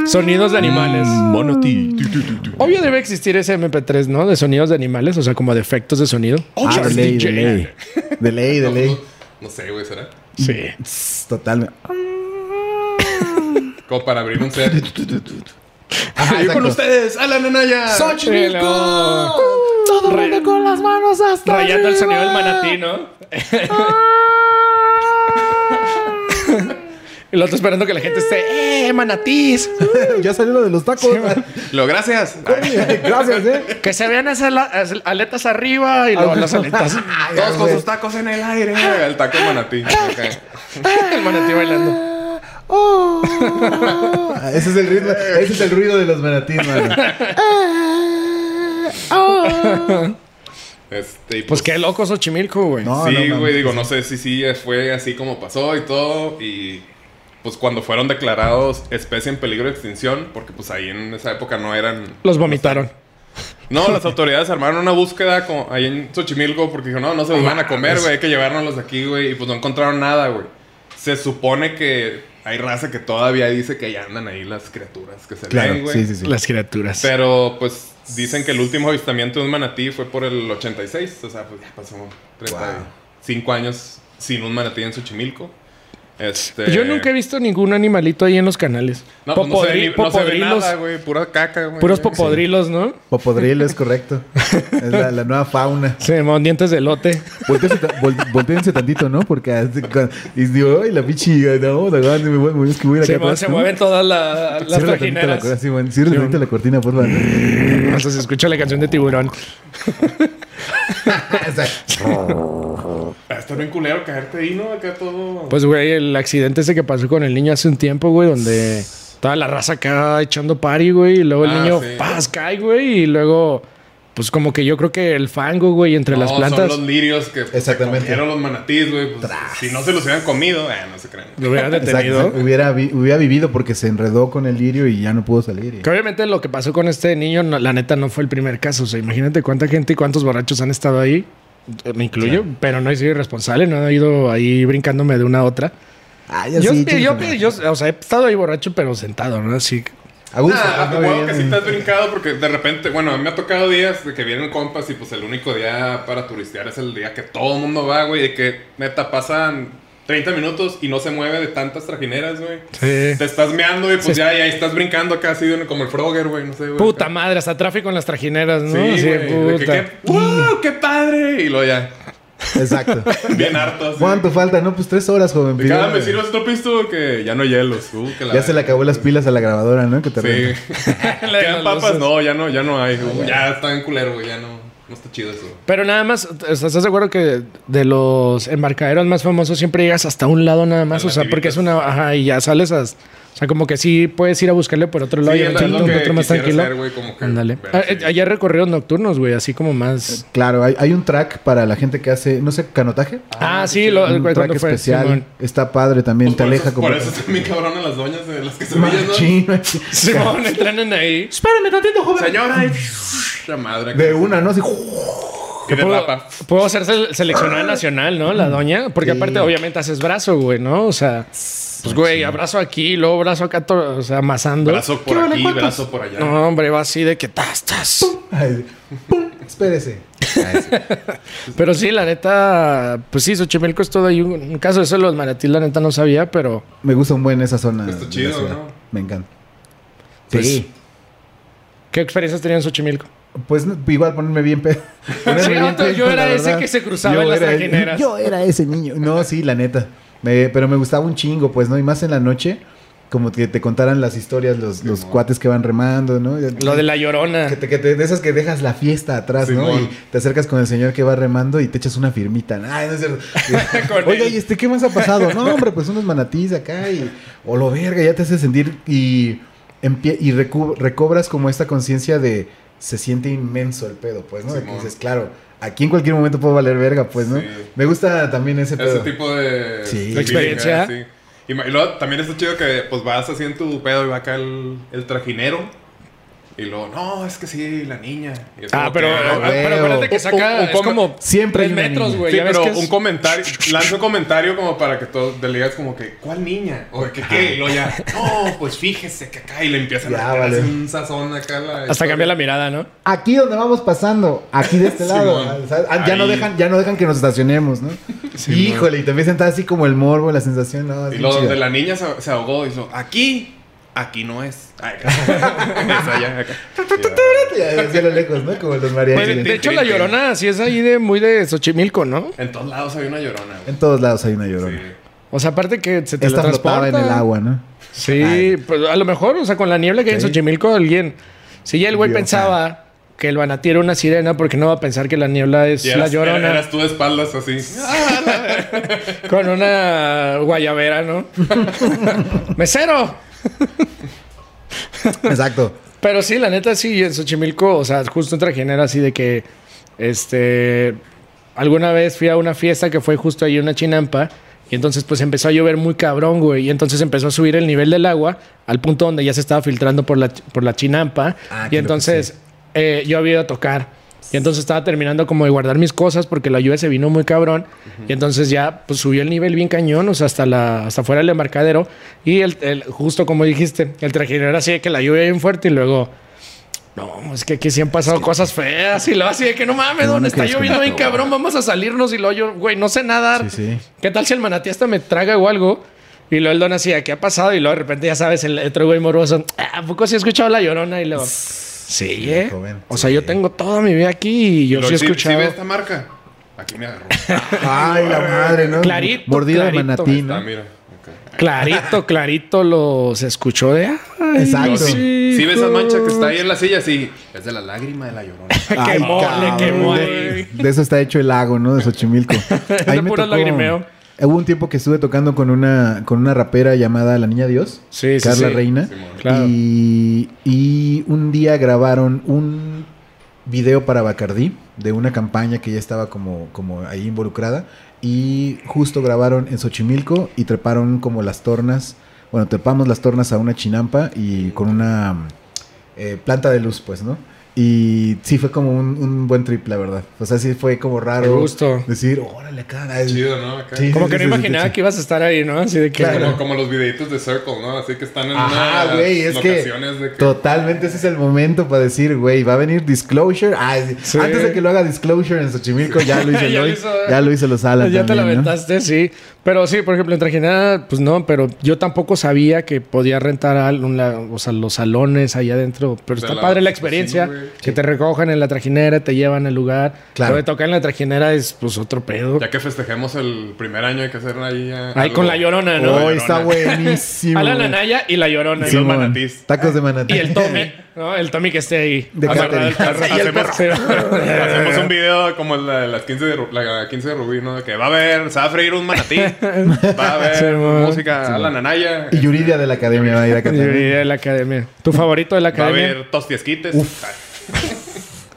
Speaker 2: Sonidos de animales.
Speaker 4: Manatí.
Speaker 2: Obvio debe existir ese MP3, ¿no? De sonidos de animales, o sea, como de efectos de sonido.
Speaker 4: Oh,
Speaker 3: Ah, de ley, de ley. De ley, de ley.
Speaker 4: No sé, güey, ¿será?
Speaker 2: Sí.
Speaker 3: Tss, Totalmente.
Speaker 4: Como para abrir un set.
Speaker 3: Ajá,
Speaker 4: Yo con
Speaker 3: Ah, exacto.
Speaker 4: ustedes, Alan Anaya.
Speaker 2: Todo mundo con las manos hasta Rayando el sonido del manatí, ¿no? el otro esperando que la gente esté, ¡eh, manatís!
Speaker 3: Ya salió lo de los tacos.
Speaker 4: Lo gracias. Ay,
Speaker 3: Gracias, eh.
Speaker 2: Que se vean esas la- as- aletas arriba y luego las aletas.
Speaker 4: Todos con sus tacos en el aire. El taco manatí. Ok.
Speaker 2: el manatí bailando.
Speaker 3: Ah, Ese es el ritmo, ese es el ruido de los manatís, mano.
Speaker 4: Este, y
Speaker 2: Pues qué loco Xochimilco, güey.
Speaker 3: No,
Speaker 4: sí, güey,
Speaker 3: mames.
Speaker 4: digo, no sé si sí fue así como pasó y todo. Y pues cuando fueron declarados especie en peligro de extinción, porque pues ahí en esa época no eran.
Speaker 2: Los vomitaron.
Speaker 4: No, las autoridades armaron una búsqueda como ahí en Xochimilco porque dijeron, no, no se los
Speaker 3: Ah,
Speaker 4: van a comer, güey, hay que llevárnoslos aquí, güey. Y pues no encontraron nada, güey. Se supone que hay raza que todavía dice que ahí andan ahí las criaturas que se ven,
Speaker 3: Claro,
Speaker 4: güey.
Speaker 3: sí, sí, sí.
Speaker 2: Las criaturas.
Speaker 4: Pero pues dicen que el último avistamiento de un manatí fue por el 86. O sea, pues ya pasó 35 años sin un manatí en Xochimilco. Este,
Speaker 2: Pues Yo nunca he visto ningún animalito ahí en los canales.
Speaker 4: No, pues, no se
Speaker 2: Popodri-
Speaker 4: ve ni- no se ve
Speaker 2: popodrilos.
Speaker 4: nada, güey. Pura caca, güey.
Speaker 2: puros
Speaker 4: Sí.
Speaker 2: popodrilos, ¿no?
Speaker 3: Popodrilo es correcto. Es la, la nueva fauna.
Speaker 2: Se llaman dientes de lote.
Speaker 3: Volteense, ta- vol- volteense tantito, ¿no? Porque hace- cuando- y digo, ay, la pichi, no, la verdad, me voy, me voy, es que voy a ir acá
Speaker 2: Se,
Speaker 3: atrás,
Speaker 2: se
Speaker 3: ¿no?
Speaker 2: mueven todas la- las
Speaker 3: Cierra la cortina de la
Speaker 2: trajineras.
Speaker 3: cortina, sí, bueno. Cierra la cortina de la cortina, por favor.
Speaker 2: Entonces se escucha la canción de tiburón.
Speaker 3: Exacto.
Speaker 4: Ah, Está bien culero caerte ahí, ¿no? Acá todo.
Speaker 2: Pues, güey, el accidente ese que pasó con el niño hace un tiempo, güey, donde toda la raza acá echando party, güey, y luego el
Speaker 4: Ah,
Speaker 2: niño,
Speaker 4: sí.
Speaker 2: paz, cae, güey, y luego, pues como que yo creo que el fango, güey, entre
Speaker 4: No,
Speaker 2: las plantas.
Speaker 4: Son los lirios que pues,
Speaker 3: Exactamente.
Speaker 4: se comieron los manatís, güey. pues, si no se los hubieran comido, eh, no se crean.
Speaker 2: Lo hubieran
Speaker 3: Exacto.
Speaker 2: detenido.
Speaker 3: Hubiera, vi- hubiera vivido porque se enredó con el lirio y ya no pudo salir. y-
Speaker 2: Que obviamente lo que pasó con este niño, no- la neta, no fue el primer caso. O sea, imagínate cuánta gente y cuántos borrachos han estado ahí. Eh, Me incluyo, pero no he sido irresponsable, no he ido ahí brincándome de una a otra.
Speaker 3: Ah, ya
Speaker 2: Yo,
Speaker 3: sí,
Speaker 2: yo, yo,
Speaker 3: chingue su
Speaker 2: yo- o sea, he estado ahí borracho, pero sentado, ¿no? Así.
Speaker 3: madre. A gusto. pues,
Speaker 4: Ah,
Speaker 3: ¿no?
Speaker 4: supongo que
Speaker 3: Bien.
Speaker 4: sí te has brincado porque de repente, bueno, a mí me ha tocado días de que vienen compas y pues el único día para turistear es el día que todo el mundo va, güey, de que neta pasan 30 minutos y no se mueve de tantas trajineras, güey.
Speaker 2: Sí.
Speaker 4: Te estás meando y pues
Speaker 2: Se-
Speaker 4: ya, ya estás brincando acá así de- como el Frogger, güey, no sé, güey.
Speaker 2: Puta madre, hasta tráfico en las trajineras, ¿no?
Speaker 4: Sí,
Speaker 2: Así de
Speaker 4: güey, de que
Speaker 2: puta.
Speaker 4: qué- ¡Wow! ¡Qué padre! Y luego ya,
Speaker 3: Exacto.
Speaker 4: bien harto así.
Speaker 3: ¿Cuánto falta? No, pues tres horas, joven.
Speaker 4: De cada
Speaker 3: Pidieron-
Speaker 4: me sirves otro pisto que ya no hay hielos. Uh, que la-
Speaker 3: Ya se le acabó las pilas a la grabadora, ¿no? Que te
Speaker 4: Sí.
Speaker 3: arregla.
Speaker 2: La Ah, de las
Speaker 4: ¿Quedan papas?
Speaker 2: luces.
Speaker 4: No, ya no, ya no hay. Uh, ya está en culero, güey, ya no. No está chido eso.
Speaker 2: Pero nada más, o sea, ¿estás de acuerdo que de los embarcaderos más famosos siempre llegas hasta un lado nada más?
Speaker 4: A
Speaker 2: O
Speaker 4: las
Speaker 2: sea, porque es
Speaker 4: pibitas.
Speaker 2: una. Ajá, y ya sales a. O sea, como que sí puedes ir a buscarle por otro lado
Speaker 4: Sí,
Speaker 2: y
Speaker 4: es lo-
Speaker 2: echarte
Speaker 4: es lo
Speaker 2: un
Speaker 4: que
Speaker 2: otro más
Speaker 4: quisiera
Speaker 2: tranquilo.
Speaker 4: hacer, güey, como que
Speaker 2: Ándale.
Speaker 4: ver
Speaker 2: Ah,
Speaker 4: así.
Speaker 2: eh, Allá recorridos nocturnos, güey, así como más.
Speaker 3: Claro, hay, hay un track para la gente que hace, no sé, canotaje.
Speaker 2: Ah, sí, lo,
Speaker 3: un
Speaker 2: cuando
Speaker 3: track
Speaker 2: fue.
Speaker 3: especial.
Speaker 2: Simón.
Speaker 3: Está padre también.
Speaker 4: Pues
Speaker 3: te
Speaker 4: por
Speaker 3: aleja
Speaker 4: eso-
Speaker 3: como.
Speaker 4: Por eso están bien cabronas las doñas de las que se
Speaker 3: Machín,
Speaker 4: humillan, ¿no?
Speaker 3: machín.
Speaker 2: Simón, entranen ahí.
Speaker 5: Espérame tantito, joven.
Speaker 4: Señora. y- La madre.
Speaker 3: De una, ¿no? Así.
Speaker 4: Y de
Speaker 2: Puedo,
Speaker 4: rapa.
Speaker 2: puedo ser sele- seleccionada nacional, ¿no? La doña. Porque aparte, obviamente, haces brazo, güey, ¿no? O sea, pues, güey, abrazo aquí, luego brazo acá, to- o sea, amasando.
Speaker 4: Brazo por
Speaker 5: ¿Qué vale,
Speaker 4: aquí,
Speaker 5: cuántos?
Speaker 4: brazo por allá.
Speaker 2: No, hombre, va así de que tas, tas.
Speaker 3: Ay, pum, espérese. Ay, sí.
Speaker 2: Pero sí, la neta, pues sí, Xochimilco es todo ahí. Un, un caso de eso, de los maratí, la neta no sabía, pero
Speaker 3: Me gusta un buen esa zona.
Speaker 4: Está
Speaker 3: de la
Speaker 4: chido,
Speaker 3: ciudad.
Speaker 4: ¿no?
Speaker 3: Me encanta.
Speaker 2: Pues-
Speaker 3: sí.
Speaker 2: ¿qué experiencias tenía en Xochimilco?
Speaker 3: Pues no, igual ponerme bien pedo.
Speaker 2: Sí,
Speaker 3: Ponerme bien
Speaker 2: no, yo
Speaker 3: pedo,
Speaker 2: era
Speaker 3: la
Speaker 2: ese
Speaker 3: verdad.
Speaker 2: que se cruzaba en las
Speaker 3: era-
Speaker 2: trajineras.
Speaker 3: Yo era ese niño. No, sí, la neta. Me- pero me gustaba un chingo, pues, ¿no? Y más en la noche, como que te contaran las historias, los, los cuates que van remando, ¿no?
Speaker 2: Lo de la llorona.
Speaker 3: Que te- que te- de esas que dejas la fiesta atrás, ¿no?
Speaker 4: Simón.
Speaker 3: Y te acercas con el señor que va remando y te echas una firmita. Ay, no es cierto.
Speaker 2: Con
Speaker 3: Oiga,
Speaker 2: él.
Speaker 3: ¿y este qué más ha pasado? No, hombre, pues unos manatís acá y... O lo verga, ya te hace sentir y... empie- y recu- recobras como esta conciencia de... Se siente inmenso el pedo, pues, ¿no? De que
Speaker 4: Simón.
Speaker 3: dices, claro, aquí en cualquier momento puedo valer verga, pues, ¿no?
Speaker 4: Sí.
Speaker 3: Me gusta también ese pedo.
Speaker 4: Ese tipo de
Speaker 3: Sí.
Speaker 4: feeling,
Speaker 3: De
Speaker 2: experiencia.
Speaker 4: ajá, sí. Y, ma- y luego también está chido que pues vas así en tu pedo y va acá el, el trajinero. Y luego, no, es que sí, la niña. Y es
Speaker 2: Ah,
Speaker 4: como
Speaker 2: pero,
Speaker 4: que,
Speaker 2: ah,
Speaker 4: ah,
Speaker 2: pero acuérdate que
Speaker 4: Un-
Speaker 2: saca
Speaker 4: un- un
Speaker 2: es como
Speaker 3: siempre hay
Speaker 2: tres
Speaker 3: una
Speaker 2: metros,
Speaker 3: niña.
Speaker 2: güey.
Speaker 4: sí,
Speaker 2: ya ves
Speaker 4: pero
Speaker 2: que es-
Speaker 4: un comentario, lanza un comentario como para que todos le digas como que, ¿cuál niña? O que qué, y luego ya, no, pues fíjese que acá y le empiezan
Speaker 3: Ya,
Speaker 4: a sacar
Speaker 3: vale.
Speaker 4: así un sazón acá la
Speaker 2: Hasta
Speaker 4: historia.
Speaker 2: cambia la mirada, ¿no?
Speaker 3: Aquí donde vamos pasando, aquí de este lado.
Speaker 4: Simón.
Speaker 3: o sea, ah, ya, no
Speaker 4: Ahí.
Speaker 3: dejan, ya no dejan que nos estacionemos, ¿no? Híjole, y te empiezan a dar así como el morbo, la sensación, no,
Speaker 4: Y
Speaker 3: es
Speaker 4: luego
Speaker 3: bien
Speaker 4: donde
Speaker 3: chido.
Speaker 4: la niña se, se ahogó, hizo, aquí, aquí no es. Ay, esa ya, acá.
Speaker 3: Y hacia lo lejos, ¿no? Como los mariachis.
Speaker 2: Pues, de
Speaker 4: tin,
Speaker 2: hecho,
Speaker 4: tin,
Speaker 2: la
Speaker 4: tin.
Speaker 2: llorona sí es ahí de muy de Xochimilco, ¿no?
Speaker 4: En todos lados había una llorona, güey.
Speaker 3: En todos lados hay una llorona.
Speaker 4: Sí.
Speaker 2: O sea, aparte que se te
Speaker 3: Esta
Speaker 2: la
Speaker 3: flotaba
Speaker 2: transporta.
Speaker 3: en el agua, ¿no?
Speaker 2: Sí,
Speaker 3: Ay.
Speaker 2: pues a lo mejor, o sea, con la niebla que hay en
Speaker 3: Sí.
Speaker 2: Xochimilco, alguien. Si ya el güey
Speaker 3: Vio,
Speaker 2: pensaba que el banatí era una sirena, porque no va a pensar que la niebla es
Speaker 4: Y
Speaker 2: la
Speaker 4: eras,
Speaker 2: llorona Ah,
Speaker 4: era- Eras tú de espaldas así.
Speaker 2: con una guayabera, ¿no? ¡Mesero!
Speaker 3: Exacto.
Speaker 2: Pero sí, la neta, sí, en Xochimilco, o sea, justo en Trajinera, así de que, este, alguna vez fui a una fiesta que fue justo ahí en una chinampa, y entonces pues empezó a llover muy cabrón, güey, y entonces empezó a subir el nivel del agua al punto donde ya se estaba filtrando por la, por la chinampa,
Speaker 3: Ah,
Speaker 2: y
Speaker 3: qué
Speaker 2: entonces eh, yo había ido a tocar. Y entonces estaba terminando como de guardar mis cosas porque la lluvia se vino muy cabrón. Y entonces ya pues, subió el nivel bien cañón, o sea, hasta, la, hasta fuera del embarcadero. Y el, el- justo como dijiste, el trajinero era así de que la lluvia bien fuerte y luego... No, es que aquí sí han pasado cosas feas y luego así de que no mames,
Speaker 3: Qué bueno
Speaker 2: ¿dónde
Speaker 3: que
Speaker 2: está lloviendo bien
Speaker 3: desconectó,
Speaker 2: cabrón? Vamos a salirnos y luego yo, güey, no sé nadar.
Speaker 3: Sí, sí.
Speaker 2: ¿Qué tal si el manatí hasta me traga o algo? Y luego el don así, ¿qué ha pasado? Y luego de repente, ya sabes, el otro güey morboso, "Ah, ¿a poco sí he escuchado la llorona? Y luego, sí, ¿eh?
Speaker 3: joven,
Speaker 2: o sea,
Speaker 3: sí.
Speaker 2: yo tengo toda mi vida aquí y yo
Speaker 4: Pero
Speaker 2: sí he
Speaker 4: si- si
Speaker 2: escuchado.
Speaker 4: ve esta marca? Aquí me agarró.
Speaker 3: Ay, la madre, ¿no?
Speaker 2: Clarito,
Speaker 3: Mordida
Speaker 2: clarito.
Speaker 3: de manatí, ¿no?
Speaker 4: Ah, mira. ok.
Speaker 2: Clarito, clarito lo se escuchó de. "Ay,
Speaker 3: Exacto.
Speaker 4: No,
Speaker 2: los
Speaker 4: sí, sí ve esa
Speaker 2: hijos".
Speaker 4: mancha que está ahí en la silla, sí. Es de la lágrima de la llorona.
Speaker 3: Ay,
Speaker 2: quemó,
Speaker 3: cabrón,
Speaker 2: le quemó
Speaker 3: güey.
Speaker 2: ahí.
Speaker 3: De eso está hecho el lago, ¿no? De Xochimilco.
Speaker 2: De puro lagrimeo.
Speaker 3: Hubo un tiempo que estuve tocando con una, con una rapera llamada La Niña Dios,
Speaker 2: Sí, sí,
Speaker 3: Carla
Speaker 2: sí.
Speaker 3: Reina.
Speaker 4: Simón.
Speaker 2: Claro.
Speaker 3: Y, y un día grabaron un video para Bacardí de una campaña que ya estaba como, como ahí involucrada. Y justo grabaron en Xochimilco y treparon como las tornas. Bueno, trepamos las tornas a una chinampa y con una eh, planta de luz, pues, ¿no? Y sí fue como un, un buen trip, la verdad. O sea, sí fue como raro
Speaker 2: Me gustó.
Speaker 3: decir, órale, cara. es-
Speaker 4: Chido, ¿no? Acá.
Speaker 3: Sí.
Speaker 2: Como que no
Speaker 3: sí, sí,
Speaker 2: imaginaba
Speaker 3: sí.
Speaker 2: que ibas a estar ahí, ¿no? Así de que.
Speaker 3: Claro.
Speaker 4: Como, como los videitos de Circle, ¿no? Así que están en
Speaker 3: Ajá,
Speaker 4: unas
Speaker 3: güey, es que,
Speaker 4: locaciones de que...
Speaker 3: totalmente ese es el momento para decir, güey, va a venir Disclosure. Ah, sí.
Speaker 2: Sí.
Speaker 3: Antes de que lo haga Disclosure en Xochimilco, ya lo hizo
Speaker 2: Ya lo
Speaker 3: Eloy,
Speaker 2: hizo,
Speaker 3: ya lo hizo los Alan.
Speaker 2: ya te la
Speaker 3: también, ¿no?
Speaker 2: aventaste, sí. Pero sí, por ejemplo, en Trajinada, pues no, pero yo tampoco sabía que podía rentar al- un la- o sea, los salones allá adentro. Pero
Speaker 4: De
Speaker 2: está
Speaker 4: la-
Speaker 2: padre la
Speaker 4: sí,
Speaker 2: experiencia,
Speaker 4: güey.
Speaker 2: que te recojan en la trajinera, te llevan al lugar.
Speaker 3: Claro.
Speaker 2: Lo de tocar en la trajinera es pues otro pedo.
Speaker 4: Ya que festejemos el primer año, hay que hacer ahí... eh,
Speaker 2: Ahí
Speaker 4: algo.
Speaker 2: con la llorona, ¿no?
Speaker 3: Oh,
Speaker 4: Llorona.
Speaker 3: está buenísimo.
Speaker 2: Alan
Speaker 3: güey.
Speaker 2: Anaya y la llorona.
Speaker 4: Sí,
Speaker 2: ¿no?
Speaker 4: los
Speaker 3: Simón,
Speaker 4: manatís.
Speaker 3: Tacos de manatí.
Speaker 2: Y el Tommy, ¿no? El Tommy que esté ahí.
Speaker 3: De
Speaker 2: amarrado al
Speaker 3: catering.
Speaker 2: carro.
Speaker 3: Y el
Speaker 2: Hacemos-
Speaker 4: Hacemos un video como la de las 15 de, Ru- la 15 de Rubí, ¿no? Que va a haber, se va a freír un manatí, va a haber
Speaker 2: Sí, mon.
Speaker 4: música a la nanaya,
Speaker 3: Y Yuridia de la Academia va a ir a
Speaker 2: Y
Speaker 3: cantar.
Speaker 2: de la academia. ¿Tu favorito de la
Speaker 4: va a
Speaker 2: academia?
Speaker 4: haber tostiesquites. Ay,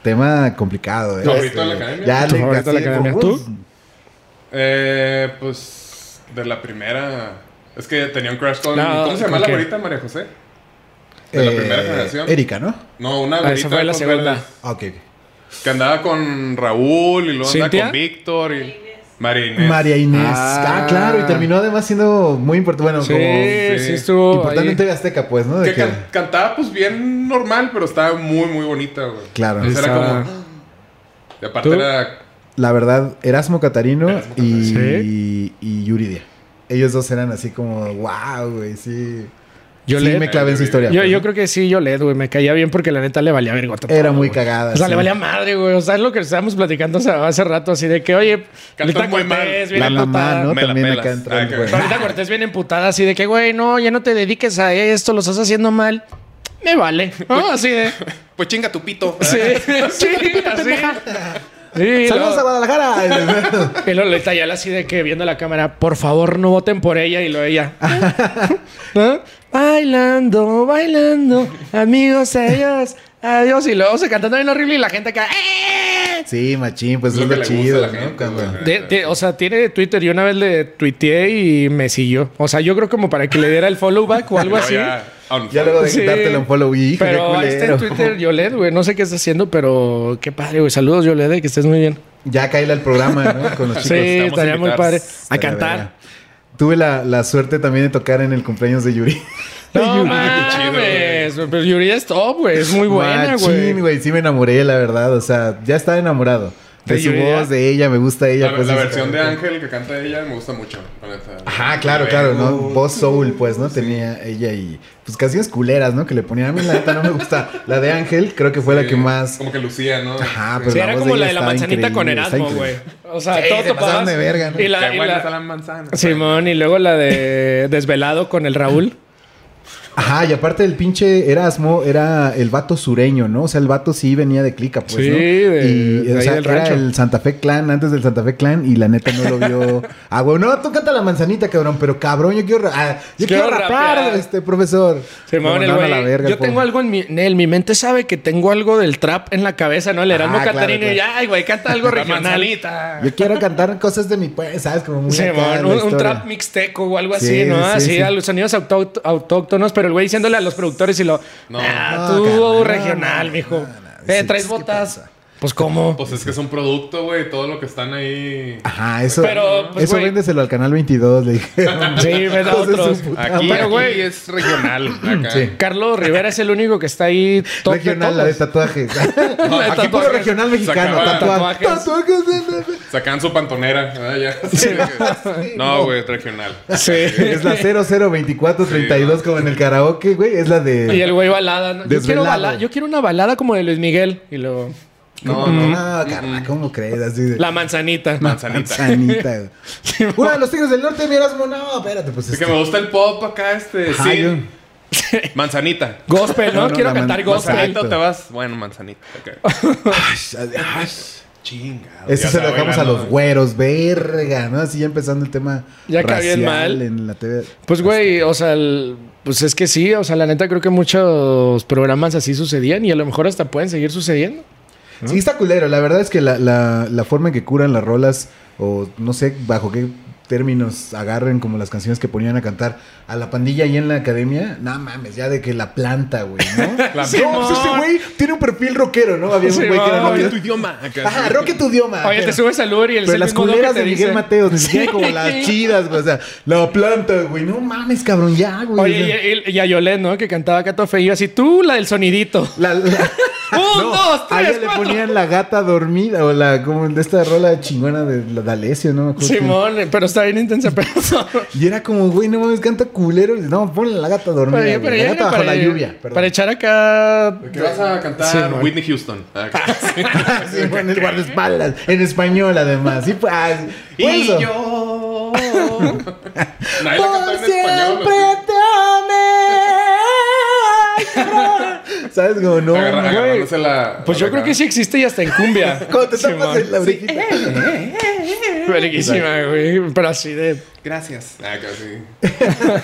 Speaker 3: Tema complicado, ¿eh?
Speaker 4: ¿Tu favorito de la academia?
Speaker 3: Ya
Speaker 2: ¿Tu
Speaker 3: le
Speaker 2: favorito de la
Speaker 3: así,
Speaker 2: academia?
Speaker 3: uh,
Speaker 2: ¿Tú?
Speaker 4: Eh, pues de la primera. Es que tenía un crash con.
Speaker 2: No,
Speaker 4: ¿Cómo se llama
Speaker 2: ¿con
Speaker 4: la
Speaker 2: qué?
Speaker 4: güerita, María José? De la primera generación.
Speaker 3: Eh, Erika, ¿no?
Speaker 4: No, una
Speaker 2: Ah,
Speaker 4: güerita.
Speaker 2: esa fue la
Speaker 4: con
Speaker 2: segunda.
Speaker 4: verdes.
Speaker 3: Ah, Ok. ok.
Speaker 4: Que andaba con Raúl y luego andaba
Speaker 2: ¿Cintia?
Speaker 4: con Víctor y María Inés.
Speaker 3: María Inés.
Speaker 2: Ah.
Speaker 3: Ah, claro. Y terminó además siendo muy importante. Bueno,
Speaker 2: Sí,
Speaker 3: como
Speaker 2: sí,
Speaker 4: sí.
Speaker 2: estuvo
Speaker 3: importante
Speaker 2: ahí.
Speaker 3: en TV Azteca, pues, ¿no? De
Speaker 4: Que
Speaker 3: que,
Speaker 4: can- cantaba pues bien normal, pero estaba muy, muy bonita, güey.
Speaker 3: Claro.
Speaker 4: Entonces era
Speaker 2: Estaba-
Speaker 4: como... Y aparte
Speaker 2: ¿Tú?
Speaker 4: era...
Speaker 3: La verdad, Erasmo Catarino
Speaker 4: Erasmo
Speaker 3: y,
Speaker 2: Catarino.
Speaker 3: y Yuridia. Ellos dos eran así como, wow, güey, sí.
Speaker 2: Yo
Speaker 3: sí
Speaker 2: le-
Speaker 3: me clavé en su historia.
Speaker 2: Yo,
Speaker 3: pues,
Speaker 2: yo
Speaker 3: ¿no?
Speaker 2: creo que sí, yo le, güey. Me caía bien porque la neta le valía vergota. todo,
Speaker 3: Era muy
Speaker 2: güey.
Speaker 3: cagada.
Speaker 2: O sea,
Speaker 3: sí.
Speaker 2: le valía madre, güey. O sea, es lo que estábamos platicando hace, hace rato, así de que, oye,
Speaker 4: Cantas muy mal.
Speaker 2: bien
Speaker 3: La mamá,
Speaker 2: emputada.
Speaker 3: ¿no?
Speaker 4: Me la
Speaker 3: También
Speaker 4: pelas.
Speaker 3: acá entró el
Speaker 4: Ah, que-
Speaker 3: güey.
Speaker 2: Ahorita Cortés bien emputada, así de que, güey, no, ya no te dediques a esto, lo estás haciendo mal. Me vale. No, así de.
Speaker 4: Pues chinga tu pito.
Speaker 2: Sí, sí, así. Sí,
Speaker 3: ¡Saludos a
Speaker 2: luego-
Speaker 3: Guadalajara!
Speaker 2: y luego Lolita Ayala así de que viendo la cámara, por favor no voten por ella y lo ella. ¿no? Bailando, bailando, amigos, adiós, adiós. Y luego se cantando bien horrible y la gente acá. ¡eh!
Speaker 3: sí, machín, pues
Speaker 4: Es
Speaker 3: es
Speaker 4: lo que
Speaker 3: lo
Speaker 4: le gusta
Speaker 3: chido,
Speaker 4: a la
Speaker 3: ¿no?
Speaker 4: gente,
Speaker 3: Cuando-
Speaker 4: güey.
Speaker 2: De- de- o sea, tiene Twitter. Yo una vez le tuiteé y me siguió. O sea, yo creo como para que le diera el follow back o algo así.
Speaker 4: ah,
Speaker 3: Ya luego de
Speaker 2: Sí.
Speaker 3: quitártelo en follow, hijo,
Speaker 2: Pero este ahí está en Twitter Yoled, güey. No sé qué está haciendo, pero qué padre, güey. Saludos, Yoled, que estés muy bien.
Speaker 3: Ya caíla al programa, ¿no? Con los chicos.
Speaker 2: sí,
Speaker 4: te vamos a
Speaker 2: estaría muy
Speaker 4: invitar.
Speaker 2: padre. A
Speaker 3: Estaría verga.
Speaker 2: cantar.
Speaker 3: Tuve la, la suerte también de tocar en el cumpleaños de Yuri.
Speaker 2: No
Speaker 4: Ah, qué chido,
Speaker 2: mames, güey, pero Yuri es top, güey. Es muy buena, güey.
Speaker 3: Machín, Sí me enamoré, la verdad. O sea, ya estaba enamorado. De
Speaker 2: ¿De
Speaker 3: su
Speaker 2: Yuridia?
Speaker 3: voz, de ella, me gusta ella.
Speaker 4: La,
Speaker 3: pues,
Speaker 4: la
Speaker 3: es-
Speaker 4: versión de Ángel que canta ella me gusta mucho. la neta.
Speaker 3: Ajá, claro,
Speaker 4: Vengo.
Speaker 3: claro, ¿no? Voz soul, pues, ¿no? Tenía ella y... Pues canciones culeras, ¿no? Que le ponían a mí, la neta, no me gusta. La de Ángel creo que fue la que más...
Speaker 4: Como que lucía, ¿no?
Speaker 3: Ajá,
Speaker 4: Sí.
Speaker 3: pero
Speaker 2: Sí,
Speaker 3: la
Speaker 2: era
Speaker 3: voz
Speaker 2: como
Speaker 3: de
Speaker 2: la
Speaker 3: ella
Speaker 2: de la
Speaker 3: estaba
Speaker 2: manzanita con
Speaker 3: increíble, está
Speaker 2: Erasmo, güey.
Speaker 3: increíble.
Speaker 2: O sea,
Speaker 3: Sí,
Speaker 2: todo
Speaker 3: se
Speaker 2: topabas.
Speaker 3: pasaron de verga, ¿no?
Speaker 2: Y la,
Speaker 4: Qué
Speaker 2: y
Speaker 4: buena
Speaker 2: la-
Speaker 4: está la manzana.
Speaker 2: Simón, y luego la de Desvelado con el Raúl.
Speaker 3: Ajá, y aparte el pinche Erasmo era el vato sureño, ¿no? O sea, el vato sí venía de clica, pues,
Speaker 2: Sí,
Speaker 3: ¿no?
Speaker 2: de-
Speaker 3: y,
Speaker 2: de
Speaker 3: o
Speaker 2: ahí
Speaker 3: sea,
Speaker 2: del
Speaker 3: era
Speaker 2: rancho.
Speaker 3: el Santa Fe Clan, antes del Santa Fe Clan, y la neta no lo vio... ah, güey, no, tú canta la manzanita, cabrón, pero cabrón, yo quiero... ra- ah, yo
Speaker 2: Quiero
Speaker 3: quiero, rapar,
Speaker 2: rapear.
Speaker 3: este, profesor.
Speaker 2: Simón,
Speaker 3: Lo
Speaker 2: el
Speaker 3: mandaron
Speaker 2: güey.
Speaker 3: a la verga,
Speaker 2: yo
Speaker 3: el pobre.
Speaker 2: tengo algo en mi, en él, mi mente sabe que tengo algo del trap en la cabeza, ¿no? El Erasmo
Speaker 3: Ah, claro,
Speaker 2: Catarino y
Speaker 3: claro.
Speaker 2: ay, güey, canta algo
Speaker 4: La
Speaker 2: regional.
Speaker 4: manzanita.
Speaker 3: Yo quiero cantar cosas de mi pues, ¿sabes? Como muy
Speaker 2: Simón,
Speaker 3: acá en
Speaker 2: un,
Speaker 3: la
Speaker 2: un
Speaker 3: historia.
Speaker 2: trap mixteco o algo
Speaker 3: Sí,
Speaker 2: así, ¿no?
Speaker 3: sí,
Speaker 2: así,
Speaker 3: sí.
Speaker 2: a los sonidos autóct- autóctonos, pero el güey diciéndole a los productores y lo. No, ah,
Speaker 3: No,
Speaker 2: tú
Speaker 3: carnal, no,
Speaker 2: regional,
Speaker 3: no,
Speaker 2: mijo.
Speaker 3: no, no.
Speaker 2: eh,
Speaker 3: Sí,
Speaker 2: traes
Speaker 3: ¿qué
Speaker 2: botas.
Speaker 3: pasa?
Speaker 2: Pues cómo.
Speaker 4: Pues es que es un producto, güey. Todo lo que están ahí.
Speaker 3: Ajá, eso.
Speaker 2: Pero, pues,
Speaker 3: eso
Speaker 2: güey.
Speaker 3: véndeselo al canal 22, le dije.
Speaker 2: Sí, me da
Speaker 3: Hijos de su
Speaker 2: otros.
Speaker 3: puta
Speaker 4: Aquí,
Speaker 2: Pero,
Speaker 4: aquí
Speaker 2: güey.
Speaker 4: es regional. Acá.
Speaker 3: Ah, Sí.
Speaker 2: Carlos Rivera es el único que está ahí top
Speaker 3: Regional, la
Speaker 2: de
Speaker 3: de
Speaker 2: todos.
Speaker 3: tatuajes. Aquí
Speaker 2: tatuajes.
Speaker 3: puro regional mexicano.
Speaker 4: Sacaba
Speaker 3: Tatuajes. Tatuajes.
Speaker 4: Sacan su pantonera. Ah, ya. no, güey, regional.
Speaker 2: Sí.
Speaker 3: Es la 002432 como en el karaoke, güey. Es la de.
Speaker 2: Y el güey balada. ¿no? Yo, quiero
Speaker 3: Desvelado.
Speaker 2: bala- yo quiero una balada como de Luis Miguel. Y luego.
Speaker 4: No,
Speaker 3: No,
Speaker 4: no.
Speaker 3: carnal, ¿cómo crees? Así de.
Speaker 2: Mm. La manzanita.
Speaker 4: Manzanita.
Speaker 3: Sanita. güey. Uno de los tigres del norte, miras, no, espérate, pues.
Speaker 4: Es que
Speaker 3: este-
Speaker 4: me gusta el pop acá, este.
Speaker 3: Ajá,
Speaker 4: Sí.
Speaker 3: yo-
Speaker 4: Manzanita.
Speaker 2: Gospel, ¿no?
Speaker 3: No, no,
Speaker 2: quiero
Speaker 3: la man-
Speaker 2: cantar gospel.
Speaker 4: Manzanita
Speaker 3: Exacto.
Speaker 4: te vas. Bueno, manzanita. ok.
Speaker 3: Ay,
Speaker 4: Chinga.
Speaker 3: Este
Speaker 4: Ya
Speaker 3: se lo
Speaker 4: está
Speaker 3: dejamos a
Speaker 4: bailando.
Speaker 3: los güeros, verga, ¿no? Así ya empezando el tema.
Speaker 2: Ya acá bien
Speaker 3: racial
Speaker 2: mal.
Speaker 3: En la TV.
Speaker 2: Pues, güey, o sea, el- pues es que sí, o sea, la neta creo que muchos programas así sucedían y a lo mejor hasta pueden seguir sucediendo.
Speaker 3: Sí, está culero. La verdad es que la, la, la forma en que curan las rolas, o no sé bajo qué términos agarren como las canciones que ponían a cantar a la pandilla ahí en la academia, no mames, ya de que la planta, güey, ¿no? No,
Speaker 4: La-
Speaker 3: pues este güey tiene un perfil rockero, ¿no? Había un
Speaker 2: Sí,
Speaker 3: güey que era
Speaker 2: no,
Speaker 4: Roque tu
Speaker 3: rockero.
Speaker 4: idioma. acá.
Speaker 3: Ajá, roque tu idioma.
Speaker 2: Oye, te
Speaker 3: Ah, pero-
Speaker 2: subes al Uber y el
Speaker 3: Pero
Speaker 2: es el
Speaker 3: las
Speaker 2: mismo Uber
Speaker 3: culeras
Speaker 2: que
Speaker 3: de
Speaker 2: te
Speaker 3: Miguel
Speaker 2: dice-
Speaker 3: Mateos, ni siquiera como las chidas, güey. O sea, la planta, güey. No mames, cabrón, ya, güey. o sea.
Speaker 2: Oye, y, y a Yolette, ¿no? Que cantaba Gato Feo, así tú, la del sonidito.
Speaker 3: La, la-
Speaker 2: Un, dos,
Speaker 3: a
Speaker 2: tres,
Speaker 3: ella
Speaker 2: cuatro.
Speaker 3: le ponían la gata dormida o la como de esta rola chingona de la D'Alessio, ¿no? me acuerdo
Speaker 2: Simón, pero está bien intensa, pero.
Speaker 3: qué. Y era como, güey, no mames, canta culero. Y dice, No, ponle la gata dormida.
Speaker 2: Pero-
Speaker 3: güey,
Speaker 2: pero
Speaker 3: la
Speaker 2: ya
Speaker 3: gata
Speaker 2: era
Speaker 3: bajo
Speaker 2: para, e-
Speaker 3: la lluvia. Perdón.
Speaker 2: para echar acá. pues
Speaker 4: ¿Qué vas a cantar?
Speaker 2: Sí, man.
Speaker 4: Whitney Houston. Ah, Acá.
Speaker 3: Sí, fue en el guardaespaldas. En español, además. Sí, pues, ah, fue
Speaker 4: Y
Speaker 3: eso.
Speaker 4: yo. Nadie
Speaker 3: Por
Speaker 4: la cantó en español.
Speaker 3: siempre
Speaker 4: ¿no?
Speaker 3: te amé. ¿Sabes? Como, no,
Speaker 4: Agarra-
Speaker 3: güey.
Speaker 4: agarrándose la.
Speaker 2: Pues yo
Speaker 4: la
Speaker 2: creo
Speaker 4: cara.
Speaker 2: que sí existe y hasta en cumbia.
Speaker 3: Cuando te tapas
Speaker 2: Simón. Eh,
Speaker 3: en la orejita.
Speaker 2: Verguísima, güey. Pero así de.
Speaker 4: Gracias. Acá sí.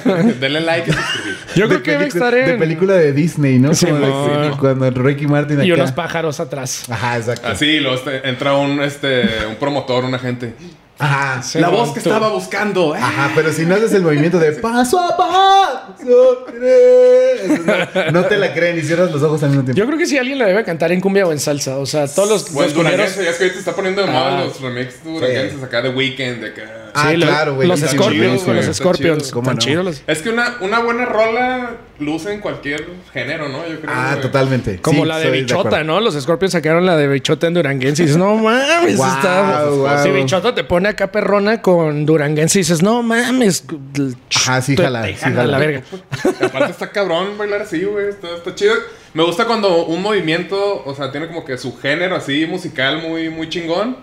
Speaker 4: Ah, Denle like y suscribir.
Speaker 2: Yo creo
Speaker 3: De
Speaker 2: que debe
Speaker 3: pelicu-
Speaker 2: estar
Speaker 3: De
Speaker 2: en.
Speaker 3: película de Disney, ¿no?
Speaker 2: Sí,
Speaker 3: Como de-
Speaker 2: mon.
Speaker 3: cuando Ricky Martin
Speaker 2: Y
Speaker 3: acá-
Speaker 2: unos pájaros atrás.
Speaker 3: Ajá, exacto.
Speaker 4: Así, luego este- entra un, este, un promotor, un agente.
Speaker 3: Ajá.
Speaker 2: Sí.
Speaker 4: La
Speaker 2: Pero
Speaker 4: voz que
Speaker 2: tú-
Speaker 4: estaba buscando. ¡Ah!
Speaker 3: Ajá, pero si no haces el movimiento de paso a paso, tres, no, no te la creen y cierras los ojos al mismo tiempo.
Speaker 2: Yo creo que si alguien la debe cantar en cumbia o en salsa. O sea, todos los, los
Speaker 4: Pues
Speaker 2: cumbieros-
Speaker 4: duranguense, ya es que ahorita está poniendo de moda
Speaker 2: Ah.
Speaker 4: los remixes duranguenses acá de Weekend, de acá.
Speaker 3: Ah,
Speaker 2: los-
Speaker 3: claro, güey,
Speaker 2: Los
Speaker 3: están
Speaker 2: Scorpions,
Speaker 4: chidos,
Speaker 2: güey,
Speaker 4: güey,
Speaker 2: los
Speaker 4: están
Speaker 2: Scorpions.
Speaker 4: chidos.
Speaker 3: ¿Cómo
Speaker 2: Están
Speaker 3: no?
Speaker 2: chidos los-
Speaker 4: Es que una, una buena rola luce en cualquier género, ¿no? Yo creo.
Speaker 3: Ah,
Speaker 4: güey.
Speaker 3: totalmente.
Speaker 2: Como
Speaker 3: Sí,
Speaker 2: la de
Speaker 3: soy
Speaker 2: Bichota,
Speaker 3: acuerdo.
Speaker 2: ¿no? Los Scorpions sacaron la de Bichota en Duranguense y dices, no mames,
Speaker 3: Guau,
Speaker 2: está.
Speaker 3: guau.
Speaker 2: Si Bichota te pone acá perrona con Duranguense y dices, no mames.
Speaker 3: Ajá, sí,
Speaker 2: te-
Speaker 3: jala,
Speaker 2: te
Speaker 3: sí,
Speaker 2: jala
Speaker 3: jala.
Speaker 2: la verga.
Speaker 4: Y Aparte está cabrón bailar así, güey. Está, está chido. Me gusta cuando un movimiento, o sea, tiene como que su género así musical muy, muy chingón.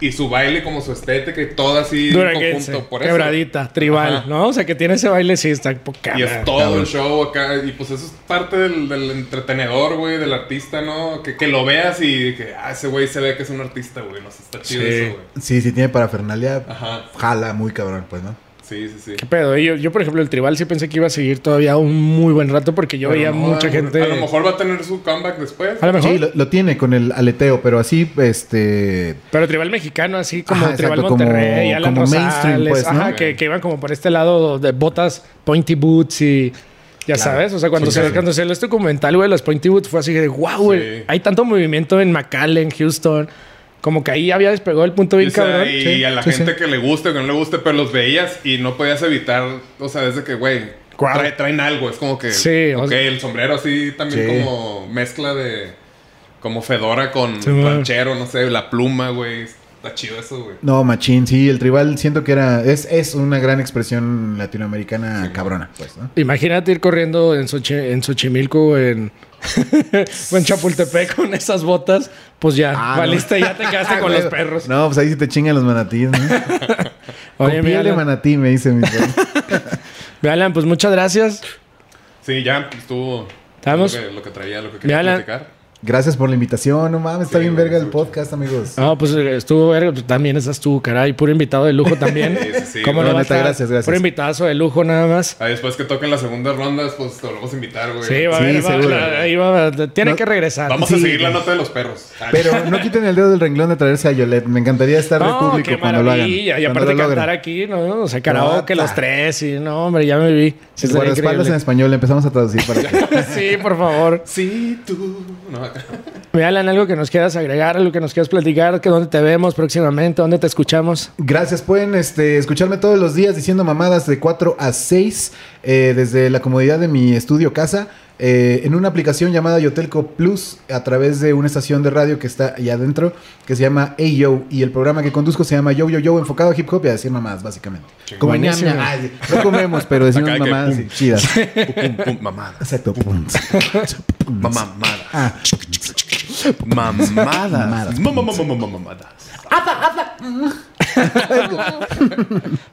Speaker 4: Y su baile como su estética y todo así en
Speaker 2: Duranguense,
Speaker 4: conjunto. Por eso.
Speaker 2: quebradita, tribal,
Speaker 4: Ajá.
Speaker 2: ¿no? O sea, que tiene ese baile, sí, está poca.
Speaker 4: Y es todo el show acá. Y pues eso es parte del, del entretenedor, güey, del artista, ¿no? Que, que lo veas y que, ah, ese güey se ve que es un artista, güey. No sé, está chido
Speaker 2: Sí.
Speaker 4: eso, güey.
Speaker 3: Sí, sí, tiene parafernalia.
Speaker 4: Ajá.
Speaker 3: Jala muy cabrón, pues, ¿no?
Speaker 4: Sí, sí, sí.
Speaker 2: ¿Qué pedo? Y Yo, yo, por ejemplo, el tribal sí pensé que iba a seguir todavía un muy buen rato porque yo
Speaker 4: Pero
Speaker 2: veía
Speaker 4: no,
Speaker 2: mucha
Speaker 4: güey.
Speaker 2: gente.
Speaker 4: A lo mejor va a tener su comeback después.
Speaker 2: A lo mejor.
Speaker 3: Sí, lo, lo tiene con el aleteo, pero así, este.
Speaker 2: Pero tribal mexicano, así como
Speaker 3: Ajá,
Speaker 2: tribal
Speaker 3: exacto, como-
Speaker 2: Monterrey, Alan
Speaker 3: como
Speaker 2: Rosales,
Speaker 3: mainstream, pues,
Speaker 2: ajá,
Speaker 3: ¿no?
Speaker 2: que, que iban como por este lado de botas, pointy boots y ya sabes, o sea, cuando
Speaker 3: Sí,
Speaker 2: se
Speaker 3: sí.
Speaker 2: cuando se ve este documental, güey, los pointy boots fue así de wow, güey,
Speaker 4: Sí.
Speaker 2: hay tanto movimiento en McAllen, Houston, como que ahí había despegado el punto bien
Speaker 4: O sea,
Speaker 2: cabrón.
Speaker 4: y
Speaker 2: Sí,
Speaker 4: a la
Speaker 2: sí, sí.
Speaker 4: gente que le guste o que no le guste, pero los veías y no podías evitar, o sea, desde que, güey,
Speaker 2: Guau.
Speaker 4: trae- traen algo, es como que,
Speaker 2: Sí, o
Speaker 4: ok,
Speaker 2: sea-
Speaker 4: el sombrero así también
Speaker 3: Sí.
Speaker 4: como mezcla de, como fedora con
Speaker 2: Sí, man.
Speaker 4: ranchero, no sé, la pluma, güey, está chido eso, güey.
Speaker 3: No, machín, sí, el tribal siento que era. Es, es una gran expresión latinoamericana cabrona, pues, ¿no?
Speaker 2: Imagínate ir corriendo en, Xochi- en Xochimilco o en, o en Chapultepec con esas botas, pues ya,
Speaker 3: Ah, no.
Speaker 2: valiste, ya te quedaste con los perros.
Speaker 3: No, pues ahí sí te chingan los manatíes, ¿no? Con
Speaker 2: Oye, mi
Speaker 3: piel de
Speaker 2: Alan,
Speaker 3: manatí, me dice mi perro.
Speaker 2: mi Alan, pues muchas gracias.
Speaker 4: Sí, ya pues, estuvo
Speaker 2: Estamos-
Speaker 4: Lo, que, lo que traía, lo que quería
Speaker 2: Mira, la-
Speaker 4: platicar.
Speaker 3: Gracias por la invitación, no mames, está
Speaker 4: Sí,
Speaker 3: bien
Speaker 4: güey,
Speaker 3: verga el
Speaker 4: escucha.
Speaker 3: podcast, amigos.
Speaker 2: No, pues eh, estuvo verga. Tú También estás tú, caray. Puro invitado de lujo también.
Speaker 4: Sí, sí, sí.
Speaker 2: ¿Cómo
Speaker 3: No,
Speaker 2: no va a
Speaker 3: neta,
Speaker 2: estar?
Speaker 3: gracias, gracias.
Speaker 2: Puro invitadazo de lujo nada más.
Speaker 4: Ah, después que toquen las segundas rondas, pues te volvemos a invitar, güey.
Speaker 2: Sí, va a
Speaker 3: Sí,
Speaker 2: haber. va-
Speaker 3: seguro.
Speaker 2: la- ahí va- tiene
Speaker 3: No,
Speaker 2: que regresar.
Speaker 4: Vamos a
Speaker 3: Sí.
Speaker 4: seguir la nota de los perros. Ah,
Speaker 3: Pero no quiten el dedo del renglón de traerse a Yolette. Me encantaría estar de
Speaker 2: No,
Speaker 3: público
Speaker 2: qué
Speaker 3: cuando lo hagan.
Speaker 2: maravilla. Y
Speaker 3: cuando
Speaker 2: aparte
Speaker 3: lo logren.
Speaker 2: cantar aquí, ¿no? O sea, karaoke,
Speaker 3: Nota.
Speaker 2: los tres. Y no, hombre, ya me vi. Sí,
Speaker 3: El
Speaker 2: estaría
Speaker 3: guardaespaldas en
Speaker 2: increíble.
Speaker 3: español, empezamos a traducir para que.
Speaker 2: Sí, por favor.
Speaker 4: Sí, tú. No,
Speaker 2: Me Alan, algo que nos quieras agregar, algo que nos quieras platicar, que dónde te vemos próximamente, dónde te escuchamos.
Speaker 3: Gracias, pueden este, escucharme todos los días diciendo mamadas de 4 a 6 eh, desde la comodidad de mi estudio casa eh, en una aplicación llamada Yotelco Plus a través de una estación de radio que está allá adentro que se llama Ayo y el programa que conduzco se llama Yo Yo Yo enfocado a hip hop y a decir mamadas básicamente. Como
Speaker 2: Buenísimo.
Speaker 3: ñam, ñam. Ay, no comemos, pero decimos
Speaker 4: Acá que
Speaker 3: mamadas
Speaker 4: pum.
Speaker 3: chidas.
Speaker 4: pum, pum, mamada.
Speaker 3: Exacto. pum.
Speaker 4: Mamada.
Speaker 3: Ah,
Speaker 4: Mamadas. Mamadas.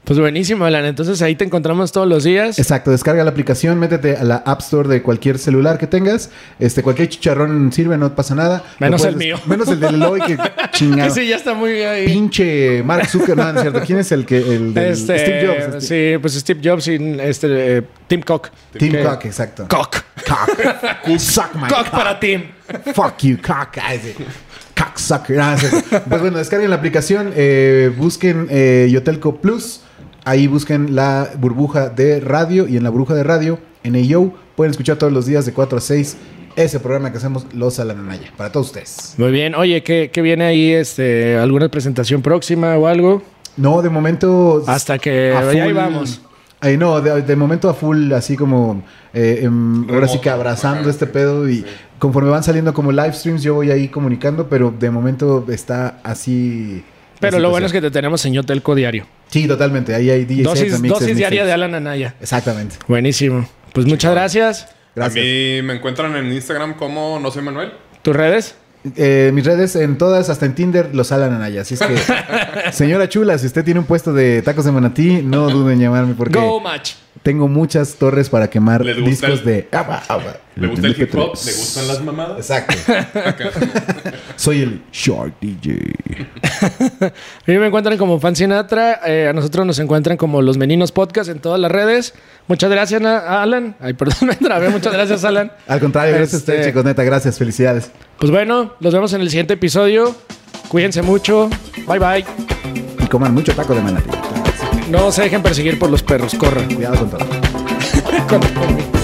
Speaker 2: Pues buenísimo, Alan. Entonces ahí te encontramos todos los días.
Speaker 3: Exacto, descarga la aplicación, métete a la App Store de cualquier celular que tengas. Este, cualquier chicharrón sirve, no pasa nada. Lo
Speaker 2: Menos
Speaker 3: puedes-
Speaker 2: el mío.
Speaker 3: Menos el de Eloy, que
Speaker 2: Que
Speaker 3: chingado.
Speaker 2: sí, ya está muy ahí.
Speaker 3: Pinche Mark Zuckerman, ¿cierto? ¿Quién es el que el del-
Speaker 2: Este,
Speaker 3: Steve Jobs? este-
Speaker 2: Sí, pues Steve Jobs y este, eh, Tim Cook.
Speaker 3: Tim
Speaker 2: Que-
Speaker 3: Cook, exacto.
Speaker 2: Cook.
Speaker 3: Cook. Suck my
Speaker 2: Cook
Speaker 3: cock.
Speaker 2: para Tim.
Speaker 3: Fuck you, cock. Ay, sí. Cocksucker. Ah, sí. Pues bueno, descarguen la aplicación, eh, busquen eh, Yotelco Plus, ahí busquen la burbuja de radio y en la burbuja de radio, en AO, pueden escuchar todos los días de 4 a 6 ese programa que hacemos Los a la Nanaya, para todos ustedes.
Speaker 2: Muy bien. Oye, ¿qué, qué viene ahí? Este, ¿Alguna presentación próxima o algo?
Speaker 3: No, de momento...
Speaker 2: Hasta que-
Speaker 3: a
Speaker 2: ahí vamos.
Speaker 3: Ay, no, de, de momento a full, así como... eh, em, ahora sí que
Speaker 4: Remoto.
Speaker 3: abrazando
Speaker 4: Ajá,
Speaker 3: este
Speaker 4: sí,
Speaker 3: pedo y conforme van saliendo como live streams, yo voy ahí comunicando, pero de momento está así... la
Speaker 2: Pero lo
Speaker 3: situación.
Speaker 2: bueno es que te tenemos en Yotelco diario.
Speaker 3: Sí, totalmente. Ahí hay DJ
Speaker 2: Dosis,
Speaker 3: sets, mixes,
Speaker 2: dosis diaria
Speaker 3: mixes.
Speaker 2: de Alan Anaya.
Speaker 3: Exactamente.
Speaker 2: Buenísimo. Pues muchas gracias.
Speaker 4: A
Speaker 3: Gracias.
Speaker 4: mí me encuentran en Instagram como No soy Manuel.
Speaker 2: ¿Tus redes?
Speaker 3: Eh, mis redes en todas, hasta en Tinder, los Alan Anaya. Así es que, señora Chula, si usted tiene un puesto de tacos de manatí, no duden en llamarme porque
Speaker 2: Go Match.
Speaker 3: tengo muchas torres para quemar
Speaker 4: Les gusta
Speaker 3: discos
Speaker 4: el-
Speaker 3: de agua, agua.
Speaker 4: Le gusta el hip hop,
Speaker 3: MP3.
Speaker 4: le gustan las mamadas.
Speaker 3: Exacto. Soy el Shark DJ.
Speaker 2: A mí me encuentran como Fan Sinatra. eh, a nosotros nos encuentran como Los Meninos Podcast en todas las redes. Muchas gracias, Na- Alan. Ay, perdón, me trabé. Muchas gracias, Alan.
Speaker 3: Al contrario, gracias a ustedes,
Speaker 2: Este-
Speaker 3: chicos. Neta, gracias. Felicidades.
Speaker 2: Pues bueno, nos vemos en el siguiente episodio. Cuídense mucho. Bye bye.
Speaker 3: Y coman mucho taco de manatí.
Speaker 2: No se dejen perseguir por los perros, corran.
Speaker 3: Cuidado con todo.
Speaker 2: Corran.